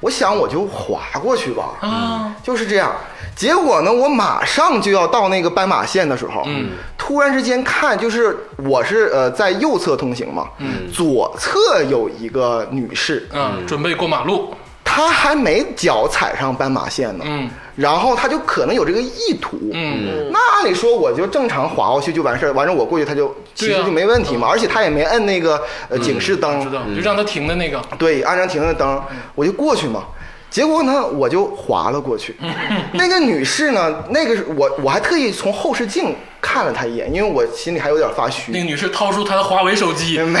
[SPEAKER 4] 我想我就划过去吧，
[SPEAKER 1] 啊，
[SPEAKER 4] 就是这样。结果呢，我马上就要到那个斑马线的时候，嗯，突然之间看，就是我是呃在右侧通行嘛，嗯，左侧有一个女士，
[SPEAKER 1] 嗯，准备过马路，
[SPEAKER 4] 他还没脚踩上斑马线呢，
[SPEAKER 1] 嗯，
[SPEAKER 4] 然后他就可能有这个意图，
[SPEAKER 1] 嗯，
[SPEAKER 4] 那按理说我就正常滑过去就完事儿，完了我过去他就其
[SPEAKER 1] 啊
[SPEAKER 4] 实就没问题嘛，
[SPEAKER 1] 嗯
[SPEAKER 4] 而且他也没摁那个呃警示灯，嗯
[SPEAKER 1] 知道，就让它停的那个，嗯
[SPEAKER 4] 对，按上停的灯，我就过去嘛。结果呢，我就滑了过去。
[SPEAKER 1] 嗯
[SPEAKER 4] 那个女士呢，那个是我我还特意从后视镜看了她一眼，因为我心里还有点发虚。
[SPEAKER 1] 那个女士掏出她的华为手机，
[SPEAKER 4] [laughs] 没有，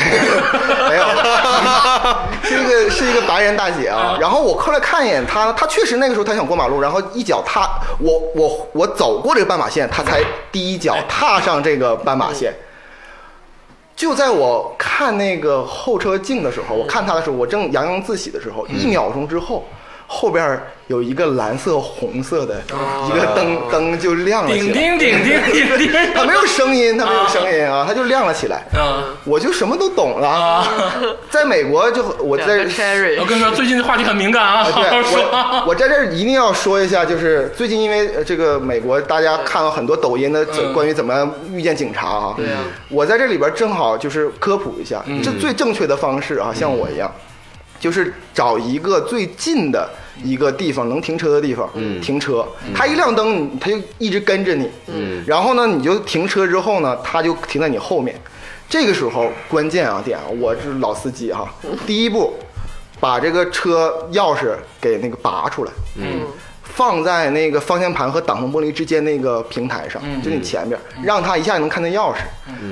[SPEAKER 4] 没有， [laughs] 是一个是一个白人大姐啊。
[SPEAKER 1] 嗯
[SPEAKER 4] 然后我后来看一眼她，她确实那个时候她想过马路，然后一脚踏我我我走过这个斑马线，她才第一脚踏上这个斑马
[SPEAKER 1] 嗯
[SPEAKER 4] 线。就在我看那个后车镜的时候，我看她的时候，我正洋洋自喜的时
[SPEAKER 1] 嗯
[SPEAKER 4] 候，一秒钟之后。后边儿有一个蓝色、红色的一个灯，灯就亮了起
[SPEAKER 1] 哦顶顶
[SPEAKER 4] 来。
[SPEAKER 1] 顶顶顶顶，
[SPEAKER 4] [laughs] 它没有声音，它没有声音啊，它就亮了起来。
[SPEAKER 1] 嗯，
[SPEAKER 4] 我就什么都懂了啊， [laughs] 在美国就我
[SPEAKER 2] 两
[SPEAKER 4] 在
[SPEAKER 2] 个 Cherry，
[SPEAKER 1] 我跟你说，最近的话题很敏感啊，
[SPEAKER 4] 啊
[SPEAKER 1] 好
[SPEAKER 4] 对，
[SPEAKER 1] 好 [laughs] 说
[SPEAKER 4] 我
[SPEAKER 1] 啊。
[SPEAKER 4] 我在这儿一定要说一下，就是最近因为呃这个美国，大家看到很多抖音的怎
[SPEAKER 1] 嗯
[SPEAKER 4] 关于怎么遇见警察啊。
[SPEAKER 2] 对啊
[SPEAKER 4] 我在这里边正好就是科普一下，这最正确的方式啊，像我一样，就是找一个最近的一个地方能停车的地方停车，它一亮灯，你它就一直跟着你。嗯，然后呢，你就停车之后呢，它就停在你后面。这个时候关键啊点啊，我是老司机哈、第一步。把这个车钥匙给那个拔出来，嗯，放在那个方向盘和挡风玻璃之间那个平台上，就你前边，让他一下就能看见钥匙。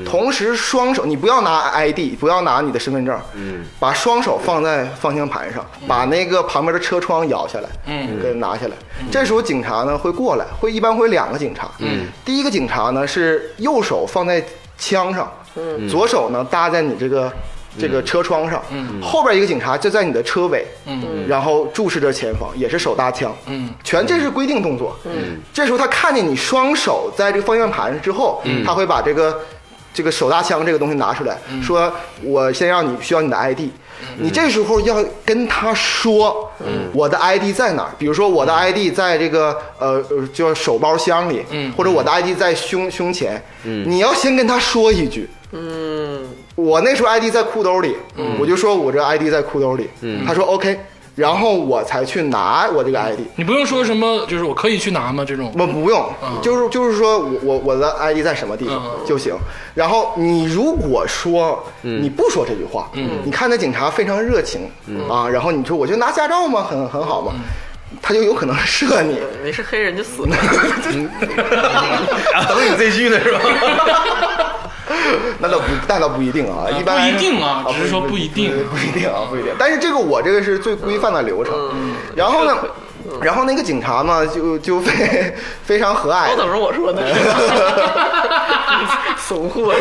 [SPEAKER 4] 同时，双手你不要拿 ID，不要拿你的身份证，嗯，把双手放在方向盘上，把那个旁边的车窗摇下来，嗯，给拿下来。这时候警察呢会过来，会一般会两个警察，嗯，第一个警察呢是右手放在枪上，嗯，左手呢搭在你这个。这个车窗上，后边一个警察就在你的车尾，然后注视着前方，也是手搭枪，
[SPEAKER 1] 嗯
[SPEAKER 4] 全这是规定动作。这时候他看见你双手在这个方向盘之后，他会把这个这个手搭枪这个东西拿出来，说：“我先让你需要你的 ID。”你这时候要跟他说，我的 ID 在哪儿？比如说我的 ID 在这个呃呃叫手包箱里，或者我的 ID 在胸胸前，你要先跟他说一句，我那时候 ID 在裤兜里，我就说我这 ID 在裤兜里，他说 OK，然后我才去拿我这个 ID。
[SPEAKER 1] 你不用说什么，就是我可以去拿吗？这种
[SPEAKER 4] 我不用，就是就是说我我我的 ID 在什么地方
[SPEAKER 1] 嗯
[SPEAKER 4] 就行。然后你如果说你不说这句话，你看那警察非常热情啊，然后你说我就拿驾照嘛，很很好嘛，他就有可能射你。
[SPEAKER 2] 你是黑人就死了。
[SPEAKER 3] 等你这句呢是吧？
[SPEAKER 4] [laughs] 那倒不，那倒不一定啊，一般来
[SPEAKER 1] 不一定啊只是说
[SPEAKER 4] 不
[SPEAKER 1] 不一定
[SPEAKER 4] 不一定啊，不一定。但是这个我这个是最规范的流程，
[SPEAKER 1] 嗯
[SPEAKER 4] 然后呢，然后那个警察嘛，就就非非常和
[SPEAKER 2] 我
[SPEAKER 4] 蔼地，
[SPEAKER 2] 等着我说呢，怂货，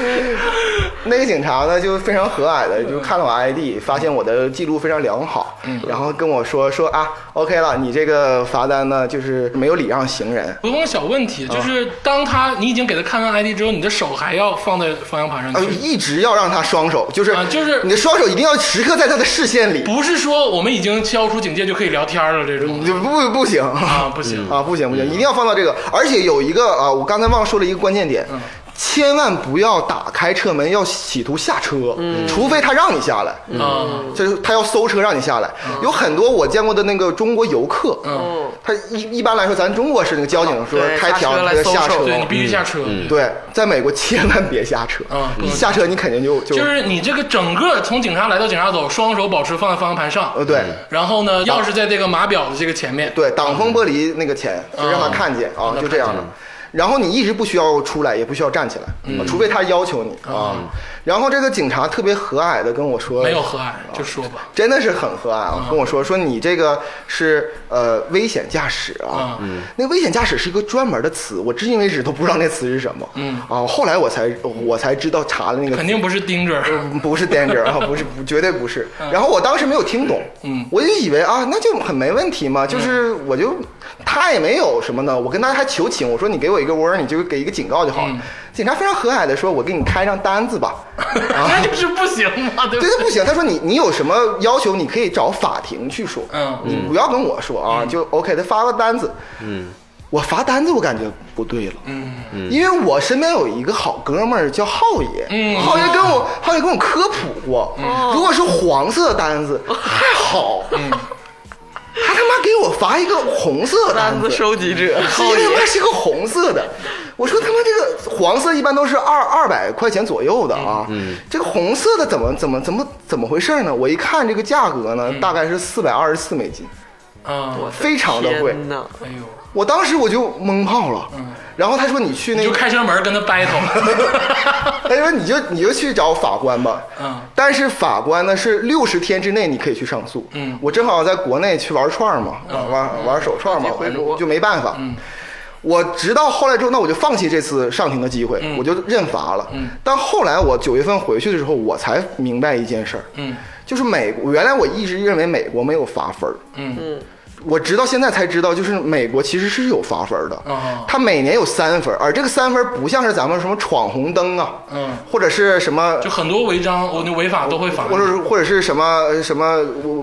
[SPEAKER 4] [laughs] 那个警察呢就非常和蔼的，
[SPEAKER 1] 嗯
[SPEAKER 4] 就看了我 ID，发现我的记录非常良好，然后跟我说说啊，OK 了，你这个罚单呢就是没有礼让行人。
[SPEAKER 1] 我有个小问题，
[SPEAKER 4] 啊
[SPEAKER 1] 就是当他你已经给他看完 ID 之后，你的手还要放在方向盘上
[SPEAKER 4] 呃，
[SPEAKER 1] 去。
[SPEAKER 4] 一直要让他双手，就是、
[SPEAKER 1] 啊就是
[SPEAKER 4] 你的双手一定要时刻在他的视线里，
[SPEAKER 1] 不是说我们已经消除警戒就可以聊天了这种
[SPEAKER 4] 就不不行
[SPEAKER 1] 啊，不行，
[SPEAKER 4] 啊，不行不行，一定要放到这个。而且有一个啊，我刚才忘说了一个关键点，千万不要打开车门，要企图下车，除非他让你下来。
[SPEAKER 1] 啊，
[SPEAKER 4] 就是他要搜车让你下来，有很多我见过的那个中国游客，
[SPEAKER 1] 嗯
[SPEAKER 4] 他一一般来说，咱中国是那个交警说
[SPEAKER 2] 对
[SPEAKER 4] 开条
[SPEAKER 2] 下车来
[SPEAKER 4] 那个
[SPEAKER 2] 搜
[SPEAKER 4] 下
[SPEAKER 2] 手
[SPEAKER 1] 对你
[SPEAKER 4] 车，
[SPEAKER 1] 必须下车。
[SPEAKER 4] 嗯对，在美国千万别下车
[SPEAKER 1] 嗯，
[SPEAKER 4] 一下车你肯定就就
[SPEAKER 1] 就是你这个整个从警察来到警察走，双手保持放在方向盘上，嗯
[SPEAKER 4] 呃对
[SPEAKER 1] 然后呢，钥匙在这个码表的这个前面，
[SPEAKER 4] 对，挡风玻璃那个前就让他看见啊，就这样的。然后你一直不需要出来，也不需要站起来，啊除非他要求你啊。然后这个警察特别和蔼的跟我说，
[SPEAKER 1] 没有和蔼，就说吧，
[SPEAKER 4] 真的是很和蔼啊，跟我说说你这个是呃危险驾驶啊，那危险驾驶是一个专门的词，我至今为止都不知道那词是什么，嗯啊，后来我才我才知道查了那个
[SPEAKER 1] 肯定不是盯着，
[SPEAKER 4] [laughs] 不是 danger 啊，不是不绝对不是。然后我当时没有听懂，嗯，我就以为啊，那就很没问题嘛，就是我就他也没有什么呢，我跟他还求情，我说你给我一个 warning，就是给一个警告就好了。警察非常和蔼的说，我给你开张单子吧，
[SPEAKER 1] [laughs]
[SPEAKER 4] 啊
[SPEAKER 1] 那就是不行嘛，对不对？
[SPEAKER 4] 对他不行。他说你你有什么要求，你可以找法庭去说，
[SPEAKER 1] 嗯
[SPEAKER 4] 你不要跟我说啊，就 OK。他发个单子，嗯，我发单子我感觉不对了，嗯，因为我身边有一个好哥们儿叫浩爷，
[SPEAKER 1] 嗯
[SPEAKER 4] 浩爷跟我浩爷跟我科普过，如果是黄色单子
[SPEAKER 1] 嗯
[SPEAKER 4] 还好，他他妈给我发一个红色
[SPEAKER 2] 单
[SPEAKER 4] 单
[SPEAKER 2] 子收集者，
[SPEAKER 4] 是因为他妈是个红色的，我说他妈这个黄色一般都是二二百块钱左右的啊，
[SPEAKER 1] 嗯
[SPEAKER 4] 这个红色的怎么怎么怎么怎么回事呢？我一看这个价格呢，
[SPEAKER 1] 嗯
[SPEAKER 4] 大概是四百二十四美金，
[SPEAKER 1] 啊，
[SPEAKER 2] 我的
[SPEAKER 4] 非常的贵
[SPEAKER 2] 天呐
[SPEAKER 1] 哎呦，
[SPEAKER 4] 我当时我就懵泡了。然后他说你
[SPEAKER 1] 嗯
[SPEAKER 4] 去
[SPEAKER 1] 你
[SPEAKER 4] 那
[SPEAKER 1] 就
[SPEAKER 4] 个，
[SPEAKER 1] 开车门跟他
[SPEAKER 4] [laughs]
[SPEAKER 1] battle，
[SPEAKER 4] 他说你就你就去找法官吧。
[SPEAKER 1] 嗯
[SPEAKER 4] 但是法官呢是六十天之内你可以去上诉。
[SPEAKER 1] 嗯
[SPEAKER 4] 我正好在国内去玩串儿嘛，玩玩手串儿嘛，
[SPEAKER 2] 回国
[SPEAKER 4] 就没办法。
[SPEAKER 1] 嗯
[SPEAKER 4] 我直到后来之后，那我就放弃这次上庭的机会，我就认罚了。
[SPEAKER 1] 嗯
[SPEAKER 4] 但后来我九月份回去的时候，我才明白一件事儿，
[SPEAKER 1] 嗯
[SPEAKER 4] 就是美国原来我一直认为美国没有罚分儿，
[SPEAKER 1] 嗯
[SPEAKER 4] 我直到现在才知道，就是美国其实是有罚分儿的。
[SPEAKER 1] 哦
[SPEAKER 4] 它每年有三分儿，而这个三分儿不像是咱们什么闯红灯啊，
[SPEAKER 1] 嗯，
[SPEAKER 4] 或者是什么
[SPEAKER 1] 就很多违章，我那违法都会罚你，
[SPEAKER 4] 或者是或者是什么呃什么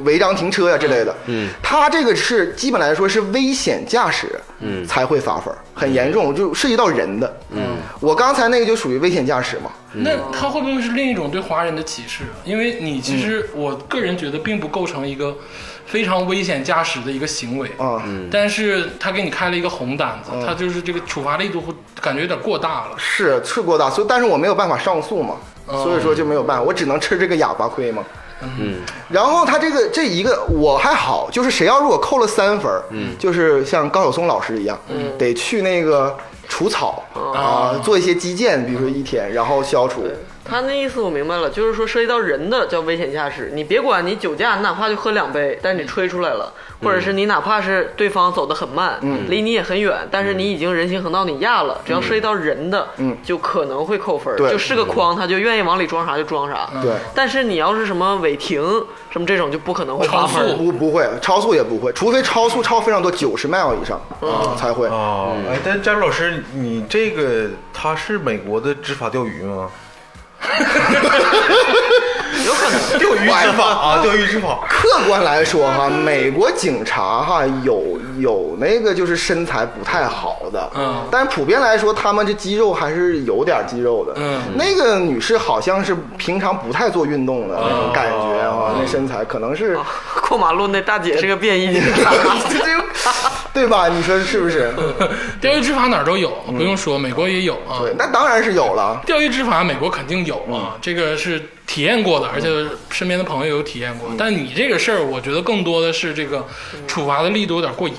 [SPEAKER 4] 违章停车呀、之类的。嗯，他这个是基本来说是危险驾驶，嗯，才会罚分儿，很严
[SPEAKER 1] 嗯
[SPEAKER 4] 重，就涉及到人的。嗯，我刚才那个就属于危险驾驶嘛。
[SPEAKER 1] 嗯那他会不会是另一种对华人的歧视？啊因为你其实
[SPEAKER 4] 嗯
[SPEAKER 1] 我个人觉得并不构成一个非常危险驾驶的一个行为
[SPEAKER 4] 啊，
[SPEAKER 1] 但是他给你开了一个红单子，他就是这个处罚力度会感觉有点过大了。
[SPEAKER 4] 是是过大，所以但是我没有办法上诉嘛，
[SPEAKER 1] 哦
[SPEAKER 4] 所以说就没有办法，我只能吃这个哑巴亏嘛。嗯，然后他这个这一个我还好，就是谁要如果扣了三分，嗯，就是像高晓松老师一样，嗯，得去那个除草啊，做一些基建，比如说一天，然后消除。
[SPEAKER 2] 他那意思我明白了，就是说涉及到人的叫危险驾驶，你别管你酒驾，你哪怕就喝两杯，但是你吹出来了，
[SPEAKER 4] 嗯
[SPEAKER 2] 或者是你哪怕是对方走得很慢，离你也很远，但是你已经人行横道你压了，只要涉及到人的，就可能会扣分儿，
[SPEAKER 4] 嗯对
[SPEAKER 2] 就是个框，他就愿意往里装啥就装啥。
[SPEAKER 4] 对，
[SPEAKER 2] 但是你要是什么违停什么这种，就不可能会罚
[SPEAKER 1] 超
[SPEAKER 2] 分
[SPEAKER 1] 速
[SPEAKER 2] 儿。 [laughs]
[SPEAKER 4] 不不会，超速也不会，除非超速超非常多，九十 mile 以上、才会。
[SPEAKER 3] 哦，哎，但佳茹老师，你这个他是美国的执法钓鱼 [laughs] 吗？
[SPEAKER 2] 有可能
[SPEAKER 3] [laughs] 钓鱼执法啊，钓鱼执法。
[SPEAKER 4] 客观来说哈，美国警察哈有有那个就是身材不太好的，
[SPEAKER 1] 嗯
[SPEAKER 4] 但普遍来说他们这肌肉还是有点肌肉的，
[SPEAKER 1] 嗯
[SPEAKER 4] 那个女士好像是平常不太做运动的那
[SPEAKER 1] 哦
[SPEAKER 4] 种感觉啊，那身材可能是，
[SPEAKER 2] 过马路那大姐是个便衣警察，
[SPEAKER 4] [laughs] 对吧？你说是不是？
[SPEAKER 1] 钓鱼执法哪儿都有，不用说，美国也有啊。
[SPEAKER 4] 对，那当然是有了。
[SPEAKER 1] 钓鱼执法，美国肯定有
[SPEAKER 4] 嗯
[SPEAKER 1] 啊，这个是体验过的，而且身边的朋友有体验过。
[SPEAKER 4] 嗯
[SPEAKER 1] 但你这个事儿，我觉得更多的是这个处罚的力度有点过严。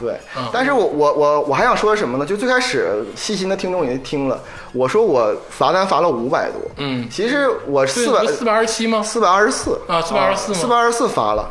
[SPEAKER 4] 对，
[SPEAKER 1] 嗯
[SPEAKER 4] 但是我我我我还想说什么呢？就最开始细心的听众也听了，我说我罚单罚了五百多，
[SPEAKER 1] 嗯
[SPEAKER 4] 其实我
[SPEAKER 1] 对
[SPEAKER 4] 四
[SPEAKER 1] 不
[SPEAKER 4] 百
[SPEAKER 1] 是四百二十七吗？
[SPEAKER 4] 四百二十四
[SPEAKER 1] 啊424吗
[SPEAKER 4] 四百二十四罚了。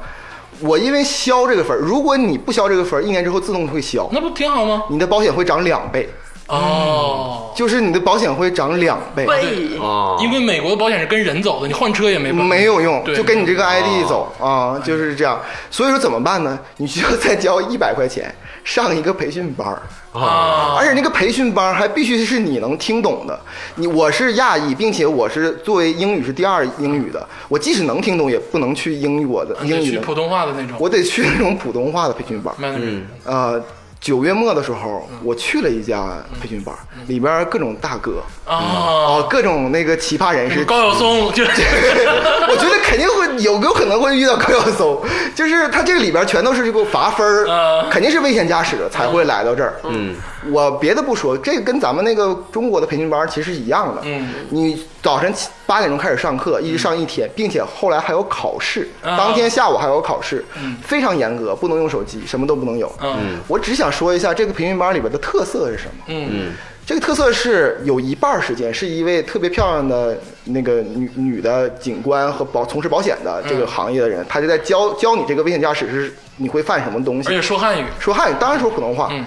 [SPEAKER 4] 我因为消这个分儿，如果你不消这个分儿，一年之后自动会消，
[SPEAKER 1] 那不挺好吗？
[SPEAKER 4] 你的保险会涨两倍，
[SPEAKER 1] 哦，
[SPEAKER 4] 就是你的保险会涨两倍，
[SPEAKER 2] 背
[SPEAKER 5] 啊，
[SPEAKER 1] 因为美国的保险是跟人走的，你换车也没办法
[SPEAKER 4] 嗯没有用，
[SPEAKER 1] 对
[SPEAKER 4] 就跟你这个 ID 走啊，就是这样。所以说怎么办呢？你需要再交一百块钱上一个培训班儿。
[SPEAKER 1] 啊，
[SPEAKER 4] 而且那个培训班还必须是你能听懂的。你我是亚裔，并且我是作为英语是第二英语的，我即使能听懂，也不能去英语我的
[SPEAKER 1] 啊
[SPEAKER 4] 哎英
[SPEAKER 1] 就
[SPEAKER 4] 语
[SPEAKER 1] 去
[SPEAKER 4] 的
[SPEAKER 1] 普通话的那种。
[SPEAKER 4] 我得去那种普通话的培训班。
[SPEAKER 1] 慢点
[SPEAKER 4] 呃，九月末的时候，我去了一家培训班，里边各种大哥
[SPEAKER 1] 啊，
[SPEAKER 4] 哦，各种那个奇葩人士。
[SPEAKER 1] 高晓松就 [laughs]
[SPEAKER 4] [laughs] 我觉得肯定会有有可能会遇到高晓松，就是他这个里边全都是这个罚分儿
[SPEAKER 1] 嗯，
[SPEAKER 4] 肯定是危险驾驶才会来到这儿。嗯，我别的不说，这个跟咱们那个中国的培训班其实是一样的。
[SPEAKER 1] 嗯，
[SPEAKER 4] 你早晨七八点钟开始上课，一直上一天，并且后来还有考试，
[SPEAKER 1] 啊
[SPEAKER 4] 当天下午还有考试，非常严格，不能用手机，什么都不能有。
[SPEAKER 1] 嗯，
[SPEAKER 4] 我只想说一下这个培训班里边的特色是什么。
[SPEAKER 1] 嗯
[SPEAKER 4] 这个特色是有一半儿时间是一位特别漂亮的那个女女的警官和保从事保险
[SPEAKER 1] 嗯
[SPEAKER 4] 的这个行业的人，她就在教教你这个危险驾驶是你会犯什么东
[SPEAKER 1] 而且
[SPEAKER 4] 西，
[SPEAKER 1] 说
[SPEAKER 4] [laughs]
[SPEAKER 1] 汉语，
[SPEAKER 4] 说汉语当然说普通话。
[SPEAKER 1] 嗯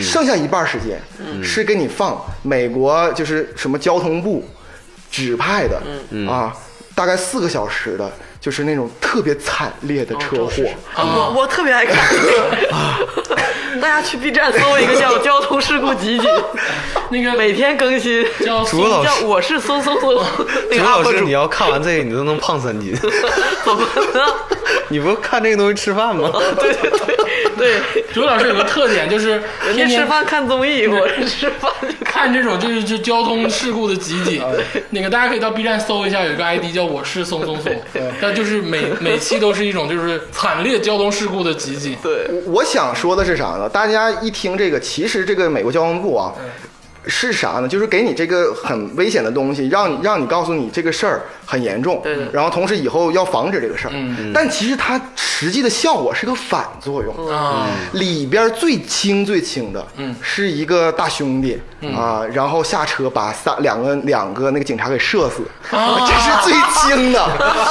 [SPEAKER 4] 剩下一半儿时间是给你放美国就是什么交通部指派的、
[SPEAKER 1] 嗯
[SPEAKER 4] 啊，大概四个小时的，就是那种特别惨烈的
[SPEAKER 1] 哦
[SPEAKER 4] 车祸。
[SPEAKER 1] 啊
[SPEAKER 2] 我我特别
[SPEAKER 1] [laughs]
[SPEAKER 2] 爱看，大家去 B 站搜一个叫《交通事故集锦》，
[SPEAKER 1] 那个
[SPEAKER 2] 每天更新。
[SPEAKER 1] 叫哦
[SPEAKER 5] 主播老
[SPEAKER 2] 叫
[SPEAKER 5] 师
[SPEAKER 2] 我是松松松，那
[SPEAKER 5] 朱
[SPEAKER 2] 个
[SPEAKER 5] 老
[SPEAKER 2] UP
[SPEAKER 5] 师，你
[SPEAKER 2] 主
[SPEAKER 5] 要看完这个，你都能胖三斤。 [laughs]
[SPEAKER 2] 怎么
[SPEAKER 1] [laughs]
[SPEAKER 2] 了？
[SPEAKER 5] 你不看这个东西吃饭吗？
[SPEAKER 2] 对对对对，
[SPEAKER 1] 刘老师有个特点就是
[SPEAKER 2] 人
[SPEAKER 1] 天
[SPEAKER 2] 家吃
[SPEAKER 1] 天
[SPEAKER 2] 饭看综艺，我是吃饭就看。
[SPEAKER 1] 看这种就是就交通事故的集
[SPEAKER 2] [laughs] 啊
[SPEAKER 1] 锦，那个大家可以到 B 站搜一下，有一个 ID 叫我是松松松，那就是每每期都是一种就是惨烈交通事故的集锦，
[SPEAKER 2] 对，嗯
[SPEAKER 4] 我想说的是啥呢？大家一听这个，其实这个美国交通部啊，是啥呢？就是给你这个很危险的东西，让你让你告诉你这个事儿很严重，
[SPEAKER 2] 对嗯对
[SPEAKER 4] 然后同时以后要防止这个事儿。但其实它实际的效果是个反作用。
[SPEAKER 1] 啊，
[SPEAKER 4] 里边最轻最轻的，嗯，是一个大兄弟
[SPEAKER 2] 嗯
[SPEAKER 4] 啊，然后下车把三两个两个那个警察给射死，
[SPEAKER 2] 啊
[SPEAKER 4] 这是最轻的，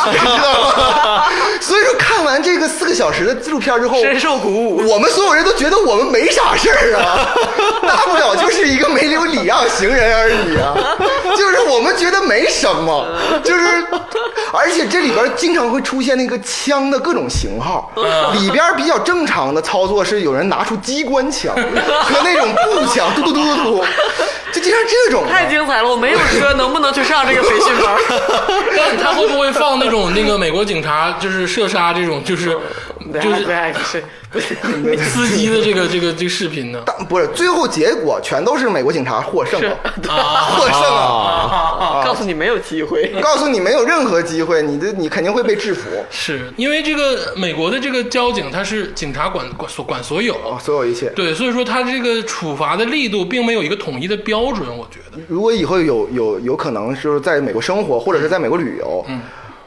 [SPEAKER 4] 你知道吗？ [laughs] 所以说看完这个四个小时的纪录片之后，
[SPEAKER 2] 深受鼓舞。
[SPEAKER 4] 我们所有人都觉得我们没啥事儿啊，大不了就是一个没留礼让行人而已啊，就是我们觉得没什么，就是，而且这里边经常会出现那个枪的各种型号，里边比较正常的操作是有人拿出机关枪和那种步枪，嘟嘟嘟嘟嘟，就经常这种的。啊
[SPEAKER 2] 太精彩了！我没有车，能不能去上这个培训班？
[SPEAKER 1] [laughs] 但他会不会放那种那个美国警察就是射杀这种就是就是
[SPEAKER 2] 对，不是不是
[SPEAKER 1] 司机的这
[SPEAKER 2] [laughs]
[SPEAKER 1] 个这个这个视频呢？
[SPEAKER 4] 但不是，最后结果全都是美国警察获胜了， [laughs] 获胜了。
[SPEAKER 2] [laughs]
[SPEAKER 5] 啊，
[SPEAKER 2] 告诉你没有机会。
[SPEAKER 1] 啊
[SPEAKER 4] 告诉你没有任何机会，你的你肯定会被制服。
[SPEAKER 1] 是因为这个美国的这个交警他是警察管管所管所有，
[SPEAKER 4] 啊
[SPEAKER 2] 哦
[SPEAKER 4] 所有一切，
[SPEAKER 1] 对，所以说他这个处罚的力度并没有一个统一的标准，我觉得。
[SPEAKER 4] 如果以后有有有可能就是在美国生活，或者是在美国旅游，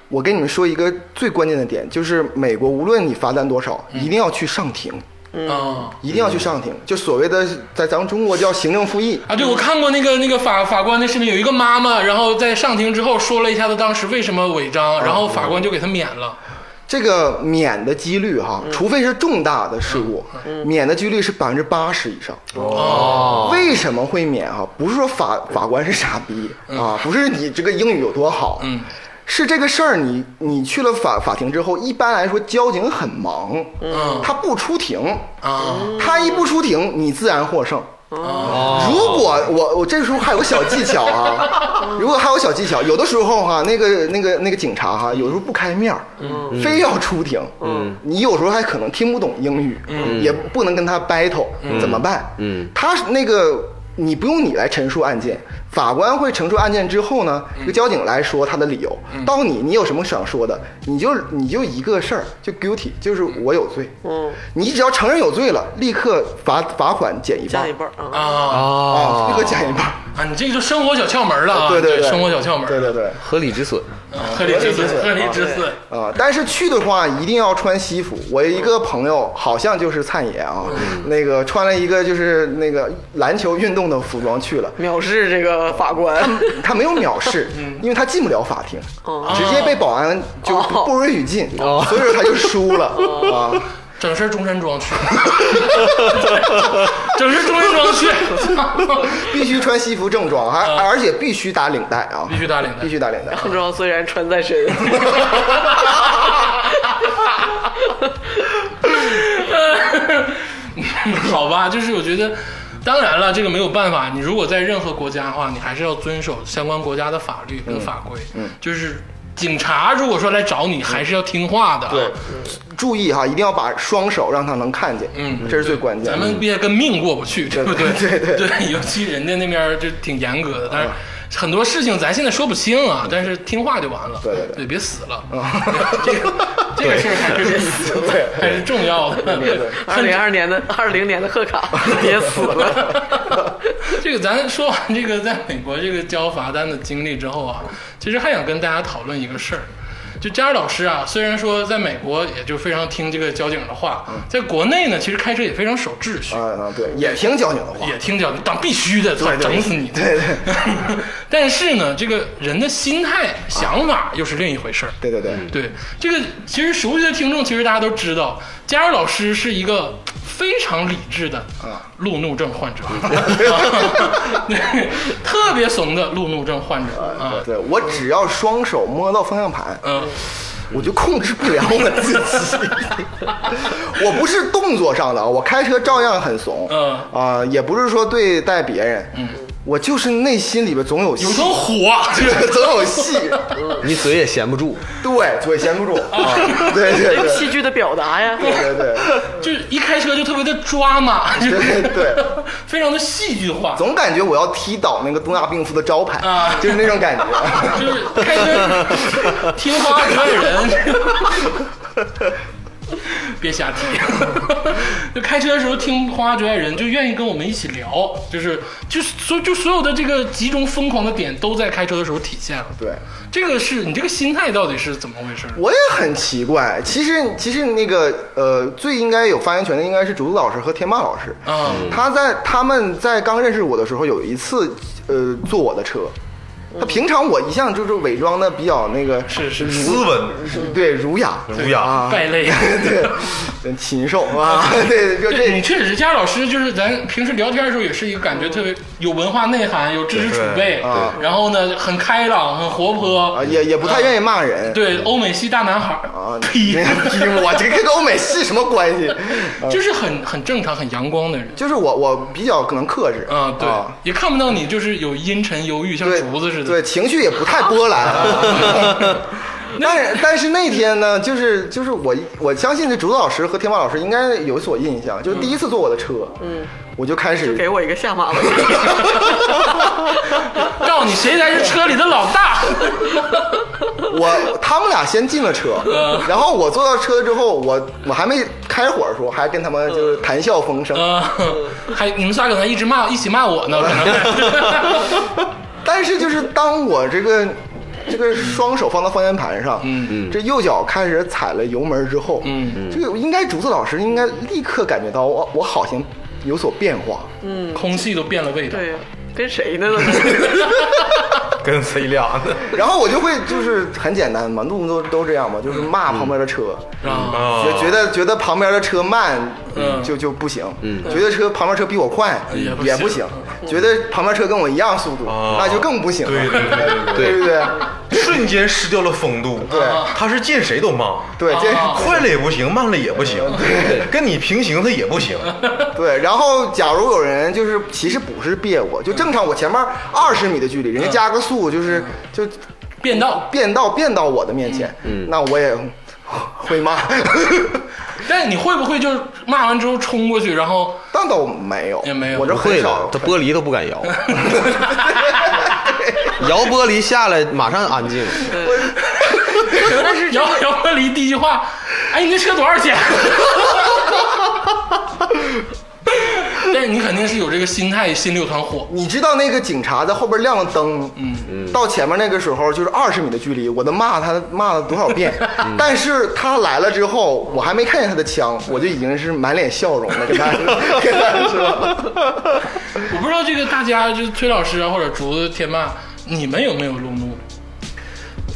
[SPEAKER 4] 我跟你们说一个最关键的点，就是美国无论你罚单多少，一定要去上庭，
[SPEAKER 1] 啊
[SPEAKER 4] 一定要去上庭，就所谓的在咱们中国叫行政复议。
[SPEAKER 1] 啊，对，我看过那个那个法法官的视频，有一个妈妈，然后在上庭之后说了一下她当时为什么违
[SPEAKER 4] 哦
[SPEAKER 1] 章，然后法官就给她免了。
[SPEAKER 4] 这个免的几率哈，除非是重大的事故，免的几率是百分之八十以上。哦，为什么会免哈、不是说法法官是傻逼、啊，不是你这个英语有多好，嗯，是这个事儿你你去了法法庭之后，一般来说交警很忙，
[SPEAKER 1] 嗯
[SPEAKER 4] 他不出庭，
[SPEAKER 1] 啊，
[SPEAKER 4] 他一不出庭，你自然获胜。
[SPEAKER 5] 啊
[SPEAKER 4] 如果我我这时候还有个小技巧啊， [laughs] 如果还有小技巧，有的时候哈、那个那个那个警察哈、有时候不开面儿，非要出庭，嗯，你有时候还可能听不懂英语，嗯，也不能跟他 battle，、怎么办？嗯，他是那个你不用你来陈述案件，法官会陈述案件之后呢，这个交警来说他的理由，到你你有什么想说的，你就你就一个事儿，就 guilty，就是我有罪，嗯，你只要承认有罪了，立刻罚罚款减一半
[SPEAKER 2] 加一，半啊！
[SPEAKER 1] 啊
[SPEAKER 4] 啊，立刻减一半，
[SPEAKER 1] 啊！你这个就生活小窍门了啊！
[SPEAKER 4] 对
[SPEAKER 1] 对
[SPEAKER 4] 对，
[SPEAKER 1] 生活小窍门，啊
[SPEAKER 4] 对对对。
[SPEAKER 5] 合理止损。
[SPEAKER 1] 合理止损，合理止损。
[SPEAKER 4] 啊、但是去的话一定要穿西服。我一个朋友好像就是灿爷啊，
[SPEAKER 1] 嗯
[SPEAKER 4] 那个穿了一个就是那个篮球运动的服装去了，
[SPEAKER 2] 藐视这个法官，
[SPEAKER 1] 啊嗯
[SPEAKER 4] 他没有藐视， [laughs] 因为他进不了法庭，直接被保安就
[SPEAKER 2] 哦
[SPEAKER 4] 不允许进， [laughs] 所以说他就输了啊。
[SPEAKER 1] 整身中山
[SPEAKER 4] [laughs]
[SPEAKER 1] 装去，整身中山装去，
[SPEAKER 4] [laughs]
[SPEAKER 1] [laughs]
[SPEAKER 4] 必须穿西服正装，还而且必须打领带啊，
[SPEAKER 1] 嗯必须嗯打领带
[SPEAKER 4] 必须打领带。
[SPEAKER 2] 正装虽然穿
[SPEAKER 1] [laughs]
[SPEAKER 2] 在身，
[SPEAKER 1] 好吧？就是我觉得，当然了，这个没有办法。你如果在任何国家的话，你还是要遵守相关国家的法律跟法规。就是警察如果说来找你，还是要听话的。对，
[SPEAKER 4] 注意哈，一定要把双手让他能看见，
[SPEAKER 1] 嗯
[SPEAKER 4] 这是最关键的。
[SPEAKER 1] 咱们别跟命过不去，对不对？
[SPEAKER 4] 对对对
[SPEAKER 1] 尤其人家那边儿就挺严格的，但是很多事情咱现在说不清啊，但是听话就完了，
[SPEAKER 4] 对对对
[SPEAKER 1] 别死了，这个这个事儿还是别死了，还是重要的，
[SPEAKER 2] 二零二年的二零年的贺
[SPEAKER 1] [laughs]
[SPEAKER 2] 卡别死了。
[SPEAKER 1] 这个咱说完这个在美国这个交罚单的经历之后啊，其实还想跟大家讨论一个事儿。就佳儿老师啊，虽然说在美国也就非常听这个交警的话，在国内呢，其实开车也非常守秩序
[SPEAKER 4] 啊啊，对，也听交警的话，
[SPEAKER 1] 也听讲，当必须的，操，整死你！对对。但是呢，这个人的心态、想法又是另一回事儿。
[SPEAKER 4] 对对对，
[SPEAKER 1] 对，这个其实熟悉的听众，其实大家都知道，佳儿老师是一个非常理智的
[SPEAKER 4] 啊
[SPEAKER 1] 路怒症患
[SPEAKER 4] [laughs]
[SPEAKER 1] 者，对，特别怂的路怒症患者啊。
[SPEAKER 4] 对我只要双手摸到方向盘，
[SPEAKER 1] 嗯，
[SPEAKER 4] 我就控制不了我自己。我不是动作上的，我开车照样很怂。
[SPEAKER 1] 嗯
[SPEAKER 4] 啊、也不是说对待别人，嗯，我就是内心里边总有戏
[SPEAKER 1] 有，头火，
[SPEAKER 4] [laughs] 总有戏。
[SPEAKER 5] 你嘴也闲不住，
[SPEAKER 4] 对，嘴闲不住啊，对对
[SPEAKER 2] 用
[SPEAKER 4] 对
[SPEAKER 2] 戏剧的表达呀，
[SPEAKER 4] 对对
[SPEAKER 1] 就是一开车就特别的抓马， [laughs] 就
[SPEAKER 4] 对
[SPEAKER 1] 是
[SPEAKER 4] 对对，
[SPEAKER 1] 非常的戏剧化。
[SPEAKER 4] 总感觉我要踢倒那个东亚病夫的招牌，
[SPEAKER 1] 啊
[SPEAKER 4] 就是那种感觉。
[SPEAKER 1] [laughs] 就是开车听花不怪人。别瞎提。 [laughs] 就开车的时候听《花花绝爱人》，就愿意跟我们一起聊，就是就所就所有的这个几种疯狂的点都在开车的时候体现了。
[SPEAKER 4] 对，
[SPEAKER 1] 这个是你这个心态到底是怎么回事？
[SPEAKER 4] 我也很奇怪。其实其实那个呃，最应该有发言权的应该是竹子老师和天霸老师。
[SPEAKER 1] 啊，
[SPEAKER 4] 他在他们在刚认识我的时候，有一次呃坐我的车。他平常我一向就是伪装的比较那个
[SPEAKER 1] 是是
[SPEAKER 4] 儒
[SPEAKER 3] 斯文
[SPEAKER 4] 是对儒雅
[SPEAKER 3] 儒雅
[SPEAKER 4] 啊，
[SPEAKER 1] 败类。
[SPEAKER 4] 对 [laughs] 禽兽啊， [laughs] 对就
[SPEAKER 1] 对你
[SPEAKER 4] 这
[SPEAKER 1] 确实是佳老师，就是咱平时聊天的时候也是一个感觉特别有文化内涵、有知识储备
[SPEAKER 4] 对啊，
[SPEAKER 1] 然后呢很开朗、很活
[SPEAKER 4] 啊
[SPEAKER 1] 泼，
[SPEAKER 4] 也也不太愿意骂人。
[SPEAKER 1] 对欧美系大男孩儿
[SPEAKER 4] 啊，
[SPEAKER 1] 呸，
[SPEAKER 4] 批我这跟欧美系什么关系？
[SPEAKER 1] 就是很很正常、很阳光的人。
[SPEAKER 4] 就是我我比较可能克制
[SPEAKER 1] 啊，对，也看不到你就是有阴沉忧郁，像
[SPEAKER 4] 对
[SPEAKER 1] 竹子似的。
[SPEAKER 4] 对情绪也不太波
[SPEAKER 1] [laughs]
[SPEAKER 4] 澜。啊但但是那天呢，就是就是我我相信这竹子老师和天霸老师应该有所印象，就是第一次坐我的车，嗯，我就开始
[SPEAKER 2] 就给我一个下马威。 [laughs]
[SPEAKER 1] 告诉你谁才是车里的老大。 [laughs]
[SPEAKER 4] 我他们俩先进了车，
[SPEAKER 1] 嗯
[SPEAKER 4] 然后我坐到车之后，我我还没开火的时候，还跟他们就是谈笑风生。
[SPEAKER 1] 呃，还你们仨可能一直骂，一起骂我呢，可能。
[SPEAKER 4] 但是就是当我这个这个双手放到方向盘上，嗯嗯，这右脚开始踩了油门之后，
[SPEAKER 1] 嗯
[SPEAKER 4] 嗯，这个应该竹子老师应该立刻感觉到我我好像有所变化，
[SPEAKER 1] [laughs] 空气都变了味道。
[SPEAKER 2] 对呀，跟谁呢？
[SPEAKER 3] 跟谁俩呢？
[SPEAKER 4] 然后我就会就是很简单嘛，路都都这样嘛，就是骂旁边的车。
[SPEAKER 1] 啊，
[SPEAKER 4] [laughs]
[SPEAKER 3] 啊
[SPEAKER 4] 觉觉得觉得旁边的车慢，
[SPEAKER 1] 嗯哎
[SPEAKER 4] 就就不行。觉得车旁边车比我快
[SPEAKER 1] 也不
[SPEAKER 4] 也不
[SPEAKER 1] 行嗯哦
[SPEAKER 4] 行，觉得旁边车跟我一样速度，
[SPEAKER 3] 啊
[SPEAKER 4] 那就更不行
[SPEAKER 3] 对对
[SPEAKER 4] 了，
[SPEAKER 3] 对对对，
[SPEAKER 4] 对不对？
[SPEAKER 3] 瞬间失掉了风度。啊
[SPEAKER 4] 对
[SPEAKER 3] 他是见谁都骂，
[SPEAKER 4] 对，这
[SPEAKER 1] 啊
[SPEAKER 3] 快了也不行，慢了也不行，跟你平行他也不行。
[SPEAKER 4] 对。然后，假如有人就是其实不是别我，就正常我前面二十米的距离，人家加个速就是就
[SPEAKER 1] 变道。
[SPEAKER 4] 变道变到我的面前，那我也会骂，
[SPEAKER 1] 但你会不会就是骂完之后冲过去，然后
[SPEAKER 4] 但倒没有，
[SPEAKER 1] 也没有
[SPEAKER 4] 我这
[SPEAKER 5] 不会
[SPEAKER 4] 很
[SPEAKER 5] 的
[SPEAKER 4] 少，
[SPEAKER 5] 他。玻璃都不敢摇，摇玻璃下来马上安静。
[SPEAKER 1] 但是摇摇玻璃第一句话，哎，你那车多少钱？ [laughs] 但是你肯定是有这个心态，心里有团火。
[SPEAKER 4] 你知道那个警察在后边亮了灯，嗯嗯，到前面那个时候就是二十米的距离，我都骂他骂了多少遍， [laughs] 但是他来了之后，我还没看见他的枪，我就已经是满脸笑容的跟他 [laughs] 跟他说，
[SPEAKER 1] 我不知道这个大家就是崔老师啊，或者竹子天霸，你们有没有路怒？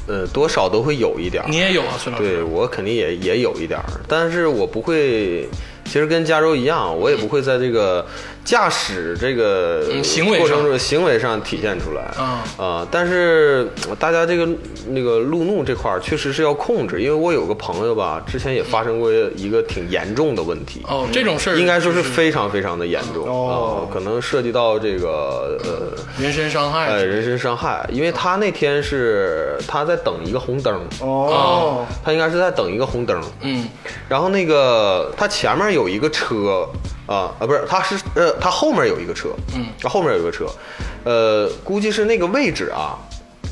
[SPEAKER 5] 呃，多少都会有一点儿。
[SPEAKER 1] 你也有啊，崔老师。
[SPEAKER 5] 对我肯定也也有一点儿，但是我不会，其实跟加州一样，我也不会在这个驾驶这个
[SPEAKER 1] 嗯行为
[SPEAKER 5] 过
[SPEAKER 1] 上
[SPEAKER 5] 程中行为上体现出来
[SPEAKER 1] 啊
[SPEAKER 5] 呃但是呃大家这个那个路怒这块儿确实是要控制，因为我有个朋友吧，之前也发生过一个挺严重的问题。
[SPEAKER 1] 哦，这种事儿
[SPEAKER 5] 应该说
[SPEAKER 1] 就是
[SPEAKER 5] 非常非常的严重
[SPEAKER 4] 哦
[SPEAKER 5] 啊、可能涉及到这个呃
[SPEAKER 1] 人身伤害。
[SPEAKER 5] 呃人身伤害，因为他那天是他在等一个红灯，
[SPEAKER 4] 哦，
[SPEAKER 5] 他应该是在等一个红灯，
[SPEAKER 1] 嗯
[SPEAKER 5] 然后那个他前面有一个车啊啊，不是，他是呃，他后面有一个车，
[SPEAKER 1] 嗯，
[SPEAKER 5] 他后面有一个车，呃，估计是那个位置啊，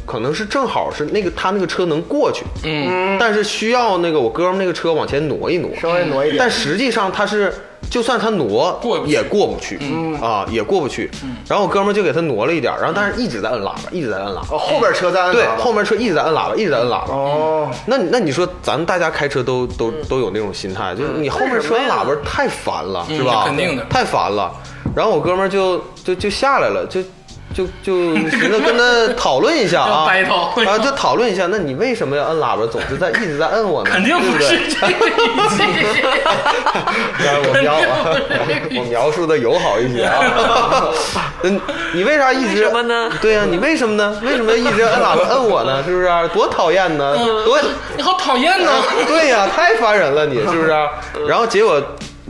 [SPEAKER 5] 可能是正好是那个他那个车能过去，
[SPEAKER 1] 嗯，
[SPEAKER 5] 但是需要那个我哥们那个车往前挪一挪，
[SPEAKER 4] 稍微挪一点
[SPEAKER 5] 但，实际上他是，就算他挪
[SPEAKER 1] 过不去
[SPEAKER 5] 也过不去，啊，也过不去。然后我哥们儿就给他挪了一点儿，然后但是一直在摁喇叭，一直在摁喇叭，
[SPEAKER 4] 哦，后边车在按
[SPEAKER 5] 对
[SPEAKER 4] 喇，叭
[SPEAKER 5] 后面车一直在摁喇叭，一直在摁喇叭，
[SPEAKER 4] 哦，
[SPEAKER 5] 那你那你说，咱们大家开车都都
[SPEAKER 1] 嗯
[SPEAKER 5] 都有那种心态，就是你后面车喇叭太烦了，
[SPEAKER 1] 嗯
[SPEAKER 5] 是吧？
[SPEAKER 1] 肯定的
[SPEAKER 5] 太烦了。然后我哥们儿就就就下来了，就就
[SPEAKER 1] [laughs]
[SPEAKER 5] 就寻思跟他讨论一下啊，
[SPEAKER 1] 要 battle
[SPEAKER 5] 啊，就讨论一下，那你为什么要摁喇叭，总是在一直在摁我呢？
[SPEAKER 1] 肯定不是这个意思。
[SPEAKER 5] 哎啊我描
[SPEAKER 1] 定不是
[SPEAKER 5] 我描述的友好一些啊。嗯，你为啥一直
[SPEAKER 2] 为什么呢
[SPEAKER 5] 对呀、你为什么呢？为什么一直摁喇叭摁我呢？是不是、啊多讨厌呢？
[SPEAKER 1] 嗯
[SPEAKER 5] 多。
[SPEAKER 1] [laughs] 你好讨厌呢。
[SPEAKER 5] 啊对呀、太烦人了你，是不是、然后结果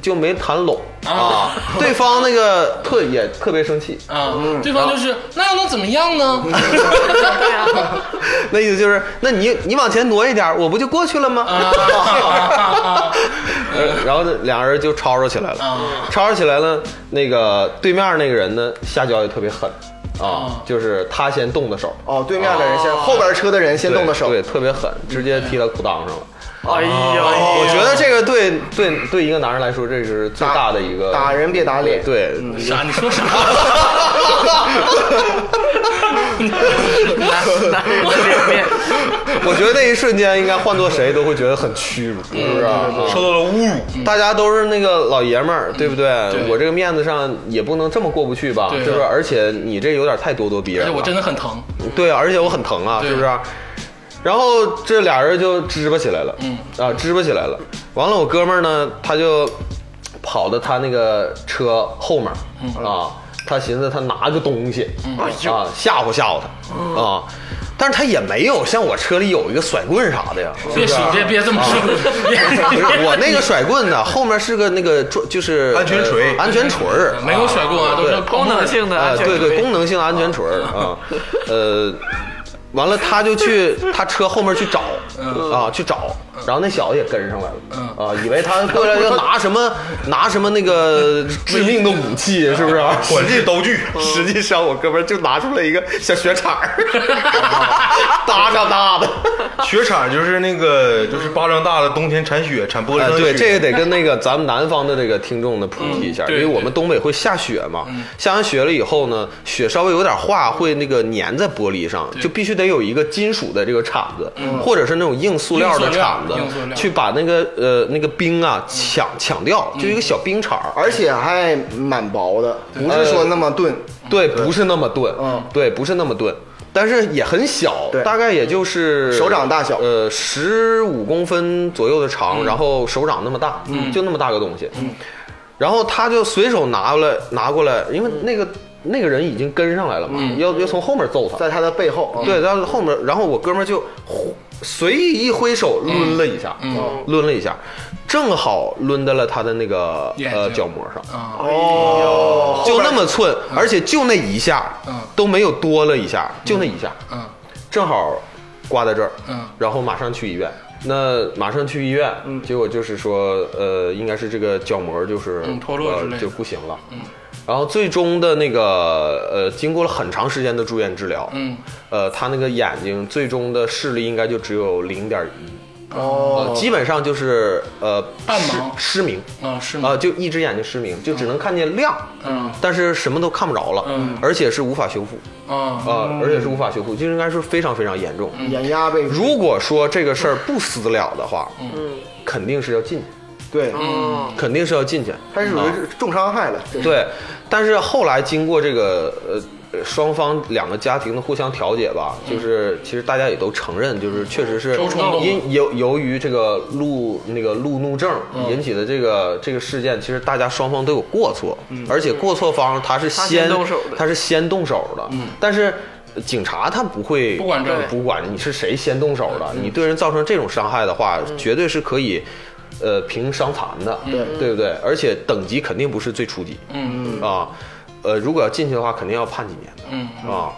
[SPEAKER 5] 就没谈拢啊，对方那个特也特别生气，
[SPEAKER 1] 啊，
[SPEAKER 5] 嗯
[SPEAKER 1] 对方就是那又能怎么样呢？
[SPEAKER 2] [laughs] 对呀，
[SPEAKER 5] 那意思就是，那你你往前挪一点，我不就过去了吗？
[SPEAKER 1] 啊
[SPEAKER 5] 呃 [laughs] 然后这两人就吵吵起来了
[SPEAKER 1] 啊，
[SPEAKER 5] 吵吵起来了。那个对面那个人呢，下脚也特别狠啊
[SPEAKER 1] 啊，
[SPEAKER 5] 就是他先动的手，
[SPEAKER 4] 哦，对面的人先，后边车的人先
[SPEAKER 5] 对
[SPEAKER 4] 动的手
[SPEAKER 5] 对，，特别狠，直接踢到裤裆上了。
[SPEAKER 2] 哎呀，
[SPEAKER 5] 我觉得这个对对对一个男人来说，这是最大的一个
[SPEAKER 4] 打人别打脸，嗯
[SPEAKER 5] 对，
[SPEAKER 1] 啥？你
[SPEAKER 5] [laughs]
[SPEAKER 1] 说啥？
[SPEAKER 2] 男男人的脸面，
[SPEAKER 5] [laughs] 我觉得那一瞬间应该换做谁都会觉得很屈辱，是啊不是？
[SPEAKER 3] 受到了侮辱。
[SPEAKER 5] 大家都是那个老爷们儿，对不对？我这个面子上也不能这么过不去吧，
[SPEAKER 1] 对
[SPEAKER 5] 是不是？而且你这有点太咄咄逼
[SPEAKER 1] 而
[SPEAKER 5] 人
[SPEAKER 1] 且
[SPEAKER 5] 了，
[SPEAKER 1] 我真的很疼，
[SPEAKER 5] 对，而且我很疼啊，
[SPEAKER 1] 对
[SPEAKER 5] 是不是？然后这俩人就支吧起来了，嗯啊，支吧起来了。完了，我哥们儿呢，他就跑到他那个车后面儿、啊，他寻思他拿个东西、啊吓唬吓唬他啊，但是他也没有像我车里有一个甩棍啥的呀，
[SPEAKER 1] 别数，别别这么
[SPEAKER 5] 嗯
[SPEAKER 1] 说，
[SPEAKER 5] 不是
[SPEAKER 1] 别
[SPEAKER 5] 我那个甩棍呢，后面是个那个转就是
[SPEAKER 3] 安全锤
[SPEAKER 5] 呃安全锤儿，
[SPEAKER 1] [laughs] 没有甩棍啊，都是
[SPEAKER 2] 功能性的
[SPEAKER 5] 啊，
[SPEAKER 2] 安全
[SPEAKER 5] 对
[SPEAKER 2] 锤
[SPEAKER 5] 对，功能性安全锤儿啊，呃，完了他就 [laughs] 去他车后面去找啊，去找，然后那小子也跟上来了啊，以为他过来要拿什 [laughs] 么拿什么那个致命的武器， [laughs] 是不是？
[SPEAKER 3] 管制刀具，
[SPEAKER 5] 实 [laughs] 际上我哥们儿就拿出来一个小雪铲 [laughs] 儿，搭上搭的。
[SPEAKER 3] 雪铲就是那个，就是巴掌大的，冬天铲雪，铲玻璃
[SPEAKER 5] 啊，
[SPEAKER 3] 上的
[SPEAKER 5] 对，
[SPEAKER 3] 雪
[SPEAKER 5] 这个得跟那个咱们南方的这个听众呢普及一
[SPEAKER 1] 嗯
[SPEAKER 5] 下，因
[SPEAKER 1] 对嗯
[SPEAKER 5] 为我们东北会下雪嘛，下完雪了以后呢，雪稍微有点化，会那个粘在玻璃上，就必须得有一个金属的这个铲子，或者是那种硬塑料
[SPEAKER 1] 嗯
[SPEAKER 5] 的
[SPEAKER 1] 硬塑料
[SPEAKER 5] 铲子
[SPEAKER 1] 硬塑，料
[SPEAKER 5] 去把那个呃那个冰啊抢抢掉，就一
[SPEAKER 1] 嗯
[SPEAKER 5] 个小冰铲儿。
[SPEAKER 4] 而且还蛮薄的，不是说那么钝。
[SPEAKER 5] 对，不是那么钝，
[SPEAKER 4] 嗯
[SPEAKER 5] 对，不是那么钝，但是也很小
[SPEAKER 4] 对，嗯
[SPEAKER 5] 大概也就是
[SPEAKER 4] 手掌大小嗯
[SPEAKER 5] 呃，十五公分左右的长，然后手掌那么大，就那么大个东西，然后他就随手拿过来拿过来，因为那个那个人已经跟上来了嘛，
[SPEAKER 4] 嗯
[SPEAKER 5] 要要从后面揍他，
[SPEAKER 4] 在他的背后啊，
[SPEAKER 5] 对，到后面，然后我哥们儿就呼随意一挥手抡了一下，
[SPEAKER 4] 嗯
[SPEAKER 5] 抡了一下，正好抡到了他的那个
[SPEAKER 1] 眼
[SPEAKER 5] 呃
[SPEAKER 1] 睛
[SPEAKER 5] 角膜上，
[SPEAKER 1] 啊
[SPEAKER 4] 哦，
[SPEAKER 5] 就那么寸，而且就那一下
[SPEAKER 1] 嗯，
[SPEAKER 5] 都没有多了一下，就那一下，
[SPEAKER 1] 嗯
[SPEAKER 5] 正好刮在这儿，
[SPEAKER 1] 嗯
[SPEAKER 5] 然后马上去医院。那马上去医院，结果就是说，呃，应该是这个角膜就是
[SPEAKER 1] 嗯脱落之类的嗯
[SPEAKER 5] 呃就不行了，然后最终的那个呃，经过了很长时间的住院治疗，
[SPEAKER 1] 嗯，
[SPEAKER 5] 呃，他那个眼睛最终的视力应该就只有零点一，呃，
[SPEAKER 4] 哦，
[SPEAKER 5] 基本上就是呃
[SPEAKER 1] 半
[SPEAKER 5] 失
[SPEAKER 1] 盲哦
[SPEAKER 5] 失明，
[SPEAKER 1] 啊，是
[SPEAKER 5] 啊、
[SPEAKER 1] 吗？
[SPEAKER 5] 就一只眼睛失明，就只能看见亮，
[SPEAKER 1] 嗯，
[SPEAKER 5] 但是什么都看不着了，
[SPEAKER 1] 嗯
[SPEAKER 5] 而且是无法修复，
[SPEAKER 1] 啊，
[SPEAKER 5] 啊、
[SPEAKER 2] 嗯
[SPEAKER 5] 而且是无法修复，就应该是非常非常严重。
[SPEAKER 4] 眼压被
[SPEAKER 5] 如果说这个事儿不私了的话，嗯，肯定是要进去，
[SPEAKER 4] 对，
[SPEAKER 2] 嗯，
[SPEAKER 5] 肯定是要进去。
[SPEAKER 4] 他是属于重伤害了。这
[SPEAKER 5] 对，但是后来经过这个呃呃双方两个家庭的互相调解吧，
[SPEAKER 2] 嗯
[SPEAKER 5] 就是其实大家也都承认，就是确实是
[SPEAKER 1] 都冲动了
[SPEAKER 5] 因由由于这个路那个路怒症
[SPEAKER 2] 嗯
[SPEAKER 5] 引起的这个这个事件，其实大家双方都有过错，而且过错方他是
[SPEAKER 2] 嗯他先
[SPEAKER 5] 先
[SPEAKER 2] 动手的
[SPEAKER 5] 他是先动手的，但是。警察他不会呃
[SPEAKER 1] 不管这个
[SPEAKER 5] 不管你是谁先动手的，你对人造成这种伤害的话，绝对是可以，呃，平伤残的，
[SPEAKER 4] 对
[SPEAKER 5] 对不对？而且等级肯定不是最初级，
[SPEAKER 1] 嗯
[SPEAKER 5] 啊，呃，如果要进去的话，肯定要判几年的
[SPEAKER 1] 嗯
[SPEAKER 5] 啊，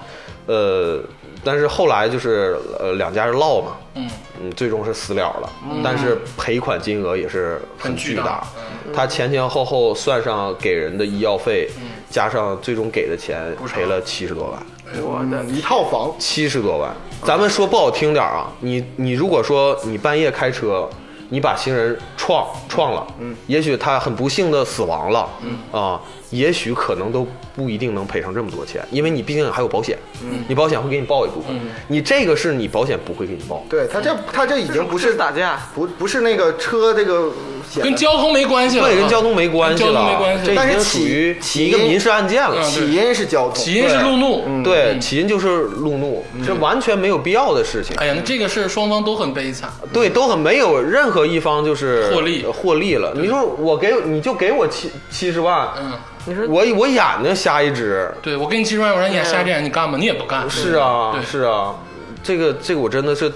[SPEAKER 5] 呃，但是后来就是呃两家人唠嘛，
[SPEAKER 1] 嗯
[SPEAKER 5] 嗯，最终是私了了，但是赔款金额也是很
[SPEAKER 1] 很巨
[SPEAKER 5] 巨
[SPEAKER 1] 大嗯
[SPEAKER 5] 大，他前前后后算上给人的医药费，
[SPEAKER 1] 嗯
[SPEAKER 5] 加上最终给的钱，赔了七十多万。
[SPEAKER 2] 我的
[SPEAKER 4] 一套房，
[SPEAKER 5] 七十多万。咱们说不好听点儿啊，你你如果说你半夜开车，你把行人撞撞了，嗯，也许他很不幸的死亡了，嗯啊，也许可能都不一定能赔上这么多钱，因为你毕竟还有保险，嗯，你保险会给你报一部分，你这个是你保险不会给你报的。
[SPEAKER 4] 对他这他这已经不是
[SPEAKER 2] 打架，
[SPEAKER 4] 不不是那个车这个险
[SPEAKER 1] 跟
[SPEAKER 4] 了，
[SPEAKER 1] 交通没关系了，
[SPEAKER 5] 对，跟交通没关系
[SPEAKER 1] 啊跟交通没
[SPEAKER 5] 了
[SPEAKER 1] 关系，
[SPEAKER 5] 这
[SPEAKER 4] 但
[SPEAKER 5] 已
[SPEAKER 4] 是
[SPEAKER 5] 经属
[SPEAKER 4] 起
[SPEAKER 5] 于
[SPEAKER 4] 起
[SPEAKER 5] 一个
[SPEAKER 4] 因
[SPEAKER 5] 民事案件了。
[SPEAKER 1] 嗯
[SPEAKER 4] 起因是交通，
[SPEAKER 1] 起因是路怒。
[SPEAKER 5] 对，嗯起因就是路怒，这完全没有必要的事情。
[SPEAKER 1] 哎呀，那这个事儿双方都很悲惨，
[SPEAKER 5] 对，都很没有任何一方就是
[SPEAKER 1] 获利
[SPEAKER 5] 获利了。你说我给你就给我七七十万，
[SPEAKER 1] 嗯，
[SPEAKER 2] 你说
[SPEAKER 5] 我我眼睛瞎一只，
[SPEAKER 1] 对我给你七十万，我让你演瞎这眼，你干吗？你也不干，
[SPEAKER 5] 是啊
[SPEAKER 1] 对，哎
[SPEAKER 5] 是啊，这个这个我真的是，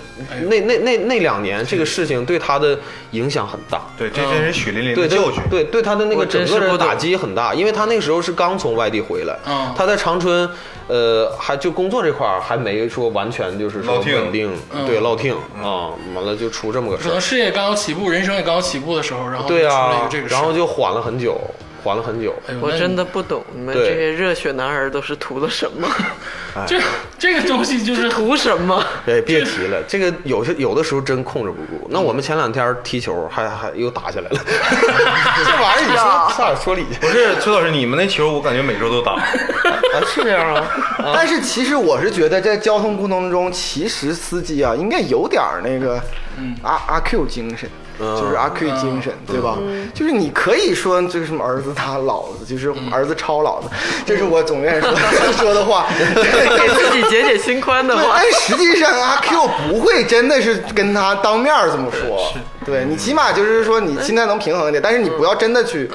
[SPEAKER 5] 那那那那两年这个事情对他的影响很大。
[SPEAKER 3] 对，这真是血淋淋
[SPEAKER 5] 对
[SPEAKER 3] 的
[SPEAKER 5] 对
[SPEAKER 3] 教训。
[SPEAKER 5] 对对他的那个
[SPEAKER 2] 我真是
[SPEAKER 5] 整个的
[SPEAKER 2] 不懂
[SPEAKER 5] 打击很大，因为他那个时候是刚从外地回来，
[SPEAKER 1] 嗯
[SPEAKER 5] 他在长春，呃，还就工作这块儿还没说完全就是说
[SPEAKER 3] 落听嗯
[SPEAKER 5] 稳定，对落听啊，完了就出这么个事
[SPEAKER 1] 嗯可
[SPEAKER 5] 儿
[SPEAKER 1] 能，事业刚要起步，人生也刚要起步的时候，然后
[SPEAKER 5] 对
[SPEAKER 1] 出了一
[SPEAKER 5] 啊
[SPEAKER 1] 个这个，事儿，
[SPEAKER 5] 然后就缓了很久，缓了很久。
[SPEAKER 1] 哎呦
[SPEAKER 2] 我
[SPEAKER 1] 那
[SPEAKER 2] 真的不懂你们
[SPEAKER 5] 对
[SPEAKER 2] 这些热血男儿都是图了什么，
[SPEAKER 1] 这这个东西就是很
[SPEAKER 2] 图什么？
[SPEAKER 5] 哎，别提了，这个有些有的时候真控制不住。那我们前两天踢球还还又打起来
[SPEAKER 1] [laughs]
[SPEAKER 5] 了，这玩意儿你
[SPEAKER 1] 啊
[SPEAKER 5] 说上哪说理去？
[SPEAKER 3] 不是崔老师，你们那球我感觉每周都打，
[SPEAKER 5] 啊，是这样啊？啊，
[SPEAKER 4] 但是其实我是觉得，在交通过程中，其实司机啊应该有点儿那个
[SPEAKER 1] 嗯
[SPEAKER 4] 阿阿 Q 精神，就是阿 Q 精神，对吧？
[SPEAKER 1] 嗯
[SPEAKER 4] 就是你可以说这个什么儿子打老子，就是儿子抄老
[SPEAKER 1] [laughs]
[SPEAKER 4] 子，这是我总愿意说说的话。
[SPEAKER 2] 给
[SPEAKER 4] 对，
[SPEAKER 2] 自己解解心宽的话
[SPEAKER 4] 但，实际上阿 Q 不会真的是跟他当面儿这么说，对你起码就是说你心态能平衡一点，但是你不要真的去，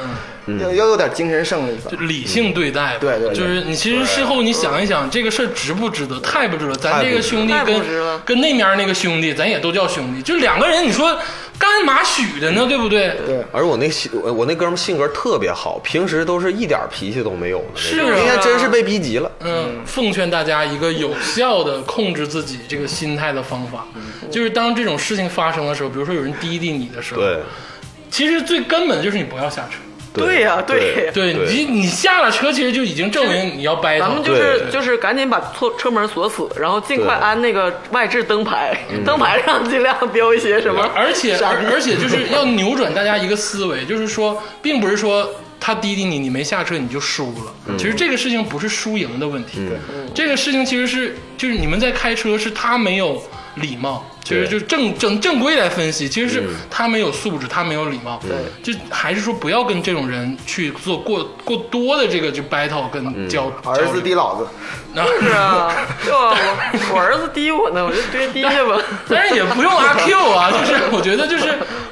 [SPEAKER 4] 要要有点精神胜利吧
[SPEAKER 1] 嗯就。理性对待吧，
[SPEAKER 4] 对对对
[SPEAKER 1] 就是你其实事后你想一想，这个事儿值不值得？太不值得！咱这个兄弟
[SPEAKER 2] 太不值了
[SPEAKER 1] 跟跟那面那个兄弟，咱也都叫兄弟，就两个人，你说干嘛许的呢？对不对？
[SPEAKER 4] 对
[SPEAKER 5] 而我那性我那哥们儿性格特别好，平时都是一点脾气都没有的那种，
[SPEAKER 1] 是啊
[SPEAKER 5] 今天真是被逼急了。
[SPEAKER 1] 嗯，奉劝大家一个有效的控制自己这个心态的方法，就是当这种事情发生的时候，比如说有人滴滴你的时候，
[SPEAKER 5] 对，
[SPEAKER 1] 其实最根本就是你不要下车。
[SPEAKER 2] [laughs] 对呀对呀
[SPEAKER 1] 对
[SPEAKER 5] 对
[SPEAKER 1] 你，你下了车，其实就已经证明你要掰
[SPEAKER 2] 咱
[SPEAKER 1] 头
[SPEAKER 2] 们就
[SPEAKER 5] 对
[SPEAKER 2] 是就是赶紧把错车门锁死，然后尽快
[SPEAKER 5] 对
[SPEAKER 2] 安那个外置灯牌，灯牌上尽量标一些什么
[SPEAKER 1] 而。而且而而且就是要扭转大家一个思维，就是说，并不是说他滴滴你，你没下车你就输了。其实这个事情不是输赢的问题，这个事情其实是就是你们在开车，是他没有礼貌。其实
[SPEAKER 5] 对
[SPEAKER 1] 就是正正正规来分析，其实是他没有素质，他没有礼貌。对，就还是说不要跟这种人去做过过多的这个就 battle 跟交
[SPEAKER 4] 儿子滴
[SPEAKER 1] 滴
[SPEAKER 4] 老子，
[SPEAKER 1] 啊，
[SPEAKER 2] 是啊，就啊我我儿子滴我呢，我就直接滴去吧。
[SPEAKER 1] [laughs] 但是也不用阿 Q [laughs] 啊，就是我觉得就是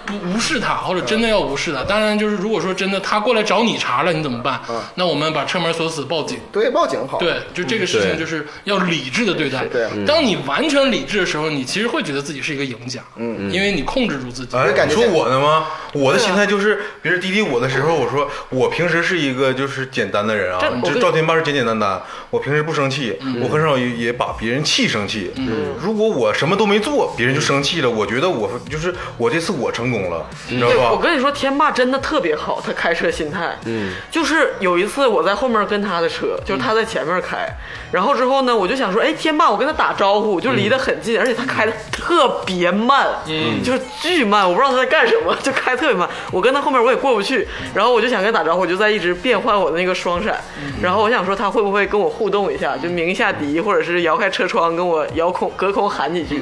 [SPEAKER 1] 不无视他，或者真的要无视他。当然就是如果说真的他过来找你茬了，你怎么办？那我们把车门锁死，报警。
[SPEAKER 4] 对，报警好。
[SPEAKER 1] 嗯对，嗯就这个事情就是要理智的对待。
[SPEAKER 4] 对
[SPEAKER 1] 当你完全理智的时候，你其实会觉得自己是一个赢家，嗯，因为你控制住自己。
[SPEAKER 3] 哎，
[SPEAKER 4] 感
[SPEAKER 3] 你
[SPEAKER 4] 觉
[SPEAKER 3] 说
[SPEAKER 4] 像啊
[SPEAKER 3] 我呢吗？我的心态就是，别人滴滴我的时候，我说我平时是一个就是简单的人啊
[SPEAKER 2] 这我，
[SPEAKER 3] 就
[SPEAKER 2] 跟嗯
[SPEAKER 3] 赵天霸是简简单单，我平时不生气，我很少也也把别人气生气。
[SPEAKER 4] 嗯
[SPEAKER 3] 如果我什么都没做，别人就生气了，我觉得我就是我这次我成功了，你知道
[SPEAKER 2] 对，我
[SPEAKER 3] 吧？
[SPEAKER 2] 跟你说，天霸真的特别好，他开车心态。嗯，就是有一次我在后面跟他的车，就是他在前面开，然后之后呢，我就想说，哎，天霸，我跟他打招呼，就离得很近，而且他开的特别慢，嗯，就是巨慢，我不知道他在干什么，就开特别慢。我跟他后面我也过不去，然后我就想跟他打招呼，我就在一直变换我的那个双闪，然后我想说他会不会跟我互动一下，就鸣一下笛，或者是摇开车窗跟我遥控隔空喊几句。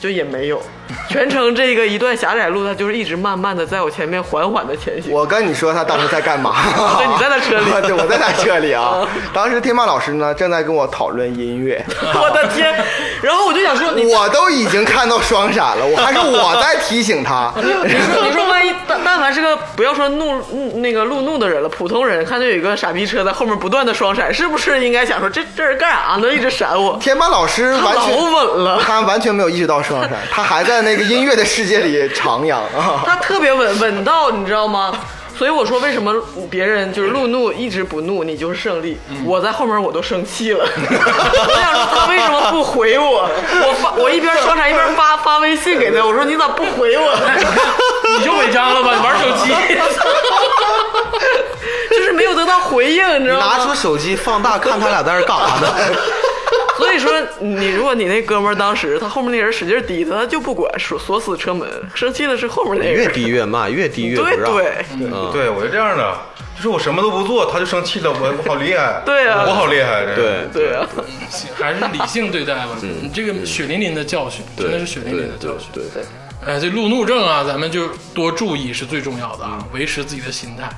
[SPEAKER 2] 就也没有， [laughs] 全程这个一段狭窄路，他就是一直慢慢的在我前面缓缓的前行。
[SPEAKER 4] 我跟你说他当时在干嘛？
[SPEAKER 2] [laughs] 对你在那车里
[SPEAKER 4] [laughs]
[SPEAKER 2] 嗯
[SPEAKER 4] 对，我在他车里
[SPEAKER 2] [laughs]
[SPEAKER 4] 啊。当时天霸老师呢正在跟我讨论音乐，
[SPEAKER 2] 我的天！然后我就想说
[SPEAKER 4] [laughs]
[SPEAKER 2] 你，
[SPEAKER 4] 我都已经看到双闪了，我还是我在提醒
[SPEAKER 2] [laughs]
[SPEAKER 4] 他。
[SPEAKER 2] 你说你说万一但但凡是个不要说怒怒那个路怒的人了，普通人看见有一个傻逼车在后面不断的双闪，是不是应该想说这这人干啥呢？一直闪我，
[SPEAKER 4] 天霸老师
[SPEAKER 2] 他
[SPEAKER 4] 完
[SPEAKER 2] 老
[SPEAKER 4] 全，
[SPEAKER 2] 稳了。
[SPEAKER 4] 他完全没有意识到双闪，他还在那个音乐的世界里徜徉啊。
[SPEAKER 2] 他特别稳稳到，你知道吗？所以我说，为什么别人就是路怒一直不怒，你就是胜利？
[SPEAKER 5] 嗯
[SPEAKER 2] 我在后面我都生气了， [laughs] 我想说他为什么不回我？我
[SPEAKER 5] [laughs]
[SPEAKER 2] 发我一边双闪一边发发微信给他，我说你咋不回我？ [laughs]
[SPEAKER 1] 你就违章了吧？玩手 [laughs] 机，
[SPEAKER 2] 就是没有得到回应，你知道吗？
[SPEAKER 5] [laughs] 拿出手机放大看他俩在那儿干啥呢？
[SPEAKER 2] [laughs] 所以说，你如果你那哥们儿当时他后面那人使劲滴他，他就不管，锁锁死车门，生气的是后
[SPEAKER 1] 哎
[SPEAKER 2] 面那
[SPEAKER 5] 越
[SPEAKER 2] 人。
[SPEAKER 5] 低越慢，越低越不
[SPEAKER 2] 对
[SPEAKER 5] 让。
[SPEAKER 2] 对，
[SPEAKER 5] 嗯，
[SPEAKER 3] 对，我就这样的，就是我什么都不做，他就生气了，我我好厉害，
[SPEAKER 2] [laughs] 对啊
[SPEAKER 3] 我好厉害，这
[SPEAKER 5] 对，
[SPEAKER 2] 对啊，
[SPEAKER 1] 还是理性对待吧。你这个血淋淋的教训，真的是血淋淋的
[SPEAKER 5] 对
[SPEAKER 1] 教训。
[SPEAKER 5] 对对，
[SPEAKER 1] 哎，这路怒症啊，咱们就多注意是最重要的啊，维持自己的心态。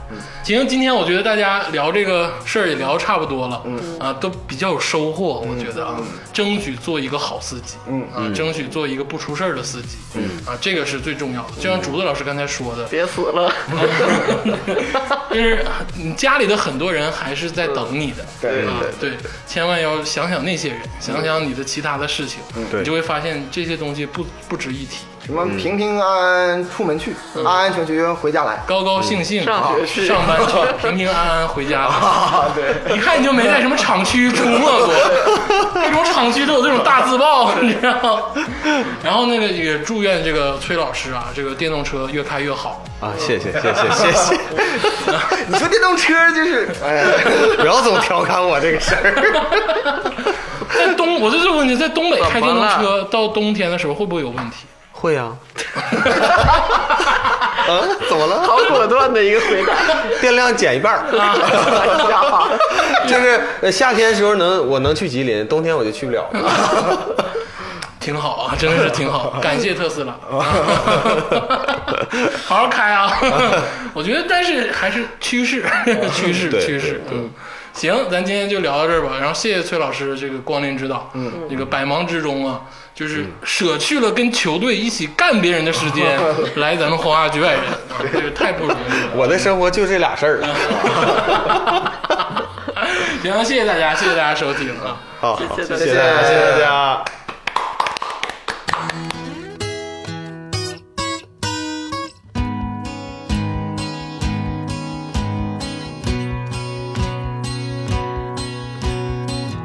[SPEAKER 1] 行，今天我觉得大家聊这个事儿也聊差不多了，啊，都比较有收获，我觉得啊，争取做一个好司机，嗯啊，争取做一个不出事儿的司机，嗯啊，这个是最重要的。就像竹子老师刚才说的，
[SPEAKER 2] 别死
[SPEAKER 5] [laughs]
[SPEAKER 2] 了。
[SPEAKER 1] [laughs]
[SPEAKER 2] [laughs]
[SPEAKER 1] 就是你家里的很多人还是在等你的，
[SPEAKER 4] [laughs] 对
[SPEAKER 2] 嗯
[SPEAKER 1] 啊，对，千万要想想那些人，想想你的其他的事情，
[SPEAKER 5] 对
[SPEAKER 1] 你就会发现这些东西不不值一提，
[SPEAKER 4] 什么平平安安出门去，
[SPEAKER 2] 嗯
[SPEAKER 4] 安安全全回家来。
[SPEAKER 1] 高高兴兴
[SPEAKER 2] 上学去
[SPEAKER 1] 上班去， [laughs] 平平
[SPEAKER 2] [laughs]
[SPEAKER 1] 安安回家了。
[SPEAKER 4] 啊，对。
[SPEAKER 2] [laughs]
[SPEAKER 1] 一看你就没在什么厂区出没过，这种厂港剧都有这种大自爆，你知道吗？然后那个也祝愿这个崔老师啊，这个电动车越开越好。
[SPEAKER 5] 啊，谢谢谢谢谢谢， [laughs]
[SPEAKER 4] 你说电动车就是，
[SPEAKER 2] [laughs]
[SPEAKER 4] 哎呀，
[SPEAKER 5] 不要总调侃我这个事儿。
[SPEAKER 1] 在东，我就这个问题，在东北开电
[SPEAKER 2] 怎么
[SPEAKER 1] 动
[SPEAKER 2] 了
[SPEAKER 1] 车到冬天的时候会不会有问题？
[SPEAKER 5] 会 [laughs] 呀、啊。怎么了？啊
[SPEAKER 2] 好果断的一个回答，
[SPEAKER 5] 电量减一半儿，
[SPEAKER 2] 哎呀
[SPEAKER 5] 就是呃夏天时候能我能去吉林，冬天我就去不了了。
[SPEAKER 1] 挺好啊， [laughs] 真的是挺
[SPEAKER 5] [laughs]
[SPEAKER 1] 好，感谢特斯拉， [laughs] 好好开
[SPEAKER 5] [laughs]
[SPEAKER 1] 啊！我觉得，但是还是趋势，趋势，
[SPEAKER 5] 嗯对
[SPEAKER 1] 趋势，嗯。行，咱今天就聊到这儿吧。然后谢谢崔老师这个光临指导，嗯，这个百忙之中啊，就是
[SPEAKER 5] 嗯
[SPEAKER 1] 舍去了跟球队一起干别人的时
[SPEAKER 5] [laughs]
[SPEAKER 1] 间，来咱们黄花局外人，啊这个太不容易了。
[SPEAKER 5] [laughs] 我的生活就这俩事儿了。
[SPEAKER 1] 行，谢谢大家，谢谢大家收听啊。
[SPEAKER 5] 好，
[SPEAKER 2] 谢谢大
[SPEAKER 5] 谢
[SPEAKER 2] 家
[SPEAKER 5] 谢大家，谢谢大家。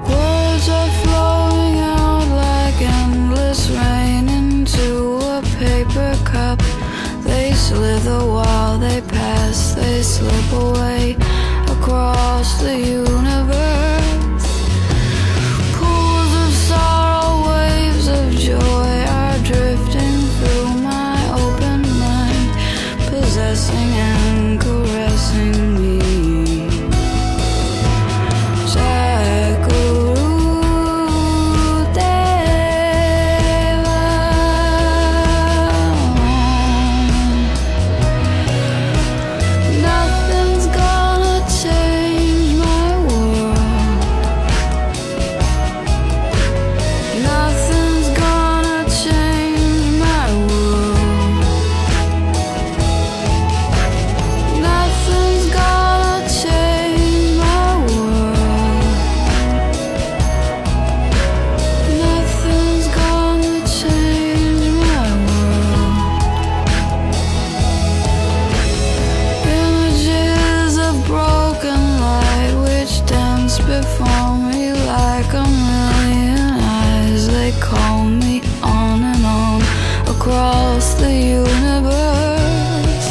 [SPEAKER 7] Words are flowing out like endless rain into a paper cup. They slither while they pass, they slip away across the universe. Pools of sorrow, waves of joy are drifting through my open mind, possessing and caressing me. Nothing's gonna change my world. Nothing's gonna change my world. Nothing's gonna change my world. Nothing's gonna change my world. Images of broken light which dance before me like a million eyes. They call me on and on across the universe.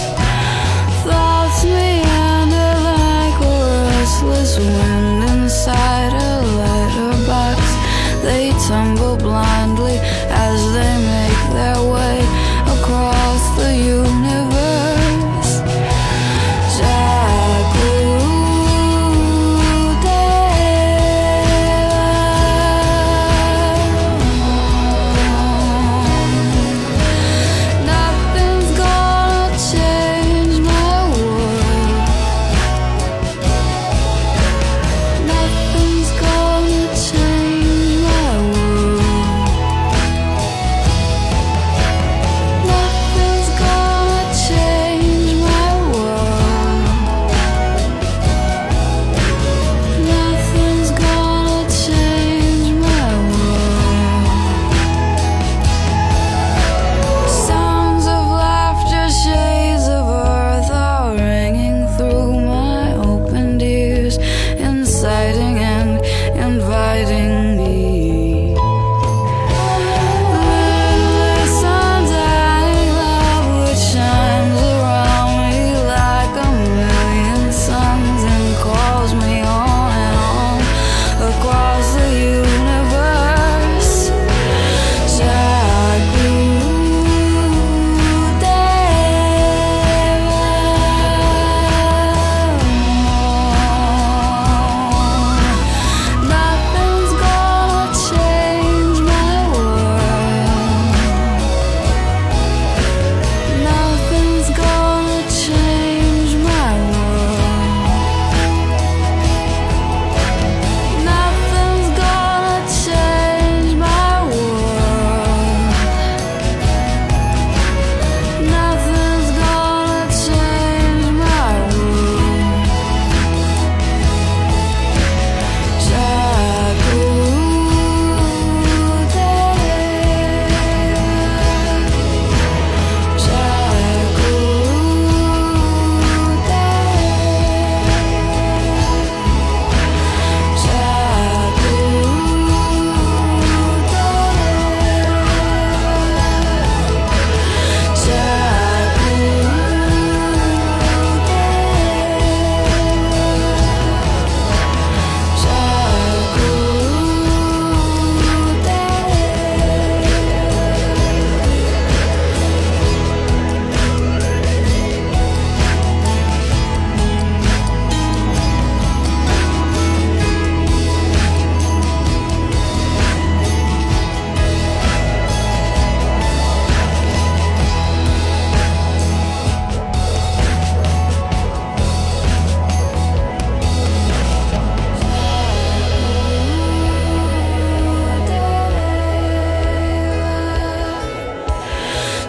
[SPEAKER 7] Thoughts meander like a restless wind inside a letter box. They tumble blindly as they make their way across the universe. Jacaranda. Nothing's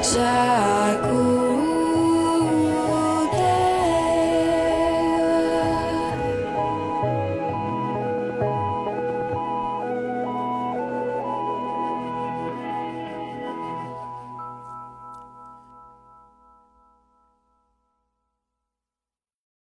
[SPEAKER 7] Say